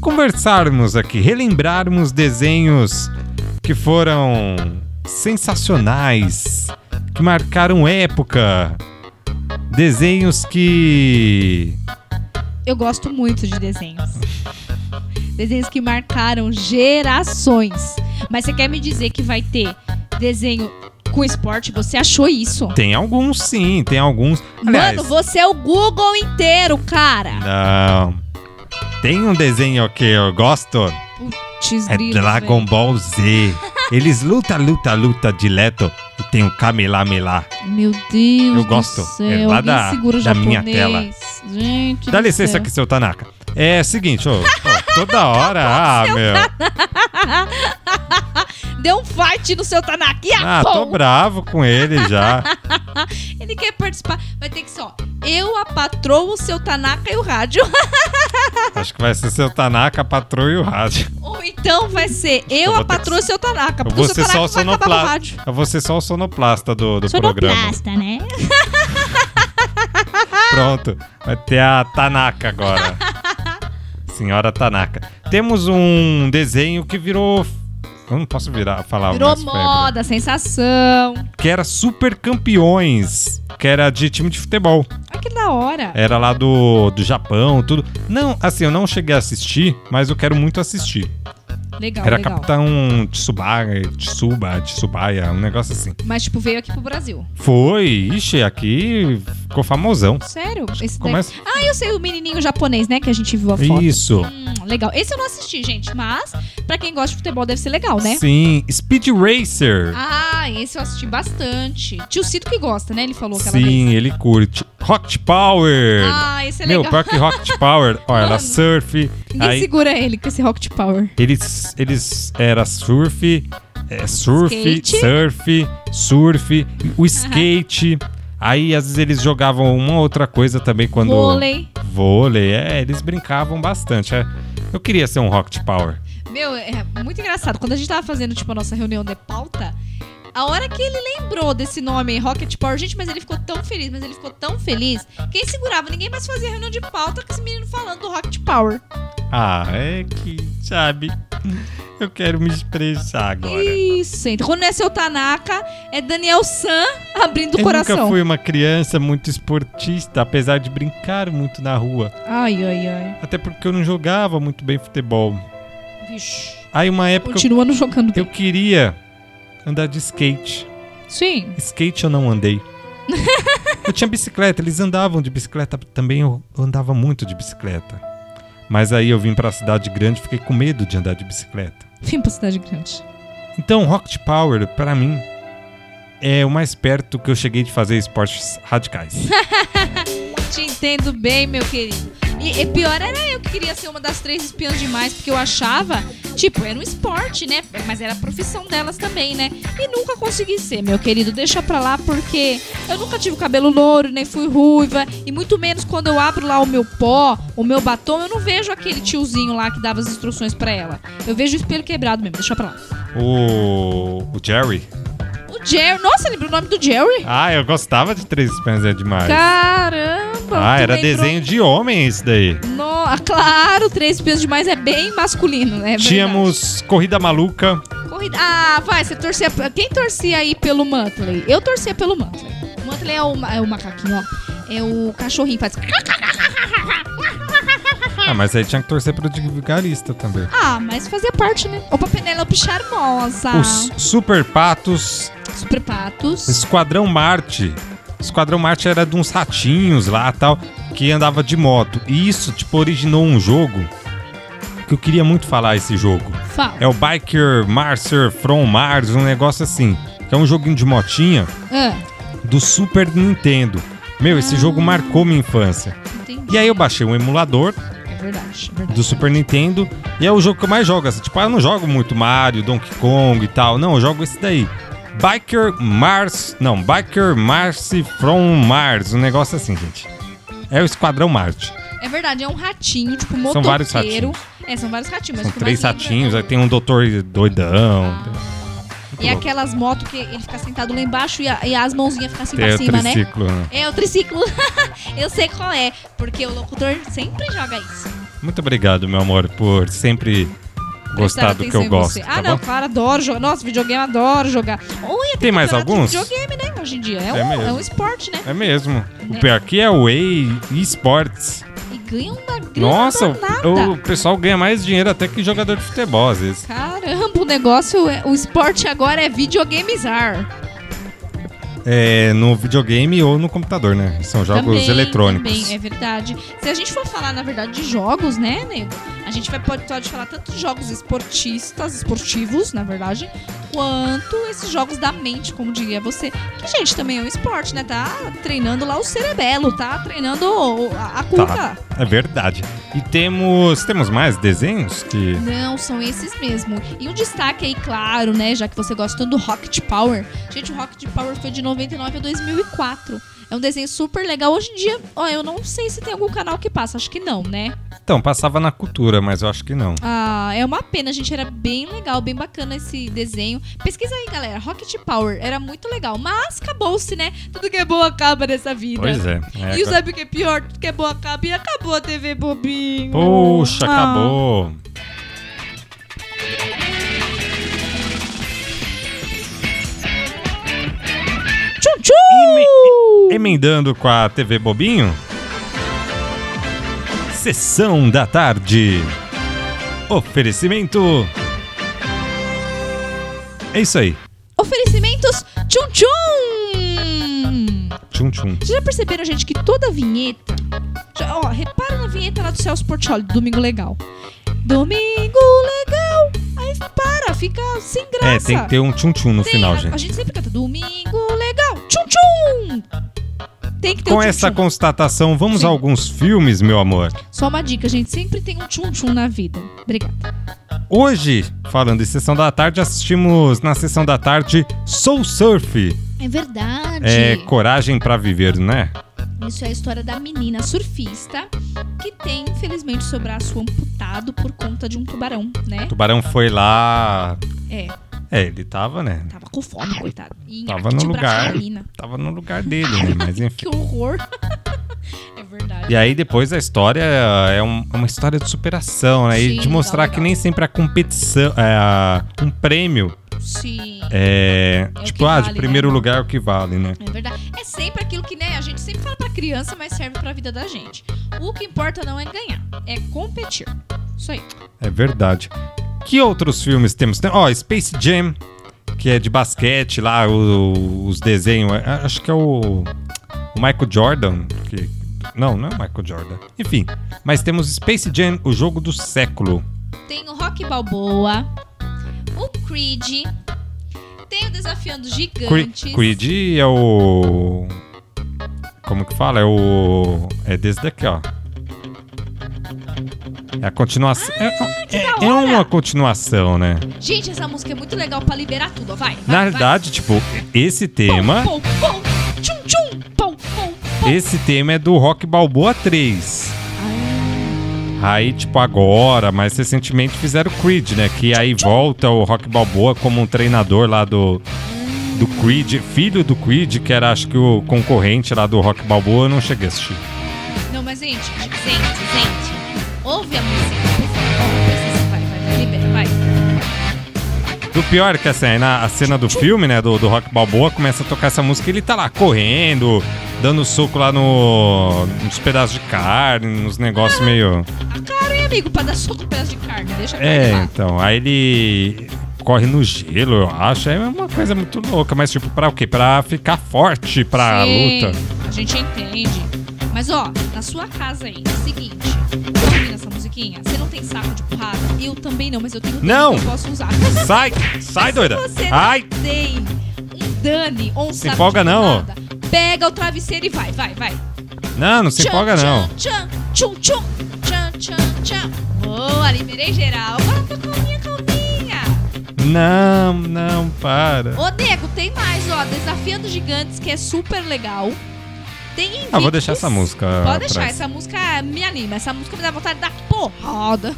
Speaker 2: conversarmos aqui, relembrarmos desenhos que foram sensacionais, que marcaram época. Desenhos que.
Speaker 3: Eu gosto muito de desenhos. Desenhos que marcaram gerações. Mas você quer me dizer que vai ter desenho com esporte? Você achou isso?
Speaker 2: Tem alguns, sim, tem alguns. Aliás,
Speaker 3: Mano, você é o Google inteiro, cara.
Speaker 2: Não. Tem um desenho que eu gosto.
Speaker 3: Putz,
Speaker 2: É
Speaker 3: grilo,
Speaker 2: Dragon
Speaker 3: velho.
Speaker 2: Ball Z. Eles luta, luta, luta direto. E tem o Kamila Milá.
Speaker 3: Meu Deus.
Speaker 2: Eu gosto.
Speaker 3: Do
Speaker 2: É
Speaker 3: céu.
Speaker 2: lá
Speaker 3: Alguém
Speaker 2: da-
Speaker 3: segura o
Speaker 2: da minha
Speaker 3: japonês.
Speaker 2: tela.
Speaker 3: Gente.
Speaker 2: Dá
Speaker 3: do
Speaker 2: licença
Speaker 3: céu.
Speaker 2: aqui, seu Tanaka. É seguinte, ô, ô,
Speaker 3: [LAUGHS]
Speaker 2: toda hora. ah, meu.
Speaker 3: Deu um fight no seu Tanaki. Ah,
Speaker 2: Ah, tô
Speaker 3: pô!
Speaker 2: bravo com ele já.
Speaker 3: Ele quer participar. Vai ter que ser, ó. Eu, a patroa, o seu Tanaka e o rádio. [LAUGHS]
Speaker 2: Acho que vai ser seu Tanaka, patroa e o rádio.
Speaker 3: Ou então vai ser eu,
Speaker 2: vou ter
Speaker 3: a
Speaker 2: que-
Speaker 3: patroa e o seu Tanaka.
Speaker 2: Eu
Speaker 3: Porque
Speaker 2: vou
Speaker 3: o seu
Speaker 2: ser
Speaker 3: Tanaka
Speaker 2: só o
Speaker 3: vai acabar com o rádio.
Speaker 2: sonoplasta. Eu vou ser só o sonoplasta do, do programa.
Speaker 4: Sonoplasta, né?
Speaker 2: [LAUGHS] Pronto, vai ter a Tanaka agora. Senhora Tanaka. Temos um desenho que virou. Eu não posso virar, falar
Speaker 3: Virou
Speaker 2: mais febre.
Speaker 3: moda, sensação.
Speaker 2: Que era Super Campeões. Que era de time de futebol.
Speaker 3: Olha que da hora.
Speaker 2: Era lá do, do Japão, tudo. Não, assim, eu não cheguei a assistir, mas eu quero muito assistir.
Speaker 3: Legal,
Speaker 2: É, Era
Speaker 3: Tá, legal.
Speaker 2: Capitão Tsubaya, Tsuba, Tsubaya, um negócio assim.
Speaker 3: Mas, tipo, veio aqui pro Brasil.
Speaker 2: Foi, ixi, aqui ficou famosão.
Speaker 3: Sério? Esse daí-
Speaker 2: Começa.
Speaker 3: Ah, eu sei o menininho japonês, né? Que a gente viu a foto.
Speaker 2: Isso.
Speaker 3: Hum, legal. Esse eu não assisti, gente. Mas, pra quem gosta de futebol, deve ser legal, né?
Speaker 2: Sim, Speed Racer.
Speaker 3: Ah, esse eu assisti bastante. Tio Cito que gosta, né? Ele falou aquela vez.
Speaker 2: Sim, ele curte. Rocket Power.
Speaker 3: Ah, esse é
Speaker 2: Meu,
Speaker 3: legal.
Speaker 2: pior que Rocket Power. Olha,
Speaker 3: Mano.
Speaker 2: ela surf.
Speaker 3: [LAUGHS] Ninguém
Speaker 2: Aí
Speaker 3: segura ele com esse Rocket Power.
Speaker 2: eles, eles era surf, é, surf,
Speaker 3: Skate.
Speaker 2: surf, surf, o skate. Aí às vezes eles jogavam uma outra coisa também quando
Speaker 3: Vôlei.
Speaker 2: Vôlei, é, eles brincavam bastante. é. Eu queria ser um Rocket Power.
Speaker 3: Meu, é muito engraçado. Quando a gente tava fazendo, tipo, a nossa reunião de pauta, a hora que ele lembrou desse nome, Rocket Power, gente, mas ele ficou tão feliz, mas ele ficou tão feliz. Quem segurava? Ninguém mais fazia reunião de pauta com esse menino falando do Rocket Power.
Speaker 2: Ah, é que, sabe, [LAUGHS] eu quero me expressar agora.
Speaker 3: Isso, então. Quando não é seu Tanaka, é Daniel San abrindo o
Speaker 2: eu nunca
Speaker 3: coração.
Speaker 2: fui uma criança muito esportista, apesar de brincar muito na rua.
Speaker 3: Ai, ai, ai.
Speaker 2: Até porque eu não jogava muito bem futebol.
Speaker 3: Vixe.
Speaker 2: Aí uma época eu,
Speaker 3: Continua não jogando bem.
Speaker 2: eu queria andar de skate.
Speaker 3: Sim.
Speaker 2: Skate eu não andei. eu tinha bicicleta, eles andavam de bicicleta também, eu eu andava muito de bicicleta. Mas aí eu vim pra cidade grande e fiquei com medo de andar de bicicleta.
Speaker 3: Vim pra cidade grande.
Speaker 2: Então, Rocket Power, pra mim, é o mais perto que eu cheguei de fazer esportes radicais.
Speaker 3: Te entendo bem, meu querido. E, e pior era eu que queria ser uma das três espiãs demais, porque eu achava, tipo, era um esporte, né? Mas era a profissão delas também, né? E nunca consegui ser, meu querido. Deixa pra lá, porque eu nunca tive cabelo louro, nem fui ruiva. E muito menos quando eu abro lá o meu pó, o meu batom, eu não vejo aquele tiozinho lá que dava as instruções pra ela. Eu vejo o espelho quebrado mesmo, deixa pra lá.
Speaker 2: o, o Jerry.
Speaker 3: O Jerry. Nossa, lembrou o nome do Jerry?
Speaker 2: Ah, eu gostava de Três Espiãs é demais.
Speaker 3: Caramba!
Speaker 2: ah,
Speaker 3: tu
Speaker 2: era
Speaker 3: lembrou-
Speaker 2: desenho de homem isso daí.
Speaker 3: No, ah, claro, três pesos demais é bem masculino, né? É verdade.
Speaker 2: Tínhamos Corrida Maluca.
Speaker 3: Corrida. Ah, vai, você torcia. Quem torcia aí pelo Mantley? Eu torcia pelo Mantley. O outro é o, ma- é o macaquinho, ó. É o cachorrinho, faz.
Speaker 2: Ah, mas aí tinha que torcer pro vigarista também.
Speaker 3: Ah, mas fazia parte, né? Opa, Penélope Charmosa.
Speaker 2: Os Super Patos,
Speaker 3: Super patos.
Speaker 2: Esquadrão Marte. Esquadrão Marte era de uns ratinhos lá tal, que andava de moto. E isso, tipo, originou um jogo que eu queria muito falar esse jogo.
Speaker 3: Fala.
Speaker 2: É o Biker Marcer From Mars, um negócio assim. Que é um joguinho de motinha
Speaker 3: Ah,
Speaker 2: do Super Nintendo. Meu, esse jogo marcou minha infância.
Speaker 3: entendi.
Speaker 2: E aí eu baixei um emulador
Speaker 3: É verdade, é verdade.
Speaker 2: do Super Nintendo. E é o jogo que eu mais jogo. assim, Tipo, ah, eu não jogo muito Mario, Donkey Kong e tal. Não, eu jogo esse daí. Biker Mars. Não, Biker Marcy from Mars. Um negócio assim, gente. É o Esquadrão Marte.
Speaker 3: É verdade, é um ratinho, tipo, motoqueiro.
Speaker 2: São vários
Speaker 3: É, são vários ratinhos. Mas
Speaker 2: São
Speaker 3: o que
Speaker 2: três
Speaker 3: mais lembra-
Speaker 2: ratinhos, aí tem um doutor doidão.
Speaker 3: E
Speaker 2: louco.
Speaker 3: aquelas motos que ele fica sentado lá embaixo e, a- e as mãozinhas ficam assim
Speaker 2: Tem
Speaker 3: pra
Speaker 2: o
Speaker 3: cima, né?
Speaker 2: triciclo, né?
Speaker 3: É o triciclo. [LAUGHS] eu sei qual é, porque o locutor sempre joga isso.
Speaker 2: Muito obrigado, meu amor, por sempre gostar
Speaker 3: Prestar
Speaker 2: do que
Speaker 3: atenção
Speaker 2: eu
Speaker 3: em
Speaker 2: gosto.
Speaker 3: você.
Speaker 2: tá
Speaker 3: Ah, não,
Speaker 2: bom?
Speaker 3: claro, adoro jogar. Nossa, videogame, adoro jogar. Oi,
Speaker 2: Tem mais
Speaker 3: campeonato de
Speaker 2: alguns?
Speaker 3: videogame, né? Hoje em dia. É,
Speaker 2: É
Speaker 3: um,
Speaker 2: mesmo.
Speaker 3: é um esporte, né?
Speaker 2: É mesmo. O pior aqui é o Way Esports.
Speaker 3: E ganha uma grana
Speaker 2: Nossa,
Speaker 3: danada.
Speaker 2: o, o pessoal ganha mais dinheiro até que jogador de futebol, às vezes.
Speaker 3: Caramba, o negócio, é, o esporte agora é videogamezar.
Speaker 2: É, no videogame ou no computador, né? São jogos
Speaker 3: Também,
Speaker 2: eletrônicos.
Speaker 3: Também, é verdade. Se a gente for falar, na verdade, de jogos, né, nego? A gente vai, pode, pode falar tanto de jogos esportistas, esportivos, na verdade, quanto esses jogos da mente, como diria você. Que, gente, também é um esporte, né? Tá treinando lá o cerebelo, tá treinando o- o- a, a cuca.
Speaker 2: É verdade. E temos. Temos mais desenhos que.
Speaker 3: Não, são esses mesmo. E um destaque aí, claro, né? Já que você gosta tanto do Rocket Power. Gente, o Rocket Power foi de 99 a 2004. É um desenho super legal. Hoje em dia, ó, eu não sei se tem algum canal que passa. Acho que não, né?
Speaker 2: Então, passava na cultura, mas eu acho que não.
Speaker 3: Ah, é uma pena, gente. Era bem legal, bem bacana esse desenho. Pesquisa aí, galera. Rocket Power era muito legal. Mas acabou-se, né? Tudo que é bom acaba nessa vida.
Speaker 2: Pois é. é,
Speaker 3: E
Speaker 2: agora-
Speaker 3: sabe o que é pior? Tudo que é bom acaba e acabou a TV Bobinho.
Speaker 2: Poxa,
Speaker 3: Ah.
Speaker 2: acabou.
Speaker 3: Tchum, tchum!
Speaker 2: Emendando com a TV Bobinho. Sessão da tarde. Oferecimento. É isso aí.
Speaker 3: Oferecimentos Tchum Tchum!
Speaker 2: Tchum tchum.
Speaker 3: Vocês já perceberam, gente, que toda vinheta. Já, ó, repara na vinheta lá do Celso Portioli, do Domingo Legal. Domingo Legal! Aí para, fica sem
Speaker 2: É,
Speaker 3: graça.
Speaker 2: tem que ter um tchum tchum no
Speaker 3: Tem,
Speaker 2: final,
Speaker 3: a,
Speaker 2: gente.
Speaker 3: A gente sempre canta Domingo Legal! Tchum Tchum! Tem que ter um
Speaker 2: Com
Speaker 3: tchum
Speaker 2: essa
Speaker 3: tchum.
Speaker 2: constatação, vamos
Speaker 3: Sim.
Speaker 2: a alguns filmes, meu amor.
Speaker 3: Só uma dica, gente, sempre tem um tchum tchum na vida. Obrigada.
Speaker 2: Hoje, falando em Sessão da Tarde, assistimos na Sessão da Tarde Soul Surf.
Speaker 3: É verdade.
Speaker 2: É Coragem pra Viver, né?
Speaker 3: Isso é a história da menina surfista que tem, infelizmente, seu braço amputado por conta de um tubarão, né?
Speaker 2: O tubarão foi lá.
Speaker 3: É,
Speaker 2: É, ele tava, né?
Speaker 3: tava com fome, coitado. E
Speaker 2: Tava
Speaker 3: de
Speaker 2: no
Speaker 3: braço da
Speaker 2: lugar.
Speaker 3: menina.
Speaker 2: Tava no lugar dele, né? Mas enfim.
Speaker 3: Que horror. [LAUGHS] é verdade.
Speaker 2: E aí depois a história é um- é uma história de superação, né?
Speaker 3: Sim, tá
Speaker 2: e de mostrar
Speaker 3: legal,
Speaker 2: que
Speaker 3: legal.
Speaker 2: nem sempre a competição, é, a- um prêmio
Speaker 3: Sim.
Speaker 2: é,
Speaker 3: o que
Speaker 2: tipo, ah, de
Speaker 3: vale,
Speaker 2: primeiro
Speaker 3: né?
Speaker 2: lugar é o que vale, né?
Speaker 3: É verdade. É sempre aquilo que, né, a gente sempre fala pra criança, mas serve pra vida da gente. O que importa não é ganhar, é competir. Isso aí.
Speaker 2: É verdade. Que outros filmes temos? Tem- Ó, Space Jam, que é de basquete lá, o- os desenhos. é- Acho que é o, o Michael Jordan. que- não, não é o Michael Jordan. Enfim, mas temos Space Jam, o jogo do século.
Speaker 3: Tem o Rock Balboa, o Creed, tem o Desafiando
Speaker 2: Cre-
Speaker 3: Gigantes.
Speaker 2: Creed é o. Como que fala? É o. É desse daqui, ó. É a continuação. é, é-
Speaker 3: Ah, da
Speaker 2: é
Speaker 3: hora!
Speaker 2: uma continuação, né?
Speaker 3: Gente, essa música é muito legal pra liberar tudo, ó, vai. vai,
Speaker 2: Na
Speaker 3: vai.
Speaker 2: verdade, tipo, esse tema.
Speaker 3: Pom, pom, pom, tchum, tchum, pom, pom, pom.
Speaker 2: Esse tema é do Rock Balboa 3. Aí, tipo, agora, mais recentemente fizeram o Creed, né? Que aí volta o Rock Balboa como um treinador lá do, do Creed, filho do Creed, que era acho que o concorrente lá do Rock Balboa, eu não cheguei a assistir.
Speaker 3: Não, mas gente, gente, gente, gente, ouve a música, por favor. Precisa, vai, vai, vai, libera, vai.
Speaker 2: O pior é que assim, aí na a cena do filme, né, do, do Rock Balboa, começa a tocar essa música e ele tá lá correndo, dando soco lá no, nos pedaços de carne, nos negócios meio...
Speaker 3: Ah, Claro, hein, amigo, pra dar soco no pedaço de carne. Deixa a carne
Speaker 2: É,
Speaker 3: lá.
Speaker 2: então, aí ele corre no gelo, eu acho, é uma coisa muito louca, mas tipo, pra o quê? Pra ficar forte pra
Speaker 3: Sim,
Speaker 2: luta.
Speaker 3: A gente entende. Mas ó, na sua casa aí, seguinte, tá ouvindo essa musiquinha? Você não tem saco de porrada? Eu também não, mas eu tenho um
Speaker 2: Não!
Speaker 3: que eu posso usar.
Speaker 2: Sai, sai,
Speaker 3: Se
Speaker 2: doida!
Speaker 3: Você
Speaker 2: Ai,
Speaker 3: não tem um Dani ou um saco
Speaker 2: empolga,
Speaker 3: de
Speaker 2: não.
Speaker 3: porrada, Pega o travesseiro e vai, vai, vai.
Speaker 2: não, não se
Speaker 3: Tchan,
Speaker 2: empolga não.
Speaker 3: Tchan, tchan, tchum, tchum. Tchan, tchan, tchan. Boa, liberei geral. Agora tô calminha, calminha.
Speaker 2: Não, não, para.
Speaker 3: Ô, Nego, tem mais, ó. Desafio dos Gigantes, que é super legal. Tem Invictus.
Speaker 2: Ah, vou deixar essa música pra
Speaker 3: Pode deixar,
Speaker 2: essa.
Speaker 3: essa música me anima. Essa música me dá vontade de dar porrada.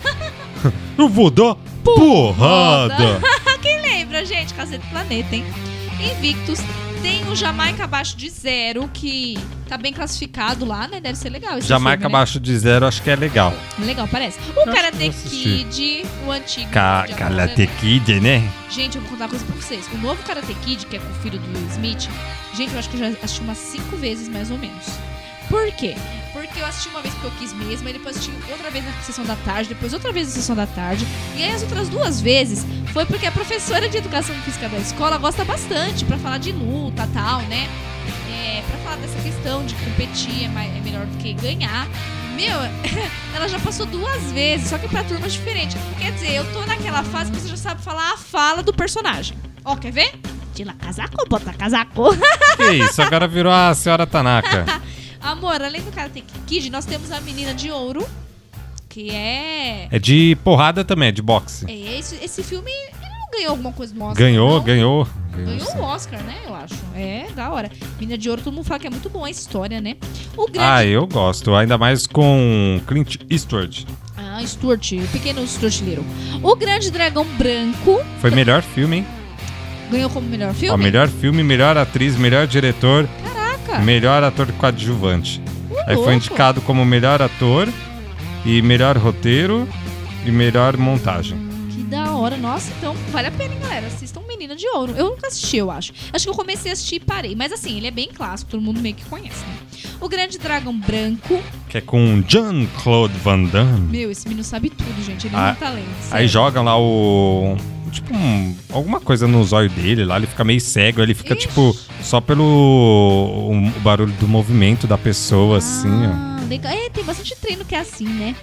Speaker 3: [LAUGHS]
Speaker 2: Eu vou dar porrada.
Speaker 3: [LAUGHS] Quem lembra, gente? Cacete do Planeta, hein? Invictus. Tem o Jamaica abaixo de zero, que tá bem classificado lá, né? Deve ser legal esse
Speaker 2: Jamaica
Speaker 3: filme, né?
Speaker 2: abaixo de zero, acho que é legal.
Speaker 3: Legal, parece. O
Speaker 2: acho que
Speaker 3: Karate
Speaker 2: vou assistir.
Speaker 3: Kid, o antigo.
Speaker 2: Ca
Speaker 3: Jamaica-
Speaker 2: Karate Kid, né?
Speaker 3: Gente, eu vou contar uma coisa pra vocês. O novo Karate Kid, que é com o filho do Will Smith, gente, eu acho que eu já assisti umas cinco vezes, mais ou menos. Por quê? Porque eu assisti uma vez porque eu quis mesmo, aí depois assisti outra vez na sessão da tarde, depois outra vez na sessão da tarde. E aí as outras duas vezes foi porque a professora de educação física da escola gosta bastante pra falar de luta tal, né? É, pra falar dessa questão de competir é, mais- é melhor do que ganhar. Meu, [LAUGHS] ela já passou duas vezes, só que pra turmas diferentes. Quer dizer, eu tô naquela fase que você já sabe falar a fala do personagem. Ó, quer ver? Tira casaco, bota casaco. [LAUGHS]
Speaker 2: Que isso, agora virou a senhora Tanaka.
Speaker 3: Amor, além do Karate Kid, nós temos a menina de ouro, que é.
Speaker 2: É de porrada também, é de boxe.
Speaker 3: é esse, esse filme, ele não ganhou alguma coisa do Oscar.
Speaker 2: Ganhou,
Speaker 3: não?
Speaker 2: ganhou.
Speaker 3: Ganhou
Speaker 2: sim.
Speaker 3: o Oscar, né? Eu acho. É, da hora. Menina de ouro, todo mundo fala que é muito bom a história, né? O grande.
Speaker 2: Ah, eu gosto, ainda mais com Clint Eastwood.
Speaker 3: Ah, Stuart, o pequeno Stuart Little. O grande dragão branco
Speaker 2: Foi melhor filme, hein?
Speaker 3: ganhou como melhor filme.
Speaker 2: Ó, melhor filme, melhor atriz, melhor diretor,
Speaker 3: Caraca.
Speaker 2: melhor ator coadjuvante.
Speaker 3: Ah. Ô,
Speaker 2: Aí
Speaker 3: louco.
Speaker 2: foi indicado como melhor ator e melhor roteiro e melhor montagem.
Speaker 3: Que da hora. Nossa, então vale a pena, hein, galera. Assistam Menina de Ouro. Eu nunca assisti, eu acho. Acho que eu comecei a assistir e parei. Mas assim, ele é bem clássico, todo mundo meio que conhece, né? O Grande Dragão Branco.
Speaker 2: Que é com Jean-Claude Van Damme.
Speaker 3: Meu, esse menino sabe tudo, gente. Ele é
Speaker 2: Ah,
Speaker 3: um talento.
Speaker 2: Aí
Speaker 3: sério.
Speaker 2: jogam lá o. Tipo, um- alguma coisa nos olhos dele lá, ele fica meio cego, ele fica,
Speaker 3: Ixi.
Speaker 2: tipo, só pelo o, o barulho do movimento da pessoa, assim, ó.
Speaker 3: Ah, legal. É, tem bastante treino que é assim, né?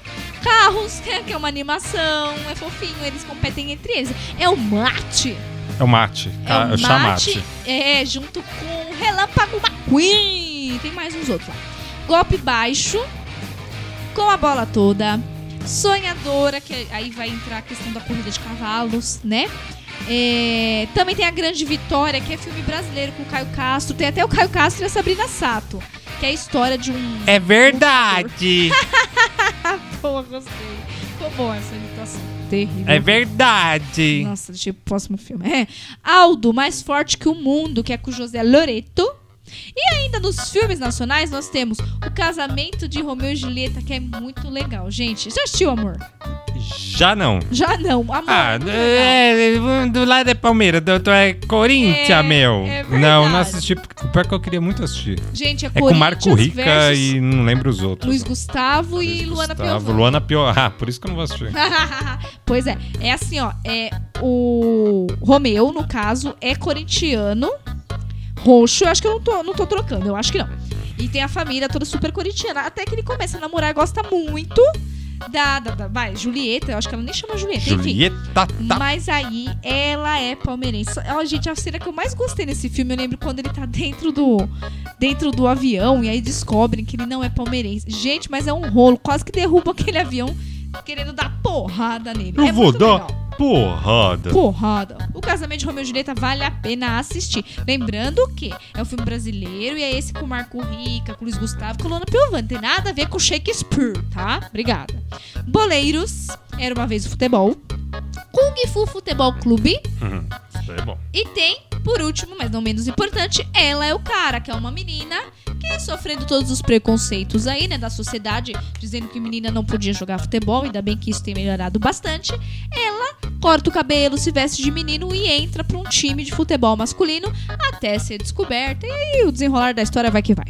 Speaker 3: Carros, [LAUGHS] que é uma animação, é fofinho, eles competem entre eles. É o mate.
Speaker 2: É o mate.
Speaker 3: É
Speaker 2: tá?
Speaker 3: o
Speaker 2: Eu chamo mate.
Speaker 3: É, junto com o Relâmpago McQueen. Tem mais uns outros lá. Golpe baixo. Com a bola toda. Sonhadora, que aí vai entrar a questão da corrida de cavalos, né? É, também tem a Grande Vitória, que é filme brasileiro com o Caio Castro. Tem até o Caio Castro e a Sabrina Sato, que é a história de um. [LAUGHS]
Speaker 2: É
Speaker 3: verdade. Boa, gostei. Ficou bom essa imitação. Terrível.
Speaker 2: É verdade!
Speaker 3: Nossa, deixa eu pro próximo filme. É. Aldo, mais forte que o mundo, que é com o José Loreto. E ainda nos filmes nacionais nós temos O Casamento de Romeu e Julieta, que é muito legal, gente. Já assistiu, amor?
Speaker 2: Já não.
Speaker 3: Já não, amor.
Speaker 2: Ah,
Speaker 3: muito legal.
Speaker 2: é, do lado é Palmeiras, do outro é Corinthians,
Speaker 3: É,
Speaker 2: meu.
Speaker 3: é verdade.
Speaker 2: não, não assisti. porque- Pior que eu queria muito assistir.
Speaker 3: Gente, é,
Speaker 2: É com Marco
Speaker 3: Corinthians
Speaker 2: Rica
Speaker 3: versus
Speaker 2: e não lembro os outros.
Speaker 3: Luiz Gustavo e
Speaker 2: Luiz
Speaker 3: Luana
Speaker 2: Gustavo,
Speaker 3: Piovani.
Speaker 2: Luana Piovani. Ah, por isso que eu não vou assistir.
Speaker 3: [LAUGHS] pois é, é assim, ó. É, o Romeu, no caso, é corintiano. Roxo, eu acho que eu não tô, não tô trocando, eu acho que não. E tem a família toda super corintiana. Até que ele começa a namorar e gosta muito da, da, da- Vai, Julieta, eu acho que ela nem chama Julieta, enfim.
Speaker 2: Julieta tá.
Speaker 3: Mas aí ela é palmeirense. Ó, gente, a cena que eu mais gostei nesse filme, eu lembro quando ele tá dentro do dentro do avião e aí descobrem que ele não é palmeirense. Gente, mas é um rolo, quase que derruba aquele avião querendo dar porrada nele.
Speaker 2: Eu
Speaker 3: é
Speaker 2: vou
Speaker 3: muito
Speaker 2: dar
Speaker 3: legal.
Speaker 2: porrada.
Speaker 3: Porrada. O Casamento de Romeu e Julieta vale a pena assistir. Lembrando que é um filme brasileiro e é esse com Marco Rica, com Luiz Gustavo, com Luana Piovani. Tem nada a ver com Shakespeare, tá? Obrigada. Boleiros, Era Uma Vez o Futebol. Kung Fu Futebol Clube.
Speaker 2: Uhum, Isso aí é bom.
Speaker 3: E tem, por último, mas não menos importante, Ela é o Cara, que é uma menina que é sofrendo todos os preconceitos aí, né, da sociedade, dizendo que menina não podia jogar futebol, ainda bem que isso tem melhorado bastante. Ela corta o cabelo, se veste de menino e entra pra um time de futebol masculino até ser descoberta. E aí o desenrolar da história vai que vai.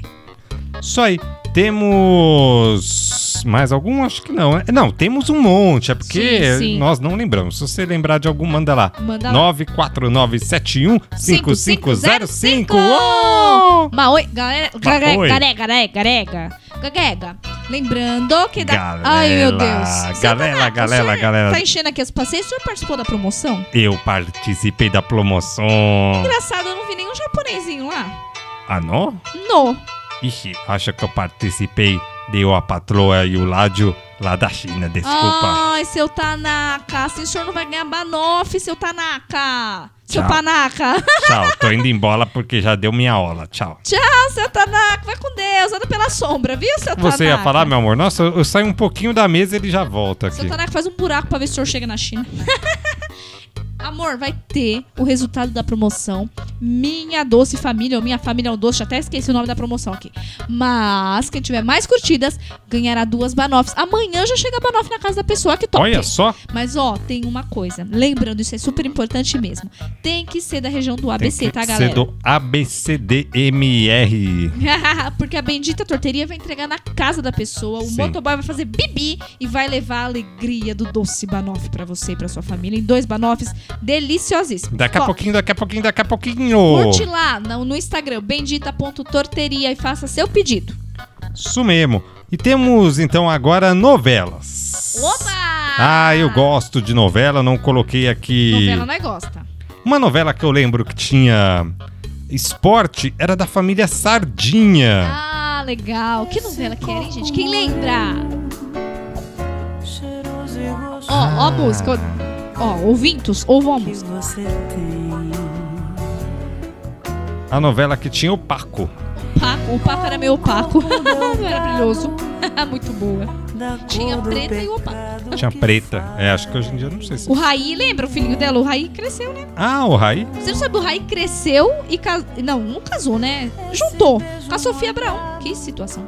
Speaker 2: Isso aí. Temos mais algum? Acho que não. né? Não, temos um monte. É porque
Speaker 3: Sim, sim.
Speaker 2: nós não lembramos. Se você lembrar de algum, manda lá.
Speaker 3: Manda lá.
Speaker 2: 949715505. Oh!
Speaker 3: Maoi, galera,
Speaker 2: Maoi.
Speaker 3: garega, garega, garega, garega. Lembrando que da... Ai, meu
Speaker 2: Galela,
Speaker 3: Deus. Seu
Speaker 2: galela,
Speaker 3: Donato,
Speaker 2: galela,
Speaker 3: o senhor
Speaker 2: galela.
Speaker 3: Tá enchendo aqui as passeios. O senhor participou da promoção?
Speaker 2: Eu participei da promoção.
Speaker 3: Engraçado, eu não vi nenhum japonesinho lá.
Speaker 2: Ah, não?
Speaker 3: No.
Speaker 2: Ixi, acha que eu participei de Eu, a Patroa e o Ládio lá da China, desculpa.
Speaker 3: Ai, seu Tanaka. Assim o senhor não vai ganhar banoff, seu Tanaka. Seu
Speaker 2: Tchau.
Speaker 3: Tanaka. [LAUGHS]
Speaker 2: Tchau, tô indo embora porque já deu minha aula. Tchau.
Speaker 3: Tchau, seu Tanaka. Vai com Deus. Anda pela sombra, viu, seu Tanaka?
Speaker 2: Você ia falar, meu amor? Nossa, eu eu saio um pouquinho da mesa e ele já volta
Speaker 3: Seu
Speaker 2: aqui.
Speaker 3: Tanaka faz um buraco pra ver se o senhor chega na China. [LAUGHS] Amor, vai ter o resultado da promoção. Minha Doce Família, ou Minha Família é um Doce, já até esqueci o nome da promoção aqui. Mas quem tiver mais curtidas ganhará duas banoffs. Amanhã já chega a banoff na casa da pessoa, que top.
Speaker 2: Olha só,
Speaker 3: Mas ó, tem uma coisa. Lembrando, isso é super importante mesmo. Tem que ser da região do ABC,
Speaker 2: tem que
Speaker 3: tá,
Speaker 2: ser
Speaker 3: galera?
Speaker 2: do ABCDMR.
Speaker 3: [LAUGHS] Porque a bendita torteria vai entregar na casa da pessoa, o
Speaker 2: Sim.
Speaker 3: motoboy vai fazer bibi e vai levar a alegria do doce banoff pra você e pra sua família em dois banoffs deliciosíssimos.
Speaker 2: Daqui a
Speaker 3: Ó,
Speaker 2: pouquinho, daqui a pouquinho, daqui a pouquinho.
Speaker 3: Curte lá no, no Instagram, bendita.torteria e faça seu pedido.
Speaker 2: Isso mesmo. E temos então agora novelas.
Speaker 3: Opa!
Speaker 2: Ah, eu gosto de novela, não coloquei aqui.
Speaker 3: Novela não gosta.
Speaker 2: Uma novela que eu lembro que tinha esporte era da família Sardinha.
Speaker 3: Ah, legal. Que novela que era, hein, gente? Quem lembra?
Speaker 6: Cheiroso e
Speaker 3: Ó, ó a música. Ó, ouvintos, ouvam a
Speaker 6: que
Speaker 3: música.
Speaker 6: você tem.
Speaker 3: Ah.
Speaker 2: A novela que tinha o Paco.
Speaker 3: Paco, o Paco era meio opaco. [LAUGHS] não era brilhoso. Muito boa. Tinha preta e opaco.
Speaker 2: Tinha preta. É, acho que hoje em dia eu não sei se.
Speaker 3: O Raí, lembra o filhinho dela? O Raí cresceu, né?
Speaker 2: Ah, o Raí?
Speaker 3: Você não sabe, o Raí cresceu e casou. Não, não casou, né? Juntou com a Sofia Abraão. Que situação.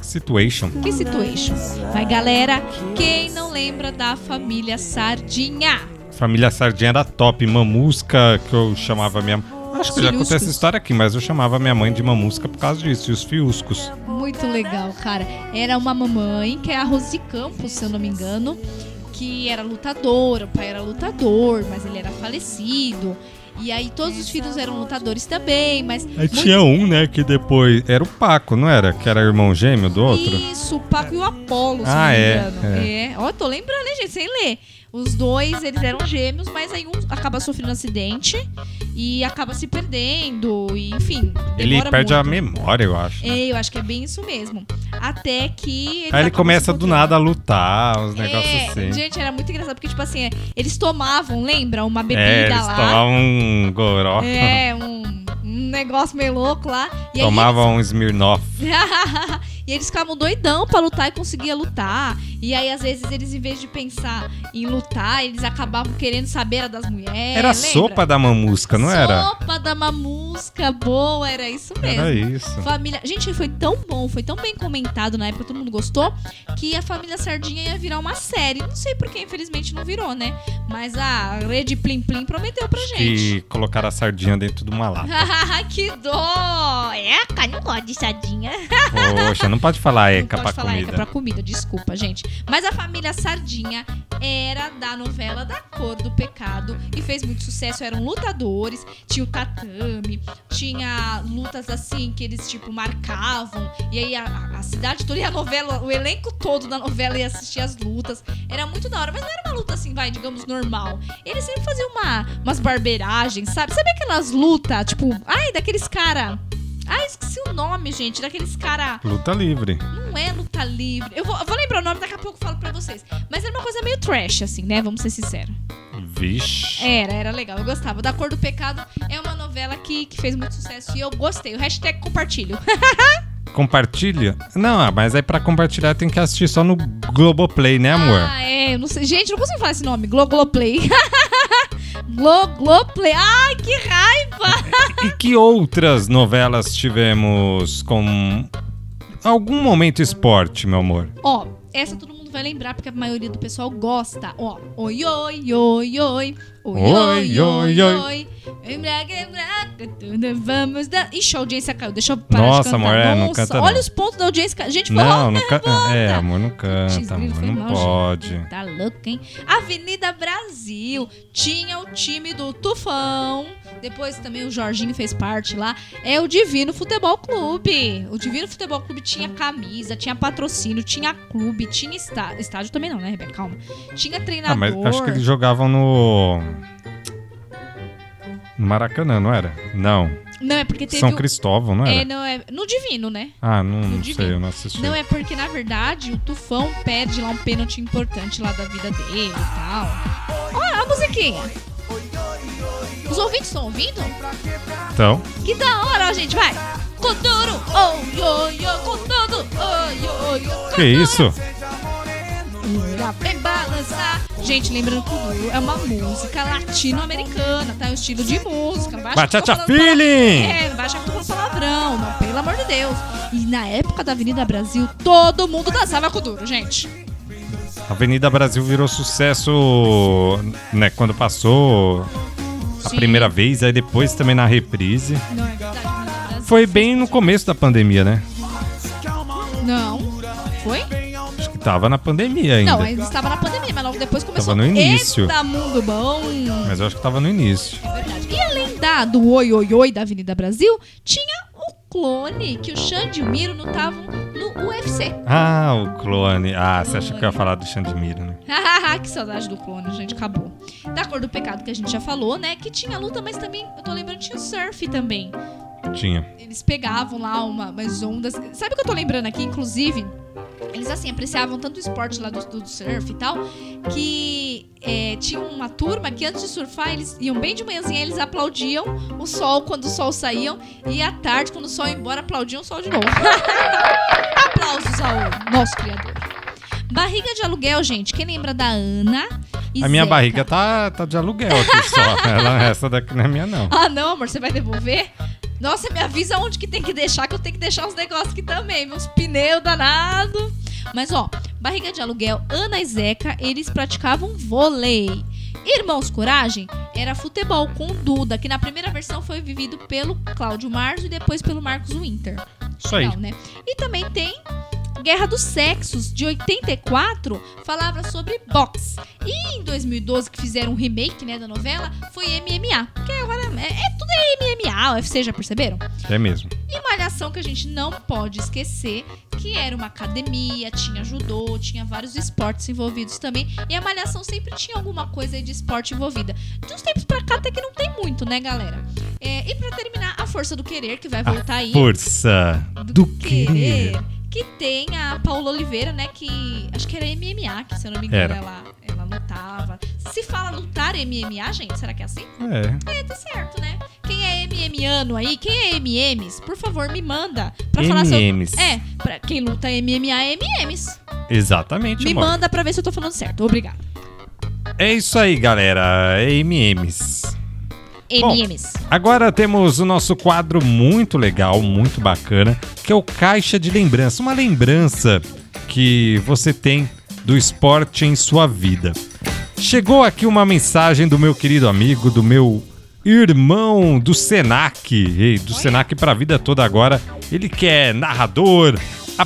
Speaker 2: Situation.
Speaker 3: Que situation. Mas, galera, quem não lembra da família Sardinha?
Speaker 2: Família Sardinha era top. Mamusca, que eu chamava minha. Acho que eu já contei
Speaker 3: Filhuscos.
Speaker 2: essa história aqui, mas eu chamava minha mãe de mamusca por causa disso. E os fiuscos.
Speaker 3: Muito legal, cara. Era uma mamãe, que é a Rose Campos, se eu não me engano, que era lutadora, o pai era lutador, mas ele era falecido. E aí todos os filhos eram lutadores também, mas
Speaker 2: Aí tinha um, né, que depois. Era o Paco, não era? Que era irmão gêmeo do outro?
Speaker 3: Isso, o Paco e o Apolo, se
Speaker 2: Ah,
Speaker 3: não me
Speaker 2: é,
Speaker 3: engano. É. Ó, tô lembrando, hein, gente, sem ler. Os dois, eles eram gêmeos, mas aí um acaba sofrendo um acidente e acaba se perdendo, e, enfim.
Speaker 2: Ele
Speaker 3: demora
Speaker 2: perde a
Speaker 3: muito.
Speaker 2: memória, eu acho. né?
Speaker 3: É, eu acho que é bem isso mesmo. Até que. eles
Speaker 2: Aí ele
Speaker 3: acabam
Speaker 2: começa
Speaker 3: se
Speaker 2: do nada a lutar, uns
Speaker 3: É,
Speaker 2: negócios assim.
Speaker 3: Gente, era muito engraçado, porque, tipo assim, é, eles tomavam, lembra? Uma bebida
Speaker 2: É, eles
Speaker 3: lá.
Speaker 2: tomavam um goró, [LAUGHS]
Speaker 3: É, um, um negócio meio louco lá. E aí
Speaker 2: tomavam um Smirnoff.
Speaker 3: [LAUGHS] e eles ficavam doidão pra lutar e conseguia lutar. E aí, às vezes, eles, em vez de pensar em lutar, eles acabavam querendo saber a das mulheres.
Speaker 2: era
Speaker 3: É, lembra?
Speaker 2: sopa da mamusca, não era?
Speaker 3: Sopa da mamusca boa, era isso mesmo.
Speaker 2: Era isso.
Speaker 3: Família. Gente, foi tão bom, foi tão bem comentado na época, todo mundo gostou, que a família Sardinha ia virar uma série. Não sei porque, infelizmente, não virou, né? Mas a rede Plim Plim prometeu pra gente. [LAUGHS]
Speaker 2: E colocaram a sardinha dentro de uma lata.
Speaker 3: que dó! Eca, não gosto de sardinha.
Speaker 2: Poxa, não pode falar
Speaker 3: Não
Speaker 2: eca pra
Speaker 3: pode
Speaker 2: é
Speaker 3: falar é
Speaker 2: comida.
Speaker 3: Eca pra comida, desculpa, gente. Mas a família Sardinha era da novela Da Cor do Pecado e fez muito sucesso. Eram lutadores, tinha o tatame, tinha lutas assim que eles, tipo, marcavam. E aí a, a- a cidade toda e a novela, o elenco todo da novela ia assistir as lutas. Era muito da hora, mas não era uma luta assim, vai, digamos, normal. Eles sempre faziam uma, umas barbeiragens, sabe? Sabe aquelas lutas, tipo, ai, daqueles cara... Ai, esqueci o nome, gente. Daqueles cara...
Speaker 2: Luta livre.
Speaker 3: Não é luta livre. Eu vou, eu vou lembrar o nome, daqui a pouco eu falo pra vocês. Mas era uma coisa meio trash, assim, né? Vamos ser sinceros.
Speaker 2: Vixe.
Speaker 3: Era, era legal. Eu gostava. Da Cor do Pecado é uma novela que, que fez muito sucesso e eu gostei. O hashtag compartilho.
Speaker 2: Compartilha? Não, ah, mas aí pra compartilhar tem que assistir só no Globoplay, né, amor?
Speaker 3: Ah, é. Eu não sei. Gente, eu não consigo falar esse nome. Glo Gloplay. [LAUGHS] Glo Gloplay. Ai, que raiva.
Speaker 2: E que outras novelas tivemos com algum momento esporte, meu amor?
Speaker 3: Ó, Essa todo mundo vai lembrar, porque a maioria do pessoal gosta. Ó, oi, oi, oi, oi. Oi, oi, oi, oi. Embraga, embraga, tudo vamos dar. Ixi, a audiência caiu. Deixa eu parar
Speaker 2: Nossa,
Speaker 3: de cantar.
Speaker 2: amor, é, não canta não.
Speaker 3: Olha os pontos da audiência. ca- Gente, foi
Speaker 2: Não,
Speaker 3: lá né,
Speaker 2: não canta. É, amor, não
Speaker 3: X
Speaker 2: canta,
Speaker 3: Grilo
Speaker 2: amor.
Speaker 3: foi
Speaker 2: Não
Speaker 3: mal,
Speaker 2: pode.
Speaker 3: gente. Tá louco, hein? Avenida Brasil tinha o time do Tufão. Depois também o Jorginho fez parte lá. É o Divino Futebol Clube. O Divino Futebol Clube tinha camisa, tinha patrocínio, tinha clube, tinha estádio. Estádio também não, né, Rebeca? Calma. Tinha
Speaker 2: Ah,
Speaker 3: treinador.
Speaker 2: mas acho que eles jogavam no. No Maracanã, não era? Não.
Speaker 3: Não, é porque teve.
Speaker 2: São
Speaker 3: o-
Speaker 2: Cristóvão, não era?
Speaker 3: É, não, é... No Divino, né?
Speaker 2: Ah, não, não
Speaker 3: Divino.
Speaker 2: sei, eu não assisti.
Speaker 3: Não, é porque, na verdade, o Tufão perde lá um pênalti importante lá da vida dele e tal. Olha a musiquinha. Os ouvintes estão ouvindo?
Speaker 2: Então,
Speaker 3: Que da hora, gente, vai. Condoro, oi, oi, oi, condodo, oi, oi, oi.
Speaker 2: que isso?
Speaker 3: Ira, Vem balançar. Gente, lembrando que o Blue é uma música latino-americana, tá? É um estilo de música. Não vai achar que eu tô
Speaker 2: Bachata
Speaker 3: falando pala-
Speaker 2: feeling!
Speaker 3: É, não vai achar que eu tô falando palavrão, não, pelo amor de Deus. E na época da Avenida Brasil, todo mundo dançava com o duro, gente.
Speaker 2: Avenida Brasil virou sucesso, né? Quando passou a
Speaker 3: Sim.
Speaker 2: primeira vez, aí depois também na reprise.
Speaker 3: Não, é verdade, Avenida Brasil.
Speaker 2: Foi bem no começo da pandemia, né?
Speaker 3: Não. Foi?
Speaker 2: Acho que tava na pandemia ainda.
Speaker 3: Não, é- ainda estava na pandemia, mas logo depois começou.
Speaker 2: Tava no início.
Speaker 3: Eita, mundo bom. é
Speaker 2: Mas eu acho que tava no início.
Speaker 3: Verdade. E além da, do Oi Oi Oi da Avenida Brasil, tinha o clone, que o Xande e o Miro não estavam no UFC.
Speaker 2: Ah, o clone. Ah, você acha que eu ia falar do Xandimiro, né?
Speaker 3: Hahaha, [LAUGHS] que saudade do clone, gente, acabou. Da Cor do Pecado, que a gente já falou, né? Que tinha luta, mas também, eu tô lembrando, tinha o surf também.
Speaker 2: Tinha.
Speaker 3: Eles pegavam lá uma, umas ondas. Sabe o que eu tô lembrando aqui, inclusive? Eles, assim, apreciavam tanto o esporte lá do, do- do surf e tal, que é, tinha uma turma que antes de surfar, eles iam bem de manhãzinha, eles aplaudiam o sol quando o sol saíam, e à tarde, quando o sol ia embora, aplaudiam o sol de novo. [LAUGHS] Aplausos ao nosso criador. Barriga de aluguel, gente. Quem lembra da Ana? e
Speaker 2: A minha
Speaker 3: Zeca?
Speaker 2: barriga tá, tá de aluguel aqui
Speaker 3: [LAUGHS]
Speaker 2: só. Ela, essa daqui não é minha, não.
Speaker 3: Ah, não, amor, você vai devolver? Nossa, me avisa onde que tem que deixar, que eu tenho que deixar os negócios aqui também, meus pneus danado. Mas ó, barriga de aluguel, Ana e Zeca, eles praticavam vôlei. Irmãos Coragem era futebol com o Duda, que na primeira versão foi vivido pelo Cláudio Marzo e depois pelo Marcos Winter.
Speaker 2: Isso aí.
Speaker 3: Legal, né? E também tem Guerra dos Sexos, de 84, falava sobre boxe. E em 2012, que fizeram um remake né, da novela, foi MMA. Porque agora é, é tudo é MMA, UFC, já perceberam?
Speaker 2: É mesmo.
Speaker 3: E Malhação que a gente não pode esquecer, que era uma academia, tinha judô, tinha vários esportes envolvidos também. E a Malhação sempre tinha alguma coisa aí de esporte envolvida. De uns tempos pra cá até que não tem muito, né, galera? É, e pra terminar, A Força do Querer, que vai voltar aí
Speaker 2: Força do querer.
Speaker 3: que tem a Paula Oliveira, né? Que acho que era MMA, que se eu não me engano
Speaker 2: Era.
Speaker 3: ela, ela lutava. Se fala lutar MMA, gente, será que é assim?
Speaker 2: É.
Speaker 3: É, tá certo, né? Quem é MMano aí? Quem é MMs? Por favor, me manda pra falar se eu...
Speaker 2: MMs.
Speaker 3: É, pra quem luta MMA é MMs.
Speaker 2: Exatamente,
Speaker 3: Me
Speaker 2: amor.
Speaker 3: manda pra ver se eu tô falando certo. Obrigada.
Speaker 2: É isso aí, galera. MMs. Bom,
Speaker 3: MMs.
Speaker 2: Agora temos o nosso quadro muito legal, muito bacana, que é o Caixa de Lembrança. Uma lembrança que você tem do esporte em sua vida. Chegou aqui uma mensagem do meu querido amigo, do meu irmão do Senac, Ei, do Senac para a vida toda agora. Ele que é narrador,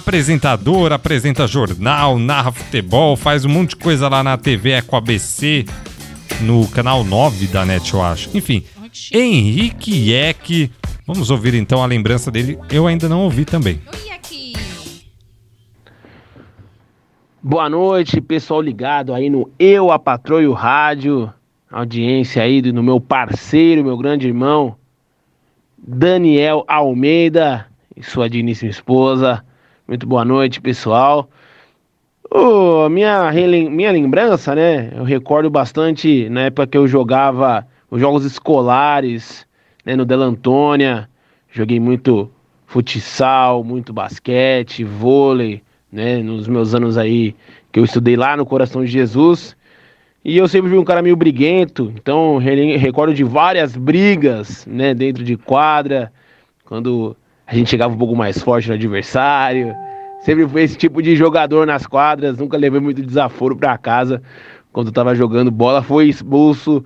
Speaker 2: apresentador, apresenta jornal, narra futebol, faz um monte de coisa lá na TV, é com a ABC, no canal 9 da NET, eu acho. Enfim,
Speaker 3: Ai, que chique.
Speaker 2: Henrique Eck. Vamos ouvir então a lembrança dele. Eu ainda não ouvi também.
Speaker 3: Olha aqui.
Speaker 7: Boa noite, pessoal ligado aí no Eu a Patrulho Rádio, audiência aí do meu parceiro, meu grande irmão, Daniel Almeida e sua digníssima esposa. Muito boa noite, pessoal. Ô, minha, relem- minha lembrança, né? Eu recordo bastante na época que eu jogava os jogos escolares, né? No Dela Antônia. Joguei muito futsal, muito basquete, vôlei, né? Nos meus anos aí que eu estudei lá no Coração de Jesus. E eu sempre fui um cara meio briguento, então rele- recordo de várias brigas, né? Dentro de quadra, quando a gente chegava um pouco mais forte no adversário, Sempre fui esse tipo de jogador nas quadras, nunca levei muito desaforo pra casa quando tava jogando bola. Fui expulso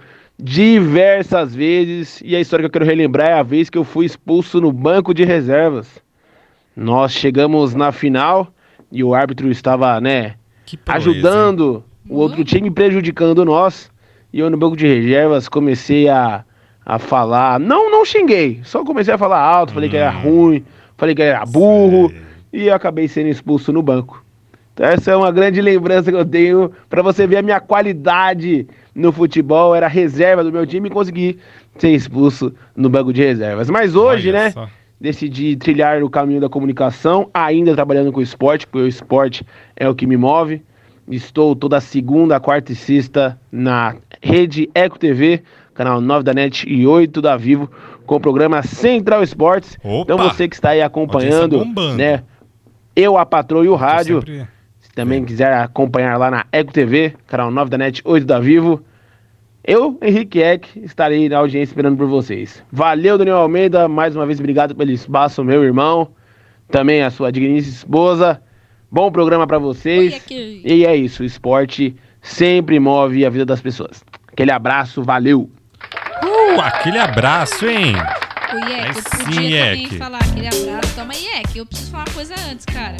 Speaker 7: diversas vezes e a história que eu quero relembrar é a vez que eu fui expulso no banco de reservas. Nós chegamos na final e o árbitro estava, né,
Speaker 2: Que proeza. Uhum.
Speaker 7: ajudando o outro time, prejudicando nós. E eu no banco de reservas comecei a, a falar. Não, não xinguei. Só comecei a falar alto, falei que era
Speaker 2: Uhum.
Speaker 7: ruim, falei que era burro. E eu acabei sendo expulso no banco. Então, essa é uma grande lembrança que eu tenho para você ver a minha qualidade no futebol. Era reserva do meu time e consegui ser expulso no banco de reservas. Mas hoje,
Speaker 2: Olha
Speaker 7: né?
Speaker 2: só.
Speaker 7: decidi trilhar o caminho da comunicação, ainda trabalhando com esporte, porque o esporte é o que me move. Estou toda segunda, quarta e sexta na rede Eco TV, canal 9 da NET e 8 da Vivo, com o programa Central Esportes.
Speaker 2: Opa!
Speaker 7: Então você que está aí acompanhando,
Speaker 2: Audiência bombando.
Speaker 7: né? Eu a Patrulho Rádio.
Speaker 2: Sempre-
Speaker 7: Se também quiser acompanhar lá na Eco TV, canal 9 da NET, 8 da Vivo. Eu, Henrique Eck, estarei na audiência esperando por vocês. Valeu, Daniel Almeida. Mais uma vez, obrigado pelo espaço, meu irmão. Também a sua digníssima esposa. Bom programa pra vocês.
Speaker 3: Olha aqui.
Speaker 7: E é isso, o esporte sempre move a vida das pessoas. Aquele abraço, valeu.
Speaker 2: Uh, aquele abraço, hein?
Speaker 3: O Iek, eu
Speaker 2: Mas sim,
Speaker 3: podia também
Speaker 2: Iek.
Speaker 3: falar aquele abraço. Toma, Iek, eu preciso falar uma coisa antes, cara.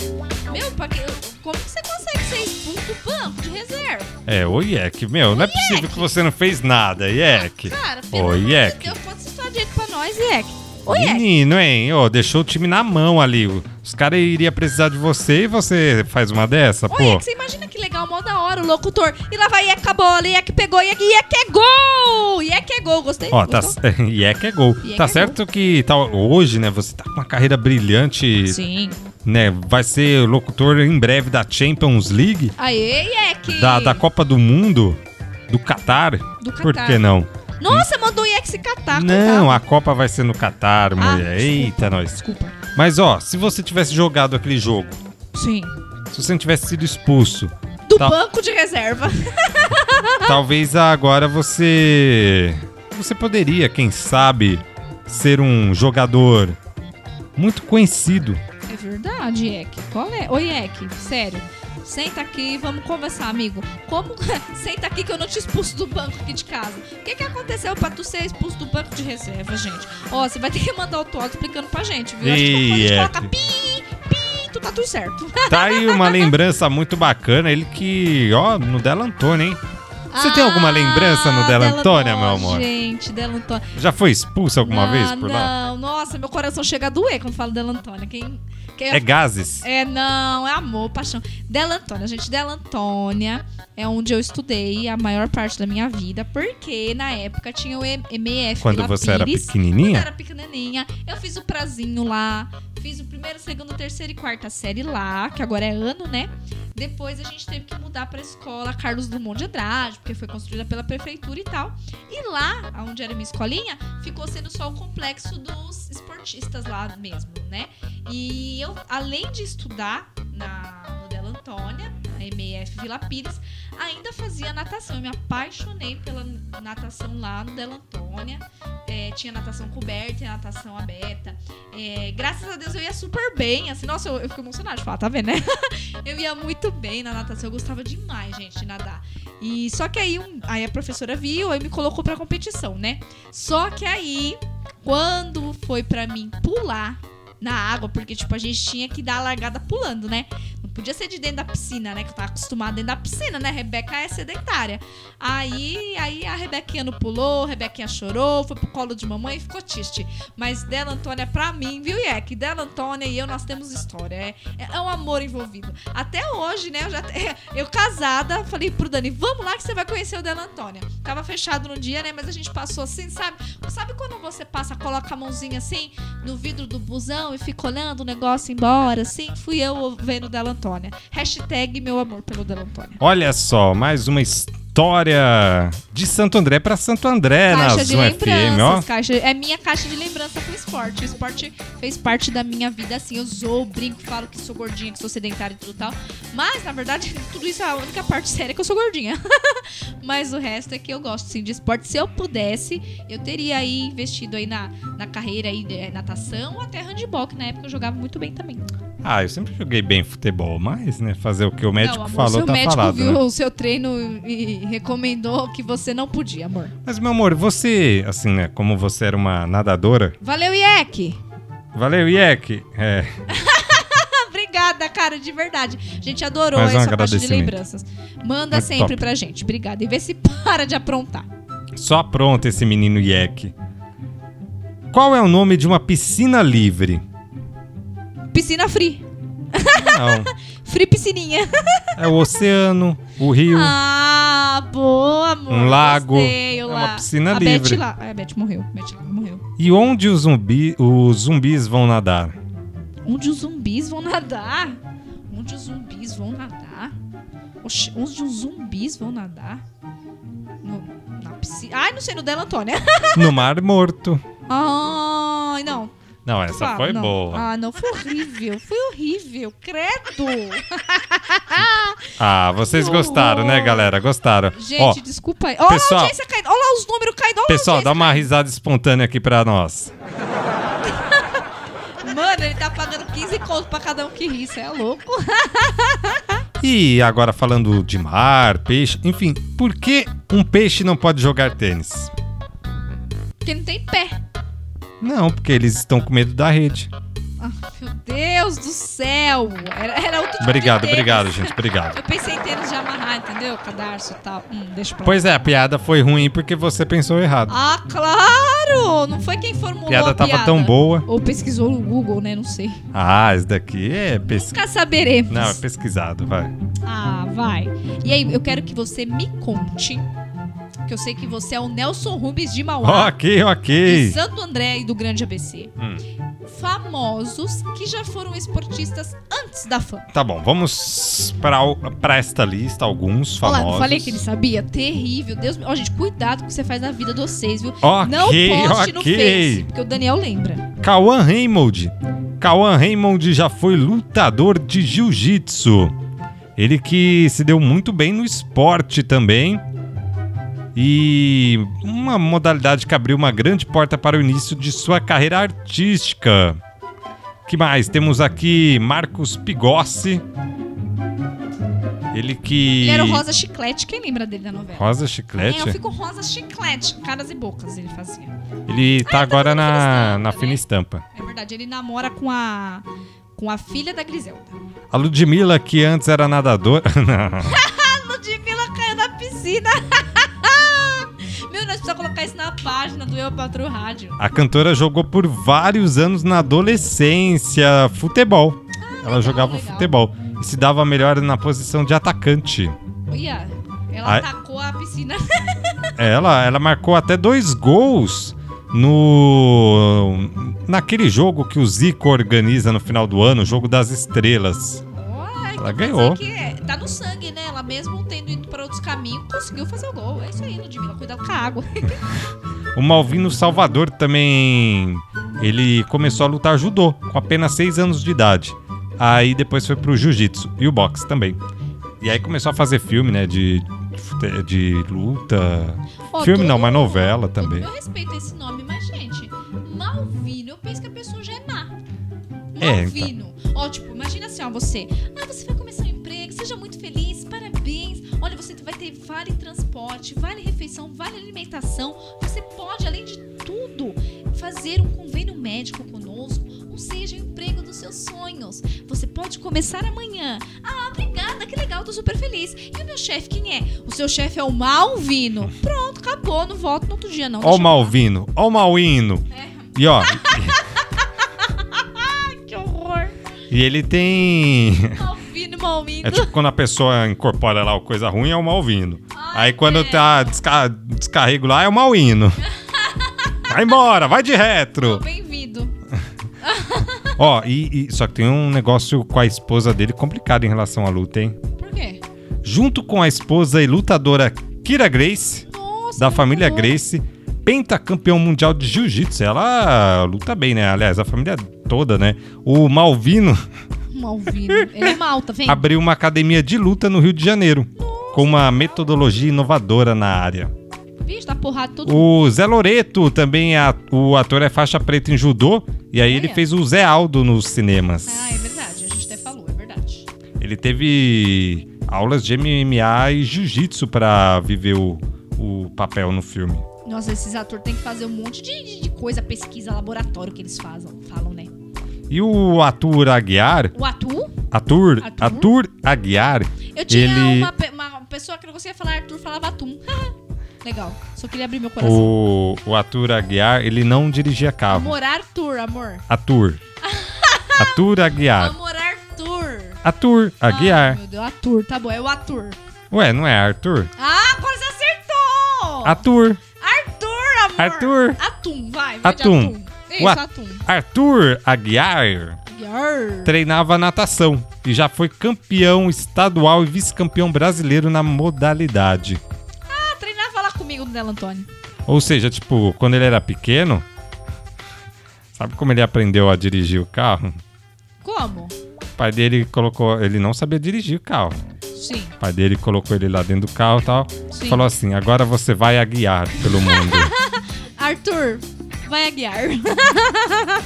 Speaker 3: Meu, pra que, como que você consegue ser expulso do banco de reserva?
Speaker 2: É, ô Yek, meu, não é possível que você não fez nada, Yek.
Speaker 3: Cara, pelo
Speaker 2: Ô,
Speaker 3: amor de
Speaker 2: Iek.
Speaker 3: Deus, pode ser só direito pra nós, Iek. Ô, Iek,
Speaker 2: Menino, hein? Ô, deixou o time na mão ali. Os caras iriam precisar de você e você faz uma dessa,
Speaker 3: ô,
Speaker 2: pô.
Speaker 3: Iek, você imagina que legal, mó da hora, o locutor. E lá vai Iek com a bola, Iek pegou, Iek, Iek é gol! Iek é gol, gostei?
Speaker 2: Ó, tá,
Speaker 3: Gostou?
Speaker 2: [LAUGHS] e é que é gol.
Speaker 3: E é que
Speaker 2: tá
Speaker 3: é
Speaker 2: certo que tá, hoje, né, você tá com uma carreira brilhante,
Speaker 3: Sim.
Speaker 2: né? Vai ser locutor em breve da Champions League,
Speaker 3: Aê, Iek!
Speaker 2: da, da Copa do Mundo, do Qatar.
Speaker 3: Do
Speaker 2: Por
Speaker 3: Catar.
Speaker 2: que não?
Speaker 3: Nossa, mandou o Iek se catar.
Speaker 2: não,
Speaker 3: coitado.
Speaker 2: a Copa vai ser no Qatar,
Speaker 3: Ah,
Speaker 2: mulher. Eita, nós.
Speaker 3: Desculpa.
Speaker 2: Mas ó, se você tivesse jogado aquele jogo,
Speaker 3: Sim.
Speaker 2: se você não tivesse sido expulso,
Speaker 3: [LAUGHS] Do
Speaker 2: Tá.
Speaker 3: banco de reserva.
Speaker 2: Talvez agora você. Você poderia, quem sabe, ser um jogador muito conhecido.
Speaker 3: É verdade, Ek. Qual é? Oi, Ek, sério. Senta aqui, vamos conversar, amigo. Como. [LAUGHS] Senta aqui que eu não te expulso do banco aqui de casa. O que, que aconteceu pra tu ser expulso do banco de reserva, gente? Ó, você vai ter que mandar o Tual explicando pra gente, viu? Acho que
Speaker 2: Ei,
Speaker 3: quando a
Speaker 2: Ek.
Speaker 3: gente coloca pi, pi, tu tá tudo certo.
Speaker 2: Tá aí
Speaker 3: [LAUGHS]
Speaker 2: uma lembrança muito bacana. Ele que. Ó, no Dela Antônia, hein? Você tem alguma lembrança no
Speaker 3: Ah,
Speaker 2: Dela Antônia,
Speaker 3: Antônia,
Speaker 2: meu amor?
Speaker 3: Gente, Dela Antônia.
Speaker 2: Já foi expulso alguma
Speaker 3: não,
Speaker 2: vez por
Speaker 3: não.
Speaker 2: lá?
Speaker 3: nossa, meu coração chega a doer quando falo Dela Antônia. Quem, quem
Speaker 2: É gases.
Speaker 3: É, não, é amor, paixão. Dela Antônia, gente, Dela Antônia é onde eu estudei a maior parte da minha vida, porque na época tinha o M- MF
Speaker 2: Quando
Speaker 3: Vila
Speaker 2: você era
Speaker 3: Pires. Quando eu
Speaker 2: pequenininha?
Speaker 3: era pequenininha, eu fiz o prazinho lá, fiz o primeiro, segundo, terceiro e quarta série lá, que agora é ano, né? Depois a gente teve que mudar pra escola Carlos Drummond de Andrade, porque foi construída pela prefeitura e tal. E lá, onde era minha escolinha, ficou sendo só o complexo dos esportistas lá mesmo, né? E eu, além de estudar na no Dela Antônia, na MF Vila Pires, ainda fazia natação. Eu me apaixonei pela natação lá no Dela Antônia. É, tinha natação coberta e natação aberta. É, graças a Deus eu ia super bem. Assim, nossa, eu, eu fico emocionada de falar, tá vendo, né? [LAUGHS] eu ia muito bem na natação. Eu gostava demais, gente, de nadar. E só que aí, um- aí a professora viu e me colocou pra competição, né? Só que aí, quando foi pra mim pular na água, porque, tipo, a gente tinha que dar a largada pulando, né? Não podia ser de dentro da piscina, né? Que eu tava acostumada dentro da piscina, né? Rebeca é sedentária. Aí, aí a Rebequinha não pulou, a Rebequinha chorou, foi pro colo de mamãe e ficou triste. Mas Dela Antônia, pra mim, viu, Yek? Dela Antônia e eu, nós temos história. É, é um amor envolvido. Até hoje, né? Eu, já, [LAUGHS] eu casada, falei pro Dani, vamos lá que você vai conhecer o Dela Antônia. Tava fechado no dia, né? Mas a gente passou assim, sabe? Sabe quando você passa, coloca a mãozinha assim no vidro do busão e fica olhando o negócio embora, assim? Fui eu vendo Dela Antônia. Hashtag meu amor pelo Dela Antônia.
Speaker 2: Olha só, mais uma história de Santo André pra Santo André na
Speaker 3: Caixa de
Speaker 2: Zoom FM, um ó.
Speaker 3: lembranças, caixa, é minha caixa de lembrança com o esporte. O esporte fez parte da minha vida, assim, eu zoo, brinco, falo que sou gordinha, que sou sedentária e tudo tal. Mas, na verdade, [LAUGHS] tudo isso é a única parte séria que eu sou gordinha. [LAUGHS] Mas o resto é que eu gosto, sim, de esporte. Se eu pudesse, eu teria aí é, investido aí na, na carreira aí de eh, natação ou até handebol, que na época eu jogava muito bem também.
Speaker 2: Ah, eu sempre joguei bem futebol, mas, né, fazer o que o médico
Speaker 3: não, amor,
Speaker 2: falou
Speaker 3: seu
Speaker 2: tá
Speaker 3: médico
Speaker 2: falado.
Speaker 3: viu
Speaker 2: né?
Speaker 3: o seu treino e recomendou que você não podia, amor.
Speaker 2: Mas, meu amor, você, assim, né, como você era uma nadadora.
Speaker 3: Valeu, Iek!
Speaker 2: Valeu, Iek. É,
Speaker 3: Obrigada, cara, de verdade. A gente adorou
Speaker 2: Mais um
Speaker 3: essa parte de
Speaker 2: agradecimento.
Speaker 3: lembranças. Manda
Speaker 2: Muito
Speaker 3: sempre
Speaker 2: top.
Speaker 3: pra gente. Obrigada. E vê se para de aprontar.
Speaker 2: só pronto esse menino Iek. Qual é o nome de uma piscina livre?
Speaker 3: Piscina free.
Speaker 2: Não.
Speaker 3: Free piscininha.
Speaker 2: É o oceano, o rio.
Speaker 3: [LAUGHS] Ah, boa, amor.
Speaker 2: Um lago.
Speaker 3: Gostei, o
Speaker 2: É
Speaker 3: la-
Speaker 2: uma piscina
Speaker 3: a
Speaker 2: livre.
Speaker 3: Beth lá. Ah, a Beth morreu. Beth lá morreu.
Speaker 2: E onde os, zumbi- os zumbis vão nadar?
Speaker 3: Onde os zumbis vão nadar? Onde os zumbis vão nadar? Oxi, onde os zumbis vão nadar? No- na piscina. Ai, não sei, no dela Antônia.
Speaker 2: No Mar Morto.
Speaker 3: [LAUGHS] Ai, não.
Speaker 2: Não, essa
Speaker 3: Fala,
Speaker 2: foi
Speaker 3: não.
Speaker 2: boa.
Speaker 3: Ah, não, foi horrível. Foi horrível. Credo.
Speaker 2: Ah, vocês
Speaker 3: que
Speaker 2: gostaram, né,
Speaker 3: horror.
Speaker 2: galera? Gostaram.
Speaker 3: Gente,
Speaker 2: Ó,
Speaker 3: desculpa aí. Olha lá
Speaker 2: pessoal-
Speaker 3: a audiência caindo. Olha lá os números caindo. Olha
Speaker 2: pessoal,
Speaker 3: lá
Speaker 2: dá uma risada espontânea aqui pra nós.
Speaker 3: a audiência. Mano, ele tá pagando 15 conto pra cada um que ri. Isso é louco.
Speaker 2: E agora falando de mar, peixe, enfim, por que um peixe não pode jogar tênis?
Speaker 3: Porque não tem pé.
Speaker 2: Não, porque eles estão com medo da rede.
Speaker 3: Ah, meu Deus do céu. Era, era outro tipo
Speaker 2: Obrigado,
Speaker 3: de tênis.
Speaker 2: obrigado, gente, obrigado.
Speaker 3: Eu pensei em tênis de amarrar, entendeu? Cadarço e tal. Hum, deixa pra lá.
Speaker 2: Pois é, a piada foi ruim porque você pensou errado.
Speaker 3: Ah, claro! Não foi quem formulou
Speaker 2: A piada
Speaker 3: a
Speaker 2: tava
Speaker 3: piada.
Speaker 2: tão boa.
Speaker 3: Ou pesquisou no Google, né? Não sei.
Speaker 2: Ah, isso daqui é pesquisado.
Speaker 3: Nunca saberemos.
Speaker 2: Não, é pesquisado, vai.
Speaker 3: Ah, vai. E aí, eu quero que você me conte. Que eu sei que você é o Nelson Rubens de Mauá.
Speaker 2: Ok, Hum.
Speaker 3: De
Speaker 2: ok.
Speaker 3: Santo André e do Grande ABC. Famosos que já foram esportistas antes da fama.
Speaker 2: Tá bom, vamos pra, o- pra esta lista, alguns
Speaker 3: Olha
Speaker 2: famosos.
Speaker 3: lá, não falei que ele sabia? Terrível. Deus me... Ó, gente, cuidado com o que você faz na vida de vocês, viu?
Speaker 2: Ok,
Speaker 3: não poste no
Speaker 2: ok.
Speaker 3: Face, porque o Daniel lembra.
Speaker 2: Cauã Raymond. Cauã Raymond já foi lutador de jiu-jitsu. Ele que se deu muito bem no esporte também. E uma modalidade que abriu uma grande porta para o início de sua carreira artística. Que mais? Temos aqui Marcos Pigossi. Ele que.
Speaker 3: Ele era o Rosa Chiclete, quem lembra dele da novela?
Speaker 2: Rosa
Speaker 3: É, eu
Speaker 2: Chiclete.
Speaker 3: fico Rosa Chiclete, caras e bocas ele fazia.
Speaker 2: Ele tá agora
Speaker 3: na
Speaker 2: na, na
Speaker 3: fina estampa, né?
Speaker 2: fina estampa.
Speaker 3: É verdade, ele namora com a com a filha da Griselda.
Speaker 2: A Ludmilla, que antes era nadadora. [LAUGHS]
Speaker 3: Ludmilla caiu na piscina. [LAUGHS] Meu, nós precisamos colocar isso na página do Eu Patro Rádio.
Speaker 2: A cantora jogou por vários anos na adolescência futebol. Ela jogava
Speaker 3: legal.
Speaker 2: futebol e se dava melhor na posição de atacante.
Speaker 3: Olha, ela
Speaker 2: Ai.
Speaker 3: atacou a piscina. [LAUGHS]
Speaker 2: Ela, ela marcou até dois gols no naquele jogo que o Zico organiza no final do ano, o jogo das estrelas.
Speaker 3: Olha,
Speaker 2: Ela
Speaker 3: então quer
Speaker 2: ganhou.
Speaker 3: dizer Que é- tá no sangue, né? Ela mesmo tendo ido pra outros caminhos, conseguiu fazer o gol. É isso aí, Ludmilla. Cuidado com a água. [LAUGHS]
Speaker 2: O Malvino Salvador também. Ele começou a lutar judô com apenas 6 anos de idade. Aí depois foi pro jiu-jitsu e o boxe também. E aí começou a fazer filme, né? De, fute- de luta.
Speaker 3: Ó,
Speaker 2: filme
Speaker 3: todo-
Speaker 2: não, mas novela
Speaker 3: todo-
Speaker 2: também.
Speaker 3: Eu respeito esse nome, mas, gente, Malvino, eu penso que a pessoa já é má.
Speaker 2: É,
Speaker 3: Malvino. Ó, tipo, imagina assim, ó, você. Ah, você vai começar um emprego, seja muito feliz, parabéns. Olha, você vai ter vale transporte, vale refeição, vale alimentação. Você pode, além de tudo, fazer um convênio médico conosco, ou seja, o emprego dos seus sonhos. Você pode começar amanhã. Ah, obrigada, que legal, tô super feliz. E o meu chefe, quem é? O seu chefe é o Malvino.
Speaker 2: [LAUGHS]
Speaker 3: Pronto, acabou, não volto no outro dia,
Speaker 2: Ó
Speaker 3: não.
Speaker 2: o
Speaker 3: Deixa eu
Speaker 2: Malvino, ó o Malino. E ó,
Speaker 3: falar. Que horror.
Speaker 2: e ele tem.
Speaker 3: Malvino, Malvino.
Speaker 2: É tipo quando a pessoa incorpora lá o coisa ruim, é o Malvino. Aí quando tá desca- descarrego lá, é o Malino. Vai embora, vai de retro.
Speaker 3: Bem-vindo.
Speaker 2: Ó, e, e- só que tem um negócio com a esposa dele complicado em relação à luta, hein?
Speaker 3: Por quê?
Speaker 2: Junto com a esposa e lutadora Kira Grace,
Speaker 3: Nossa,
Speaker 2: da
Speaker 3: que
Speaker 2: família
Speaker 3: horror.
Speaker 2: Grace, pentacampeão mundial de jiu-jitsu. Ela luta bem, né? Aliás, a família toda, né? O Malvino
Speaker 3: Malvino. Ele é mal, tá vendo?
Speaker 2: abriu uma academia de luta no Rio de Janeiro, com uma metodologia inovadora na área.
Speaker 3: Bicho, tá porrado todo
Speaker 2: O Zé Loreto também, é a- o ator é faixa preta em judô, e aí ele
Speaker 3: Olha.
Speaker 2: fez o Zé Aldo nos cinemas.
Speaker 3: Ah, é verdade. A gente
Speaker 2: Ele teve aulas de MMA e jiu-jitsu pra viver o, o papel no filme.
Speaker 3: Nossa, esses atores têm que fazer um monte de, de- de coisa, pesquisa, laboratório que eles fazem, falam, né?
Speaker 2: E o Atur Aguiar,
Speaker 3: O Atu,
Speaker 2: Atur,
Speaker 3: Atur?
Speaker 2: Atur Aguiar,
Speaker 3: eu tinha
Speaker 2: Ele-
Speaker 3: uma, pe- uma pessoa que não conseguia falar Arthur, falava Atum. [LAUGHS] Legal, só queria abrir meu coração.
Speaker 2: o, o Atur Aguiar, ele não dirigia carro.
Speaker 3: Amor Arthur, amor. [LAUGHS]
Speaker 2: Atur. Atur Aguiar.
Speaker 3: Amor Arthur.
Speaker 2: Atur
Speaker 3: Ai,
Speaker 2: Aguiar.
Speaker 3: meu Deus, Arthur, tá bom, é o Arthur.
Speaker 2: Ué, não é Arthur?
Speaker 3: Ah, agora você acertou!
Speaker 2: Atur.
Speaker 3: Arthur, amor.
Speaker 2: Arthur.
Speaker 3: Atum, vai. vai de
Speaker 2: Atum.
Speaker 3: Isso,
Speaker 2: O a-
Speaker 3: Atum.
Speaker 2: Arthur Aguiar
Speaker 3: Yarr.
Speaker 2: treinava natação e já foi campeão estadual e vice-campeão brasileiro na modalidade.
Speaker 3: Ah, treinava lá comigo do Del Antônio.
Speaker 2: Ou seja, tipo, quando ele era pequeno, sabe como ele aprendeu a dirigir o carro?
Speaker 3: Como?
Speaker 2: O pai dele colocou, ele não sabia dirigir o carro.
Speaker 3: Sim.
Speaker 2: O pai dele colocou ele lá dentro do carro e tal.
Speaker 3: Sim.
Speaker 2: Falou assim: agora você vai a guiar [LAUGHS] pelo mundo.
Speaker 3: Arthur, vai a guiar.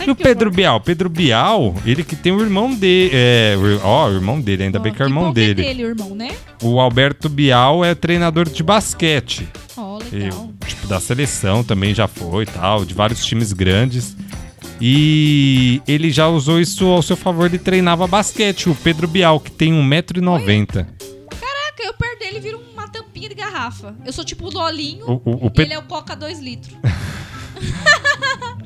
Speaker 2: e o Pedro Bial? Pedro Bial, ele que tem o irmão dele. É, o ir- ó, o irmão dele, ainda bem que é o irmão dele.
Speaker 3: É dele, o irmão, né?
Speaker 2: O Alberto Bial é treinador de basquete.
Speaker 3: Ó,
Speaker 2: E,
Speaker 3: legal.
Speaker 2: tipo, da seleção também já foi e tal, de vários times grandes. E ele já usou isso ao seu favor, ele treinava basquete. O Pedro Bial, que tem 1,90m.
Speaker 3: Caraca, É eu perto dele vira uma tampinha de garrafa. Eu sou tipo o Dolinho
Speaker 2: O, o, o,
Speaker 3: e
Speaker 2: Pe-
Speaker 3: ele é o Coca
Speaker 2: [LAUGHS]
Speaker 3: 2 litros.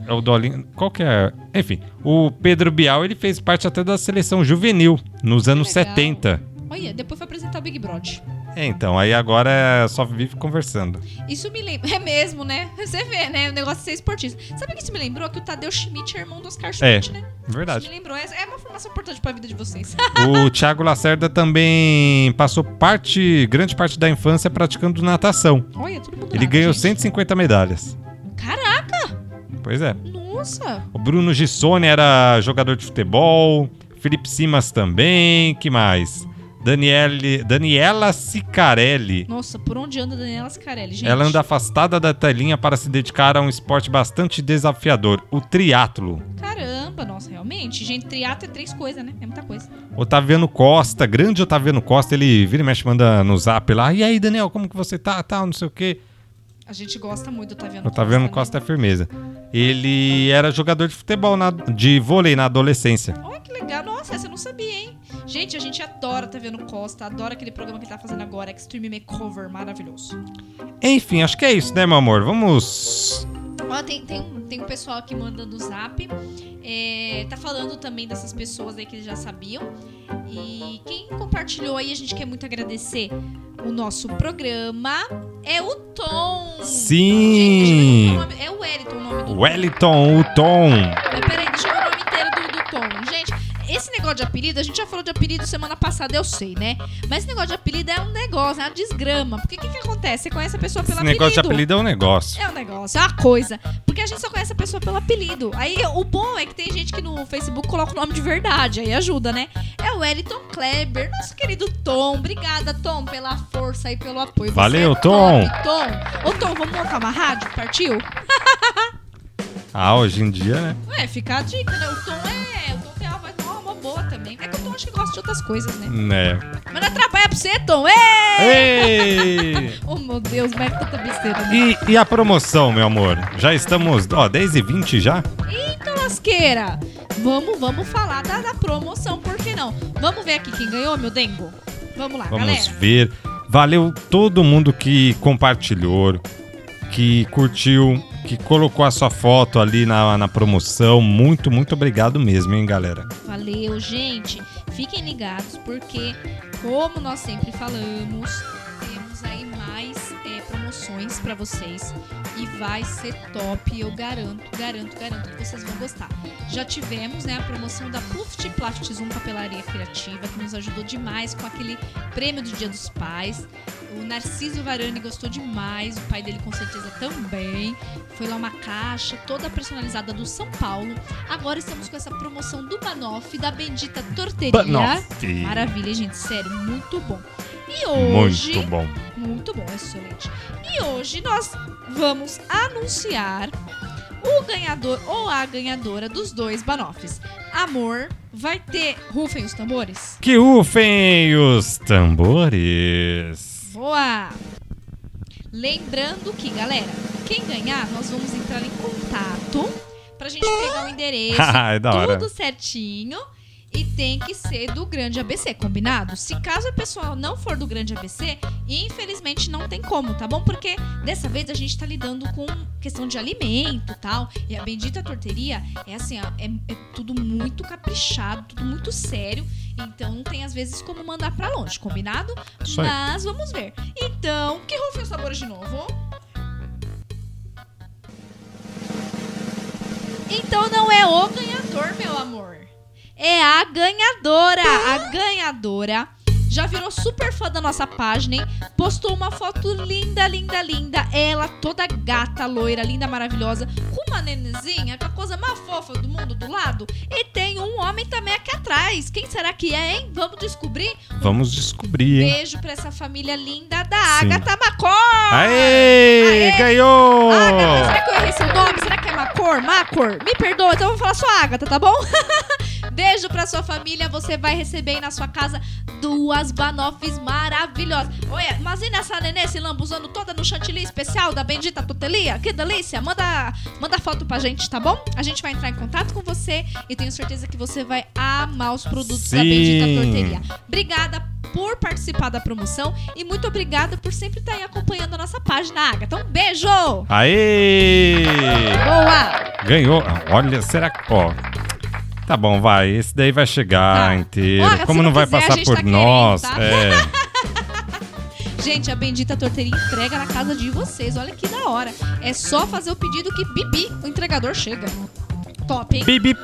Speaker 2: é o Dolinho. Qual que é? Enfim, o Pedro Bial, ele fez parte até da seleção juvenil, nos anos
Speaker 3: legal.
Speaker 2: 70.
Speaker 3: Olha, depois foi apresentar o Big Brother.
Speaker 2: É, então, aí agora é só vive conversando. [LAUGHS]
Speaker 3: Isso me lembra. É mesmo, né? Você vê, né? O negócio de ser esportista. Sabe o que isso me lembrou? Que o Tadeu Schmidt é irmão do Oscar Schmidt, né? Isso
Speaker 2: Verdade.
Speaker 3: me lembrou. É é uma informação importante pra vida de vocês. [LAUGHS]
Speaker 2: O Thiago Lacerda também passou parte, grande parte da infância praticando natação.
Speaker 3: Olha, tudo mudado.
Speaker 2: Ele ganhou
Speaker 3: Ah, gente.
Speaker 2: 150 medalhas.
Speaker 3: Caraca,
Speaker 2: Pois é.
Speaker 3: nossa.
Speaker 2: O Bruno Gissoni era jogador de futebol. Felipe Simas também. Que mais? Daniele, Daniela Sicarelli.
Speaker 3: Nossa, por onde anda a Daniela Scarelli, gente?
Speaker 2: Ela anda afastada da telinha para se dedicar a um esporte bastante desafiador, o triatlo.
Speaker 3: Caramba, nossa, realmente. Gente, triato é três coisas, né? É muita coisa.
Speaker 2: Otaviano Costa, grande Otaviano Costa, ele vira e mexe, manda no zap lá. E aí, Daniel, como que você tá? Tal, não sei o quê.
Speaker 3: A gente gosta muito do Otaviano né?
Speaker 2: Otaviano Costa é firmeza. Ele era jogador de futebol, na- de vôlei na adolescência.
Speaker 3: né? Olha que legal. Nossa, essa eu não sabia, hein? Gente, a gente adora o Otaviano Costa. Adora aquele programa que ele tá fazendo agora, Extreme Makeover. Maravilhoso.
Speaker 2: Enfim, acho que é isso, né, meu amor? Vamos.
Speaker 3: Ó, tem, tem, um, tem um pessoal aqui mandando o zap. É, tá falando também dessas pessoas aí que já sabiam. E quem compartilhou aí, a gente quer muito agradecer o nosso programa. É o Tom. Gente, deixa eu ver
Speaker 2: Sim!
Speaker 3: como é o nome. É o Wellington o nome do
Speaker 2: Wellington, o Tom.
Speaker 3: Mas peraí, deixa eu ver o nome inteiro do, do Tom. Gente, esse negócio de apelido, a gente já falou de apelido semana passada, eu sei, né? Mas esse negócio de apelido é um negócio, é uma desgrama. Porque o que, que acontece? Você conhece a pessoa pelo
Speaker 2: Esse negócio de apelido é um negócio.
Speaker 3: é um negócio, é uma coisa. Porque a gente só conhece a pessoa pelo apelido. Aí o bom é que tem gente que no Facebook coloca o nome de verdade, aí ajuda, né? É o Wellington Kleber, nosso querido Tom. Obrigada, Tom, pela força e pelo apoio. Você
Speaker 2: Valeu,
Speaker 3: é
Speaker 2: Tom.
Speaker 3: top, Tom. Ô, Tom, vamos montar uma rádio? Partiu?
Speaker 2: Ah, hoje em dia, né?
Speaker 3: Ué, fica a dica, né? O Tom é. O Tom tem uma voz uma alma boa também. É que o Tom acho que gosta de outras coisas, né?
Speaker 2: Né.
Speaker 3: Mas não atrapalha pra você, Tom. É!
Speaker 2: Ei!
Speaker 3: Oh, meu Deus, mas é tanta besteira, né?
Speaker 2: E, e a promoção, meu amor? Já estamos, ó, 10 e 20 já?
Speaker 3: Eita lasqueira! Vamos, vamos falar da, da promoção, por que não? Vamos ver aqui quem ganhou, meu Dengo? Vamos lá,
Speaker 2: Vamos
Speaker 3: galera.
Speaker 2: ver. Valeu todo mundo que compartilhou, que curtiu, que colocou a sua foto ali na, na promoção. Muito, muito obrigado mesmo, hein, galera?
Speaker 3: Valeu, gente. Fiquem ligados, porque, como nós sempre falamos, temos aí mais é, promoções pra vocês. E vai ser top, eu garanto, garanto, garanto que vocês vão gostar. Já tivemos né, a promoção da Pluft Plaft Zoom Papelaria Criativa, que nos ajudou demais com aquele prêmio do Dia dos Pais. O Narciso Varane gostou demais, o pai dele com certeza também. Foi lá uma caixa toda personalizada do São Paulo. Agora estamos com essa promoção do Banoff, da bendita torteria.
Speaker 2: Banoff.
Speaker 3: Maravilha, gente, sério, muito bom. E hoje.
Speaker 2: Muito bom.
Speaker 3: Muito bom, excelente. E hoje nós vamos anunciar o ganhador ou a ganhadora dos dois Banoffs. amor, vai ter Rufem os Tambores?
Speaker 2: Que ufem os tambores.
Speaker 3: Boa! Lembrando que, galera, quem ganhar, nós vamos entrar em contato pra gente
Speaker 2: [LAUGHS]
Speaker 3: pegar o endereço,
Speaker 2: Ah, é da hora.
Speaker 3: tudo certinho. E tem que ser do Grande ABC, combinado? Se caso a pessoa não for do Grande ABC, infelizmente não tem como, tá bom? Porque dessa vez a gente tá lidando com questão de alimento e tal. E a bendita torteria é assim, ó, é, é tudo muito caprichado, tudo muito sério. Então não tem às vezes como mandar pra longe, combinado?
Speaker 2: Isso aí.
Speaker 3: Mas vamos ver. Então, que rufem os sabores de novo. Então não é o ganhador, meu amor. É a ganhadora. A ganhadora já virou super fã da nossa página, hein? Postou uma foto linda, linda, linda. Ela toda gata, loira, linda, maravilhosa, com uma nenezinha, com a coisa mais fofa do mundo do lado. E tem um homem também aqui atrás. Quem será que é, hein? Vamos descobrir? Um
Speaker 2: Vamos descobrir, hein?
Speaker 3: Beijo pra essa família linda da
Speaker 2: Sim.
Speaker 3: Agatha Macor!
Speaker 2: Aê!
Speaker 3: Aê!
Speaker 2: Ganhou!
Speaker 3: Agatha, Ah, será que eu errei seu nome? Será que é Macor? Macor? Me perdoa, então eu vou falar só Agatha, tá bom? [LAUGHS] Beijo pra sua família, você vai receber aí na sua casa duas banofes maravilhosas. Olha, imagina essa nenê se lambuzando toda no chantilly especial da bendita tutelia. Que delícia! Manda, manda foto pra gente, tá bom? A gente vai entrar em contato com você e tenho certeza que você vai amar os produtos da
Speaker 2: Sim.
Speaker 3: bendita torteria. Obrigada por participar da promoção e muito obrigada por sempre estar aí acompanhando a nossa página, Agatha. Um beijo!
Speaker 2: Aê!
Speaker 3: Boa!
Speaker 2: Ganhou. Ah, Olha, será que. Ó. Tá bom, vai. Esse daí vai chegar
Speaker 3: Tá.
Speaker 2: inteiro.
Speaker 3: Olha, se
Speaker 2: Como
Speaker 3: não
Speaker 2: não vai
Speaker 3: quiser, a
Speaker 2: passar
Speaker 3: gente
Speaker 2: por
Speaker 3: tá querendo,
Speaker 2: nós?
Speaker 3: tá?
Speaker 2: É.
Speaker 3: [LAUGHS] Gente, a bendita torteria entrega na casa de vocês. Olha que da hora. É só fazer o pedido que Bibi, o entregador, chega. Top, hein?
Speaker 2: Bibi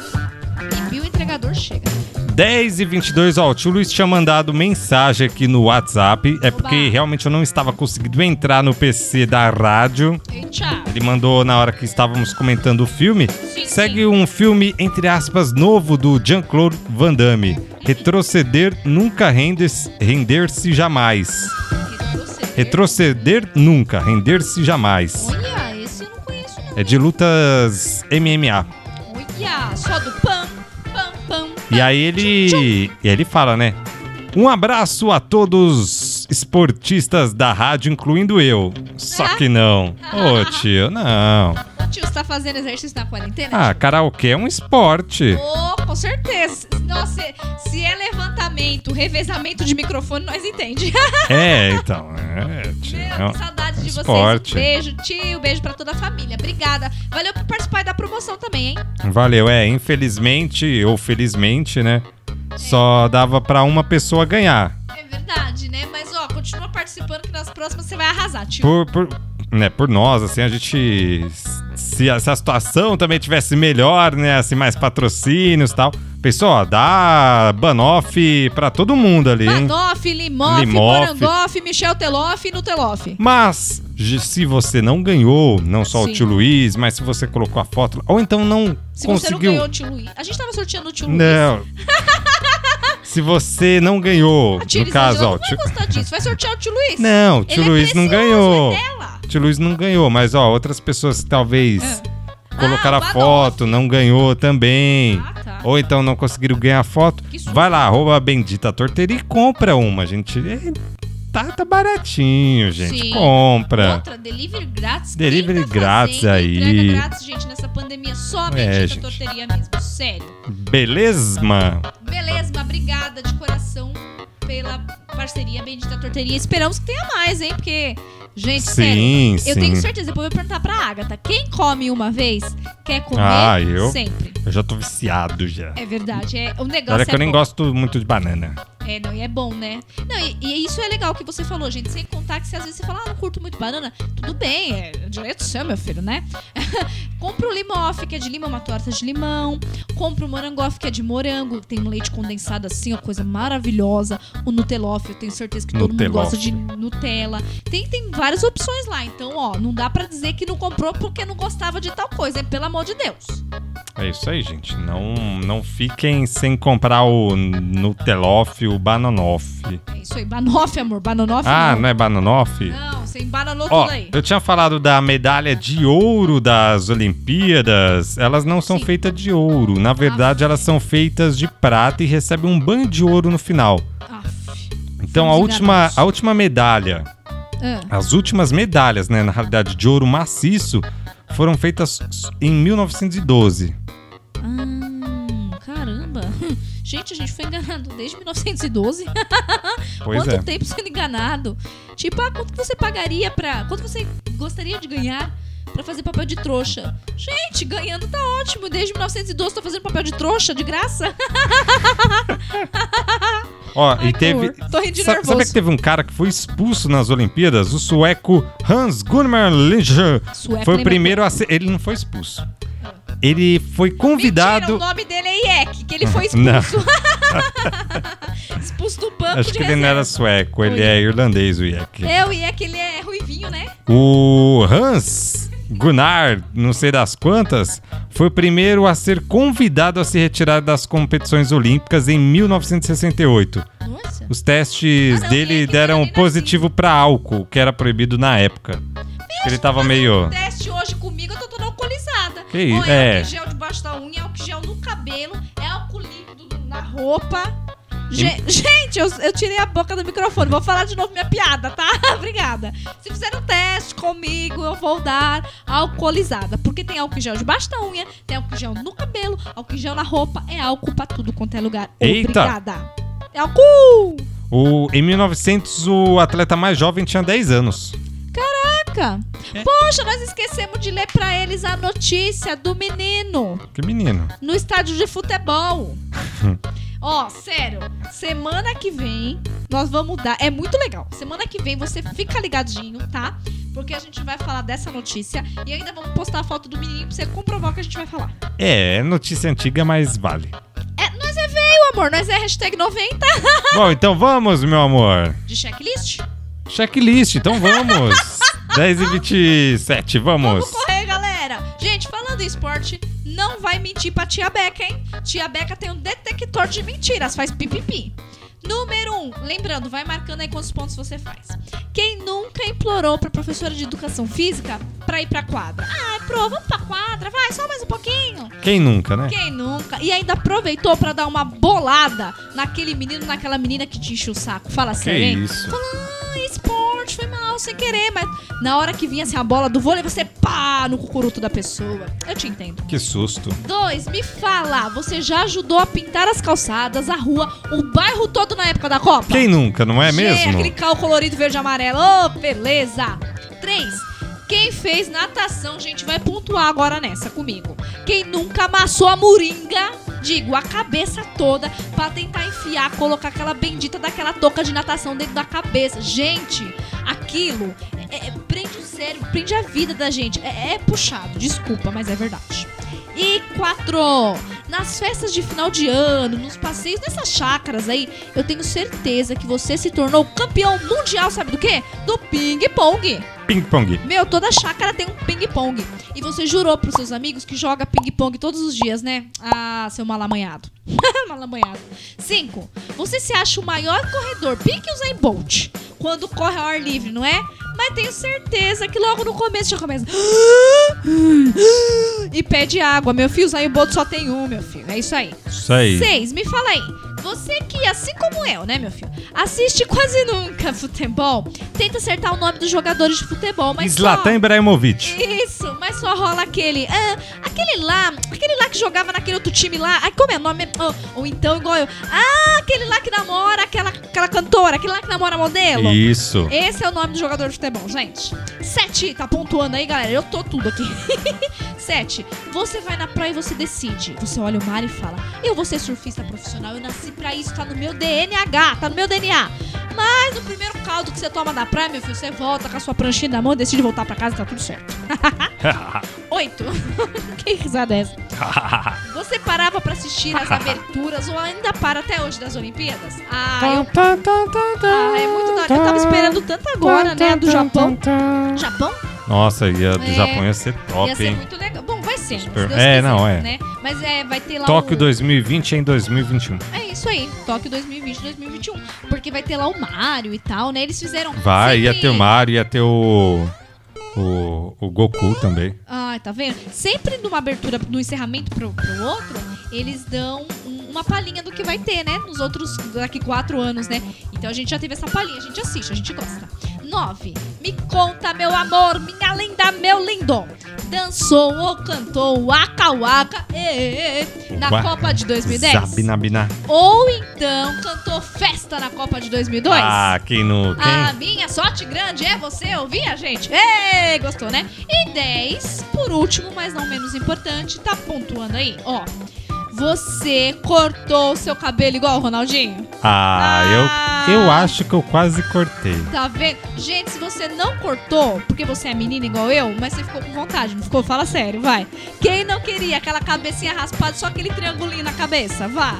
Speaker 3: Bibi, o entregador, chega.
Speaker 2: 10 e 22, ó, o tio Luiz tinha mandado mensagem aqui no WhatsApp. É porque
Speaker 3: Oba.
Speaker 2: realmente eu não estava conseguindo entrar no PC da rádio.
Speaker 3: E tchau.
Speaker 2: Ele mandou na hora que estávamos comentando o filme.
Speaker 3: Sim,
Speaker 2: Segue um filme, entre aspas, novo do Jean-Claude Van Damme. Retroceder nunca render- render-se jamais.
Speaker 3: Retroceder.
Speaker 2: Retroceder nunca, render-se jamais.
Speaker 3: Olha, esse eu não conheço, não.
Speaker 2: É de lutas MMA.
Speaker 3: Olha, só do pam, pam, pam.
Speaker 2: E aí ele. E ele fala, né? Um abraço a todos esportistas da rádio, incluindo eu. Só que não. Ô, tio, não.
Speaker 3: O tio está fazendo exercício na quarentena?
Speaker 2: Ah, karaokê é um esporte.
Speaker 3: Oh, com certeza. Nossa, se- se é levantamento, revezamento de microfone, nós entende. [LAUGHS]
Speaker 2: É, então. É, tio.
Speaker 3: Meu, que saudade de
Speaker 2: é Esporte.
Speaker 3: vocês. Beijo, tio. Beijo pra toda a família. Obrigada. Valeu por participar da promoção também, hein?
Speaker 2: Valeu, é. Infelizmente, ou felizmente, né? Só dava pra uma pessoa ganhar.
Speaker 3: É verdade, né? Mas, ó, continua participando que nas próximas você vai arrasar, tio.
Speaker 2: Por, por, né, por nós, assim, a gente. Se a, se a situação também tivesse melhor, né? Assim, mais patrocínios e tal. Pessoal, dá Banoff pra todo mundo ali, hein?
Speaker 3: Manoff, Limoff,
Speaker 2: Limoff.
Speaker 3: Morangoff, Michel Teloff e Nuteloff.
Speaker 2: Mas, j- se você não ganhou, não só
Speaker 3: Sim.
Speaker 2: o tio Luiz, mas se você colocou a foto. Ou então não
Speaker 3: Se você não
Speaker 2: conseguiu.
Speaker 3: ganhou o tio Luiz. A gente tava sorteando o tio Luiz. [LAUGHS]
Speaker 2: não. se você não ganhou,
Speaker 3: A tia
Speaker 2: no
Speaker 3: Elisângela
Speaker 2: caso, ó.
Speaker 3: não
Speaker 2: o
Speaker 3: vai
Speaker 2: tio-
Speaker 3: gostar disso. Vai sortear o tio Luiz?
Speaker 2: Não, o tio
Speaker 3: Ele é
Speaker 2: Luiz não
Speaker 3: precioso,
Speaker 2: ganhou.
Speaker 3: É dela.
Speaker 2: Tio Luiz não ganhou, mas ó, outras pessoas que talvez colocaram
Speaker 3: Ah,
Speaker 2: a
Speaker 3: o Adolfo.
Speaker 2: foto, não ganhou também.
Speaker 3: Ah, tá.
Speaker 2: Ou então não conseguiram ganhar a foto.
Speaker 3: Que susto.
Speaker 2: Vai lá, arroba a bendita torteira e compra uma, gente. É, Tá, tá baratinho, gente.
Speaker 3: Sim.
Speaker 2: Compra.
Speaker 3: Outra, delivery grátis.
Speaker 2: Delivery
Speaker 3: Quem tá
Speaker 2: grátis
Speaker 3: fazendo
Speaker 2: aí. É,
Speaker 3: Entrega grátis, gente, nessa pandemia. Só a bendita
Speaker 2: gente.
Speaker 3: torteria mesmo, sério.
Speaker 2: Beleza, mano?
Speaker 3: Beleza, mas obrigada de coração pela parceria Bendita Torteria. Esperamos que tenha mais, hein? Porque, gente, sério.
Speaker 2: Sim, sim.
Speaker 3: Eu tenho certeza, depois eu vou perguntar pra Agatha. Quem come uma vez, quer comer
Speaker 2: Ah, eu?
Speaker 3: sempre.
Speaker 2: Eu já tô viciado já.
Speaker 3: É verdade. É, o negócio
Speaker 2: Olha
Speaker 3: é
Speaker 2: que eu nem
Speaker 3: bom.
Speaker 2: gosto muito de banana.
Speaker 3: É, não, e é bom, né? Não, e, e isso é legal que você falou, gente. Sem contar que se às vezes você fala, ah, não curto muito banana, tudo bem, é direito seu, meu filho, né? [LAUGHS] compra o limoff, que é de lima, uma torta de limão. Compra o morangoff, que é de morango, que tem um leite condensado assim, uma coisa maravilhosa. O nuteloff, eu tenho certeza que todo mundo
Speaker 2: Nuteloff.
Speaker 3: gosta de Nutella. Tem, tem várias opções lá, então, ó, não dá pra dizer que não comprou porque não gostava de tal coisa, hein? Pelo amor de Deus.
Speaker 2: É isso aí, gente. Não, não fiquem sem comprar o Nutelof, o Bananoff.
Speaker 3: É isso aí, banoff, amor, banonoff
Speaker 2: Ah,
Speaker 3: não.
Speaker 2: não é Bananoff?
Speaker 3: Não, Você embananou
Speaker 2: Ó,
Speaker 3: tudo aí.
Speaker 2: eu tinha falado da medalha de ouro das Olimpíadas. Elas não são
Speaker 3: Sim.
Speaker 2: feitas de ouro. Na verdade, elas são feitas de prata e recebem um banho de ouro no final.
Speaker 3: Aff.
Speaker 2: Então, a
Speaker 3: Fomos
Speaker 2: última,
Speaker 3: enganados.
Speaker 2: a última medalha,
Speaker 3: Ah,
Speaker 2: as últimas medalhas, né, na realidade, de ouro maciço, foram feitas em 1912.
Speaker 3: Hum, caramba. [LAUGHS] Gente, a gente foi enganado desde 1912.
Speaker 2: [LAUGHS] Pois
Speaker 3: quanto
Speaker 2: é.
Speaker 3: tempo sendo enganado? Tipo, ah, quanto você pagaria pra. Quanto você gostaria de ganhar pra fazer papel de trouxa? Gente, ganhando tá ótimo. Desde 1912 tô fazendo papel de trouxa, de graça.
Speaker 2: Ó,
Speaker 3: [LAUGHS] Ai,
Speaker 2: e
Speaker 3: que
Speaker 2: teve.
Speaker 3: horror. Tô rindo de
Speaker 2: Sa-
Speaker 3: nervoso.
Speaker 2: Sabe que teve um cara que foi expulso nas Olimpíadas? O sueco Hans Gunnar Linger.
Speaker 3: Sueco
Speaker 2: Foi o
Speaker 3: lembra-
Speaker 2: primeiro a ser. Ele não foi expulso. Ele foi um convidado.
Speaker 3: Mentira, o nome dele é Iek, que
Speaker 2: [LAUGHS]
Speaker 3: ele foi
Speaker 2: Não.
Speaker 3: expulso. [LAUGHS] expulso do banco
Speaker 2: Acho
Speaker 3: de
Speaker 2: que ele não
Speaker 3: reserva.
Speaker 2: era sueco, ele
Speaker 3: Olha.
Speaker 2: é irlandês, o Iek.
Speaker 3: É, o Iek, ele é ruivinho, né?
Speaker 2: O Hans Gunnar, não sei das quantas, foi o primeiro a ser convidado a se retirar das competições olímpicas em 1968.
Speaker 3: Nossa.
Speaker 2: Os testes
Speaker 3: Ah, não,
Speaker 2: dele
Speaker 3: o Iek não era
Speaker 2: deram
Speaker 3: nem
Speaker 2: positivo pra álcool, que era proibido na época. Ele tava meio.
Speaker 3: teste hoje comigo, eu tô toda alcoolizada.
Speaker 2: Que isso,
Speaker 3: Ou é,
Speaker 2: é.
Speaker 3: álcool gel debaixo da unha, é álcool gel no cabelo, é álcool líquido na roupa. Ge- Gente, eu, eu tirei a boca do microfone. Vou falar de novo minha piada, tá? [LAUGHS] Obrigada. Se fizer um teste comigo, eu vou dar alcoolizada. Porque tem álcool gel debaixo da unha, tem álcool gel no cabelo, álcool gel na roupa. É álcool pra tudo quanto é lugar.
Speaker 2: Eita.
Speaker 3: Obrigada. É álcool!
Speaker 2: O, em 1900, o atleta mais jovem tinha 10 anos.
Speaker 3: Caraca.
Speaker 2: É.
Speaker 3: Poxa, nós esquecemos de ler pra eles a notícia do menino.
Speaker 2: Que menino.
Speaker 3: no estádio de futebol. Ó, sério, semana que vem nós vamos dar. É muito legal. Semana que vem você fica ligadinho, tá? Porque a gente vai falar dessa notícia e ainda vamos postar a foto do menino pra você comprovar o que a gente vai falar.
Speaker 2: É, é notícia antiga, mas
Speaker 3: [LAUGHS]
Speaker 2: vale.
Speaker 3: É, nós é veio, amor. Nós é hashtag 90
Speaker 2: Bom, então vamos, meu amor.
Speaker 3: [LAUGHS] de checklist.
Speaker 2: Checklist, então
Speaker 3: [LAUGHS]
Speaker 2: vamos. 10 e 27, vamos.
Speaker 3: Vamos correr, galera. Gente, falando em esporte, não vai mentir pra tia Beca, hein? Tia Beca tem um detector de mentiras, faz pipipi. Número 1, um, lembrando, vai marcando aí quantos pontos você faz. Quem nunca implorou pra professora de educação física pra ir pra quadra? Ah, prova, vamos pra quadra, vai, só mais um pouquinho.
Speaker 2: Quem nunca, né?
Speaker 3: Quem nunca? E ainda aproveitou pra dar uma bolada naquele menino, naquela menina que te enche o saco. Fala
Speaker 2: Que
Speaker 3: sério, hein?
Speaker 2: isso.
Speaker 3: Ah, esporte, foi mal, sem querer, mas na hora que vinha assim a bola do vôlei, você pá no cucuruto da pessoa. Eu te entendo.
Speaker 2: Que susto.
Speaker 3: Dois, me fala, você já ajudou a pintar as calçadas, a rua, o bairro todo na época da Copa?
Speaker 2: Quem nunca, não é
Speaker 3: Gê, Aquele
Speaker 2: mesmo?
Speaker 3: cal colorido verde e amarelo. Ô, beleza! Três. Quem fez natação, gente, vai pontuar agora nessa comigo. Quem nunca amassou a moringa, digo, a cabeça toda, pra tentar enfiar, colocar aquela bendita daquela touca de natação dentro da cabeça. Gente, aquilo é- é- prende o cérebro, prende a vida da gente. É- é puxado, desculpa, mas é verdade. E quatro, nas festas de final de ano, nos passeios, nessas chácaras aí, eu tenho certeza que você se tornou campeão mundial, sabe do quê? Do ping-pong.
Speaker 2: Ping-pong.
Speaker 3: Meu, toda chácara tem um ping-pong. E você jurou pros seus amigos que joga ping-pong todos os dias, né? Ah, seu malamanhado. [LAUGHS] malamanhado. Cinco, você se acha o maior corredor, pique o Usain Bolt, quando corre ao ar livre, não é? Mas tenho certeza que logo no começo já começa... [GASPS] E pede água, meu filho. Usain Bolt só tem um, meu filho. É isso aí.
Speaker 2: Isso aí.
Speaker 3: Seis, me fala aí. Você que, assim como eu, né, meu filho, assiste quase nunca futebol, tenta acertar o nome dos jogadores de futebol, mas só...
Speaker 2: Zlatan Ibrahimovic.
Speaker 3: Isso, mas só rola aquele. ah, aquele lá, aquele lá que jogava naquele outro time lá. Ai, como é o nome? Ou, ou então, igual eu. Ah, aquele lá que namora aquela, aquela cantora, aquele lá que namora modelo.
Speaker 2: Isso.
Speaker 3: Esse é o nome do jogador de futebol, gente. Sete, tá pontuando aí, galera? Eu tô tudo aqui. [LAUGHS] Sete, você vai na praia e você decide. Você olha o mar e fala: Eu vou ser surfista profissional, eu nasci pra isso, tá no meu DNH, tá no meu DNA. Mas o primeiro caldo que você toma na praia, meu filho, você volta com a sua pranchinha na mão e decide voltar pra casa, tá tudo certo. Oito, [LAUGHS] que risada é essa? Você parava pra assistir as aberturas ou ainda para até hoje das Olimpíadas? Ah, eu ah, é muito da hora. Eu tava esperando tanto agora, né? Do Japão. Japão?
Speaker 2: Nossa, ia do
Speaker 3: É.
Speaker 2: Japão ia ser
Speaker 3: Ia
Speaker 2: top,
Speaker 3: ser
Speaker 2: hein?
Speaker 3: muito legal. Bom, vai acontecendo. se
Speaker 2: Super-
Speaker 3: Deus
Speaker 2: é,
Speaker 3: quiser,
Speaker 2: não, é.
Speaker 3: Né? Mas é, vai ter lá
Speaker 2: Tóquio
Speaker 3: o-
Speaker 2: 2020 em 2021.
Speaker 3: É isso aí, Tóquio 2020, 2021. Porque vai ter lá o Mario e tal, né? Eles fizeram.
Speaker 2: Vai,
Speaker 3: sempre-
Speaker 2: ia ter o Mario, ia ter o. O, o Goku também.
Speaker 3: Ah, tá vendo? Sempre numa abertura, no encerramento pro, pro outro, eles dão um- uma palhinha do que vai ter, né? Nos outros, daqui quatro anos, né? Então a gente já teve essa palhinha, a gente assiste, a gente gosta. Nove. Me conta, meu amor, minha linda, meu lindo. Dançou ou cantou Waka Waka ê, ê, ê, na
Speaker 2: Uá.
Speaker 3: Copa de 2010?
Speaker 2: Zabinabiná.
Speaker 3: Ou então cantou Festa na Copa de 2002?
Speaker 2: Ah, quem não. Quem?
Speaker 3: A minha sorte grande é você ouvir a gente. Ei, gostou, né? E 10, por último, mas não menos importante, tá pontuando aí, ó. Você cortou o seu cabelo igual o Ronaldinho?
Speaker 2: Ah,
Speaker 3: Ah.
Speaker 2: eu, eu acho que eu quase cortei.
Speaker 3: Tá vendo? Gente, se você não cortou, porque você é menina igual eu, mas você ficou com vontade, não ficou? Fala sério, vai. Quem não queria aquela cabecinha raspada, só aquele triangulinho na cabeça? Vá.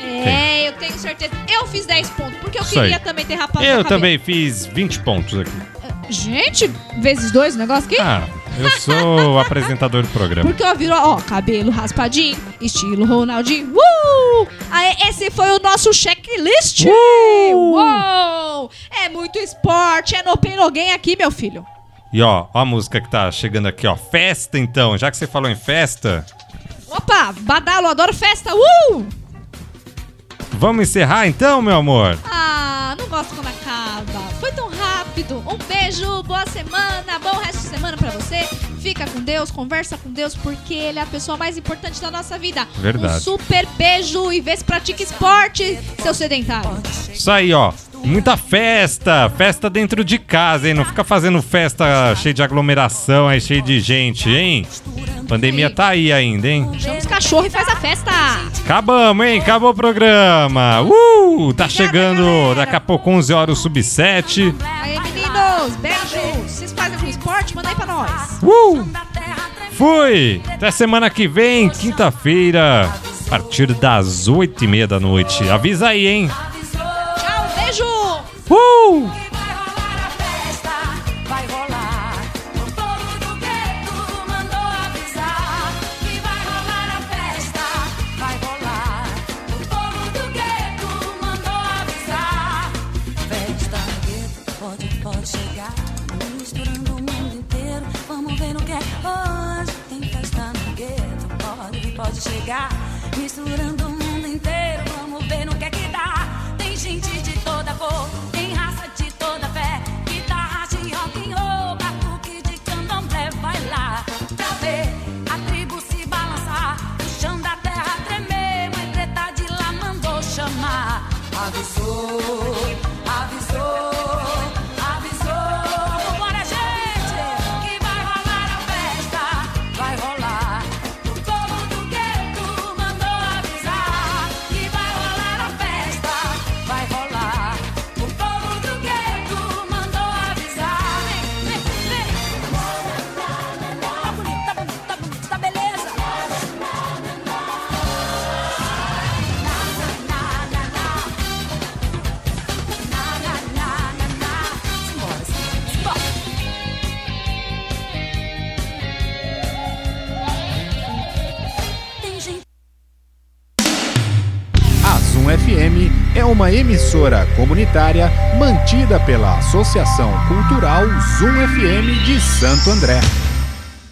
Speaker 3: É, eu tenho certeza. Eu fiz 10 pontos, porque eu
Speaker 2: Isso
Speaker 3: queria
Speaker 2: aí.
Speaker 3: também ter rapado
Speaker 2: Eu
Speaker 3: meu cabelo.
Speaker 2: também fiz 20 pontos aqui.
Speaker 3: Gente, vezes dois o negócio aqui?
Speaker 2: Ah, eu sou
Speaker 3: [LAUGHS]
Speaker 2: o apresentador do programa.
Speaker 3: Porque ó, virou, ó, cabelo raspadinho, estilo Ronaldinho. Uh! Aí, esse foi o nosso checklist. Uou! É muito esporte, é no Penoguém aqui, meu filho.
Speaker 2: E ó, ó a música que tá chegando aqui, ó. Festa então, já que você falou em festa,
Speaker 3: Opa, badalo, adoro festa. Uh!
Speaker 2: vamos encerrar então, meu amor.
Speaker 3: Ah, não gosto quando acaba. Foi tão rápido. Um beijo, boa semana, bom resto de semana pra você. Fica com Deus, conversa com Deus, porque Ele é a pessoa mais importante da nossa vida. Um
Speaker 2: Verdade.
Speaker 3: super beijo e vê se pratica esporte, seu sedentário.
Speaker 2: Isso aí, ó. Muita festa, festa dentro de casa, hein? Não fica fazendo festa cheia de aglomeração, aí cheia de gente, hein? Pandemia tá aí ainda, hein?
Speaker 3: Chama os cachorros e faz a festa.
Speaker 2: Acabamos, hein? Acabou o programa. Uh! Tá chegando daqui a pouco 11 horas o sub 7.
Speaker 3: Aí, meninos, beijo. Vocês fazem algum esporte? Manda aí pra nós.
Speaker 2: Uh! Fui! Até semana que vem, quinta-feira, a partir das 8 e meia da noite. Avisa aí, hein?
Speaker 3: Tchau, beijo.
Speaker 2: Uh!
Speaker 8: Vai rolar a festa, vai rolar. O povo do gueto mandou avisar que vai rolar a festa, vai rolar. O povo do gueto mandou avisar.
Speaker 4: Festa no gueto, pode, pode chegar. Misturando o mundo inteiro, vamos ver no que é hoje. Tem festa no gueto, pode, vir, pode chegar. Misturando o mundo inteiro, vamos ver no que é que dá. Tem gente de toda cor, tem raça de toda fé. Guitarra de rock and roll, batuque de candomblé, vai lá pra ver a tribo se balançar. O chão da terra tremer, mãe preta de lá mandou chamar. Avisou, avisou, avisou. Bora, gente, que vai rolar a festa. Vai rolar. O povo do gueto mandou avisar. Que vai rolar a festa. Vai rolar. O povo do gueto mandou avisar. Vem, vem, vem. Tá bonito, tá bonito, tá bonito, tá beleza. Tem gente
Speaker 9: A Zoom FM é uma emissora comunitária mantida pela Associação Cultural Zoom FM de Santo André.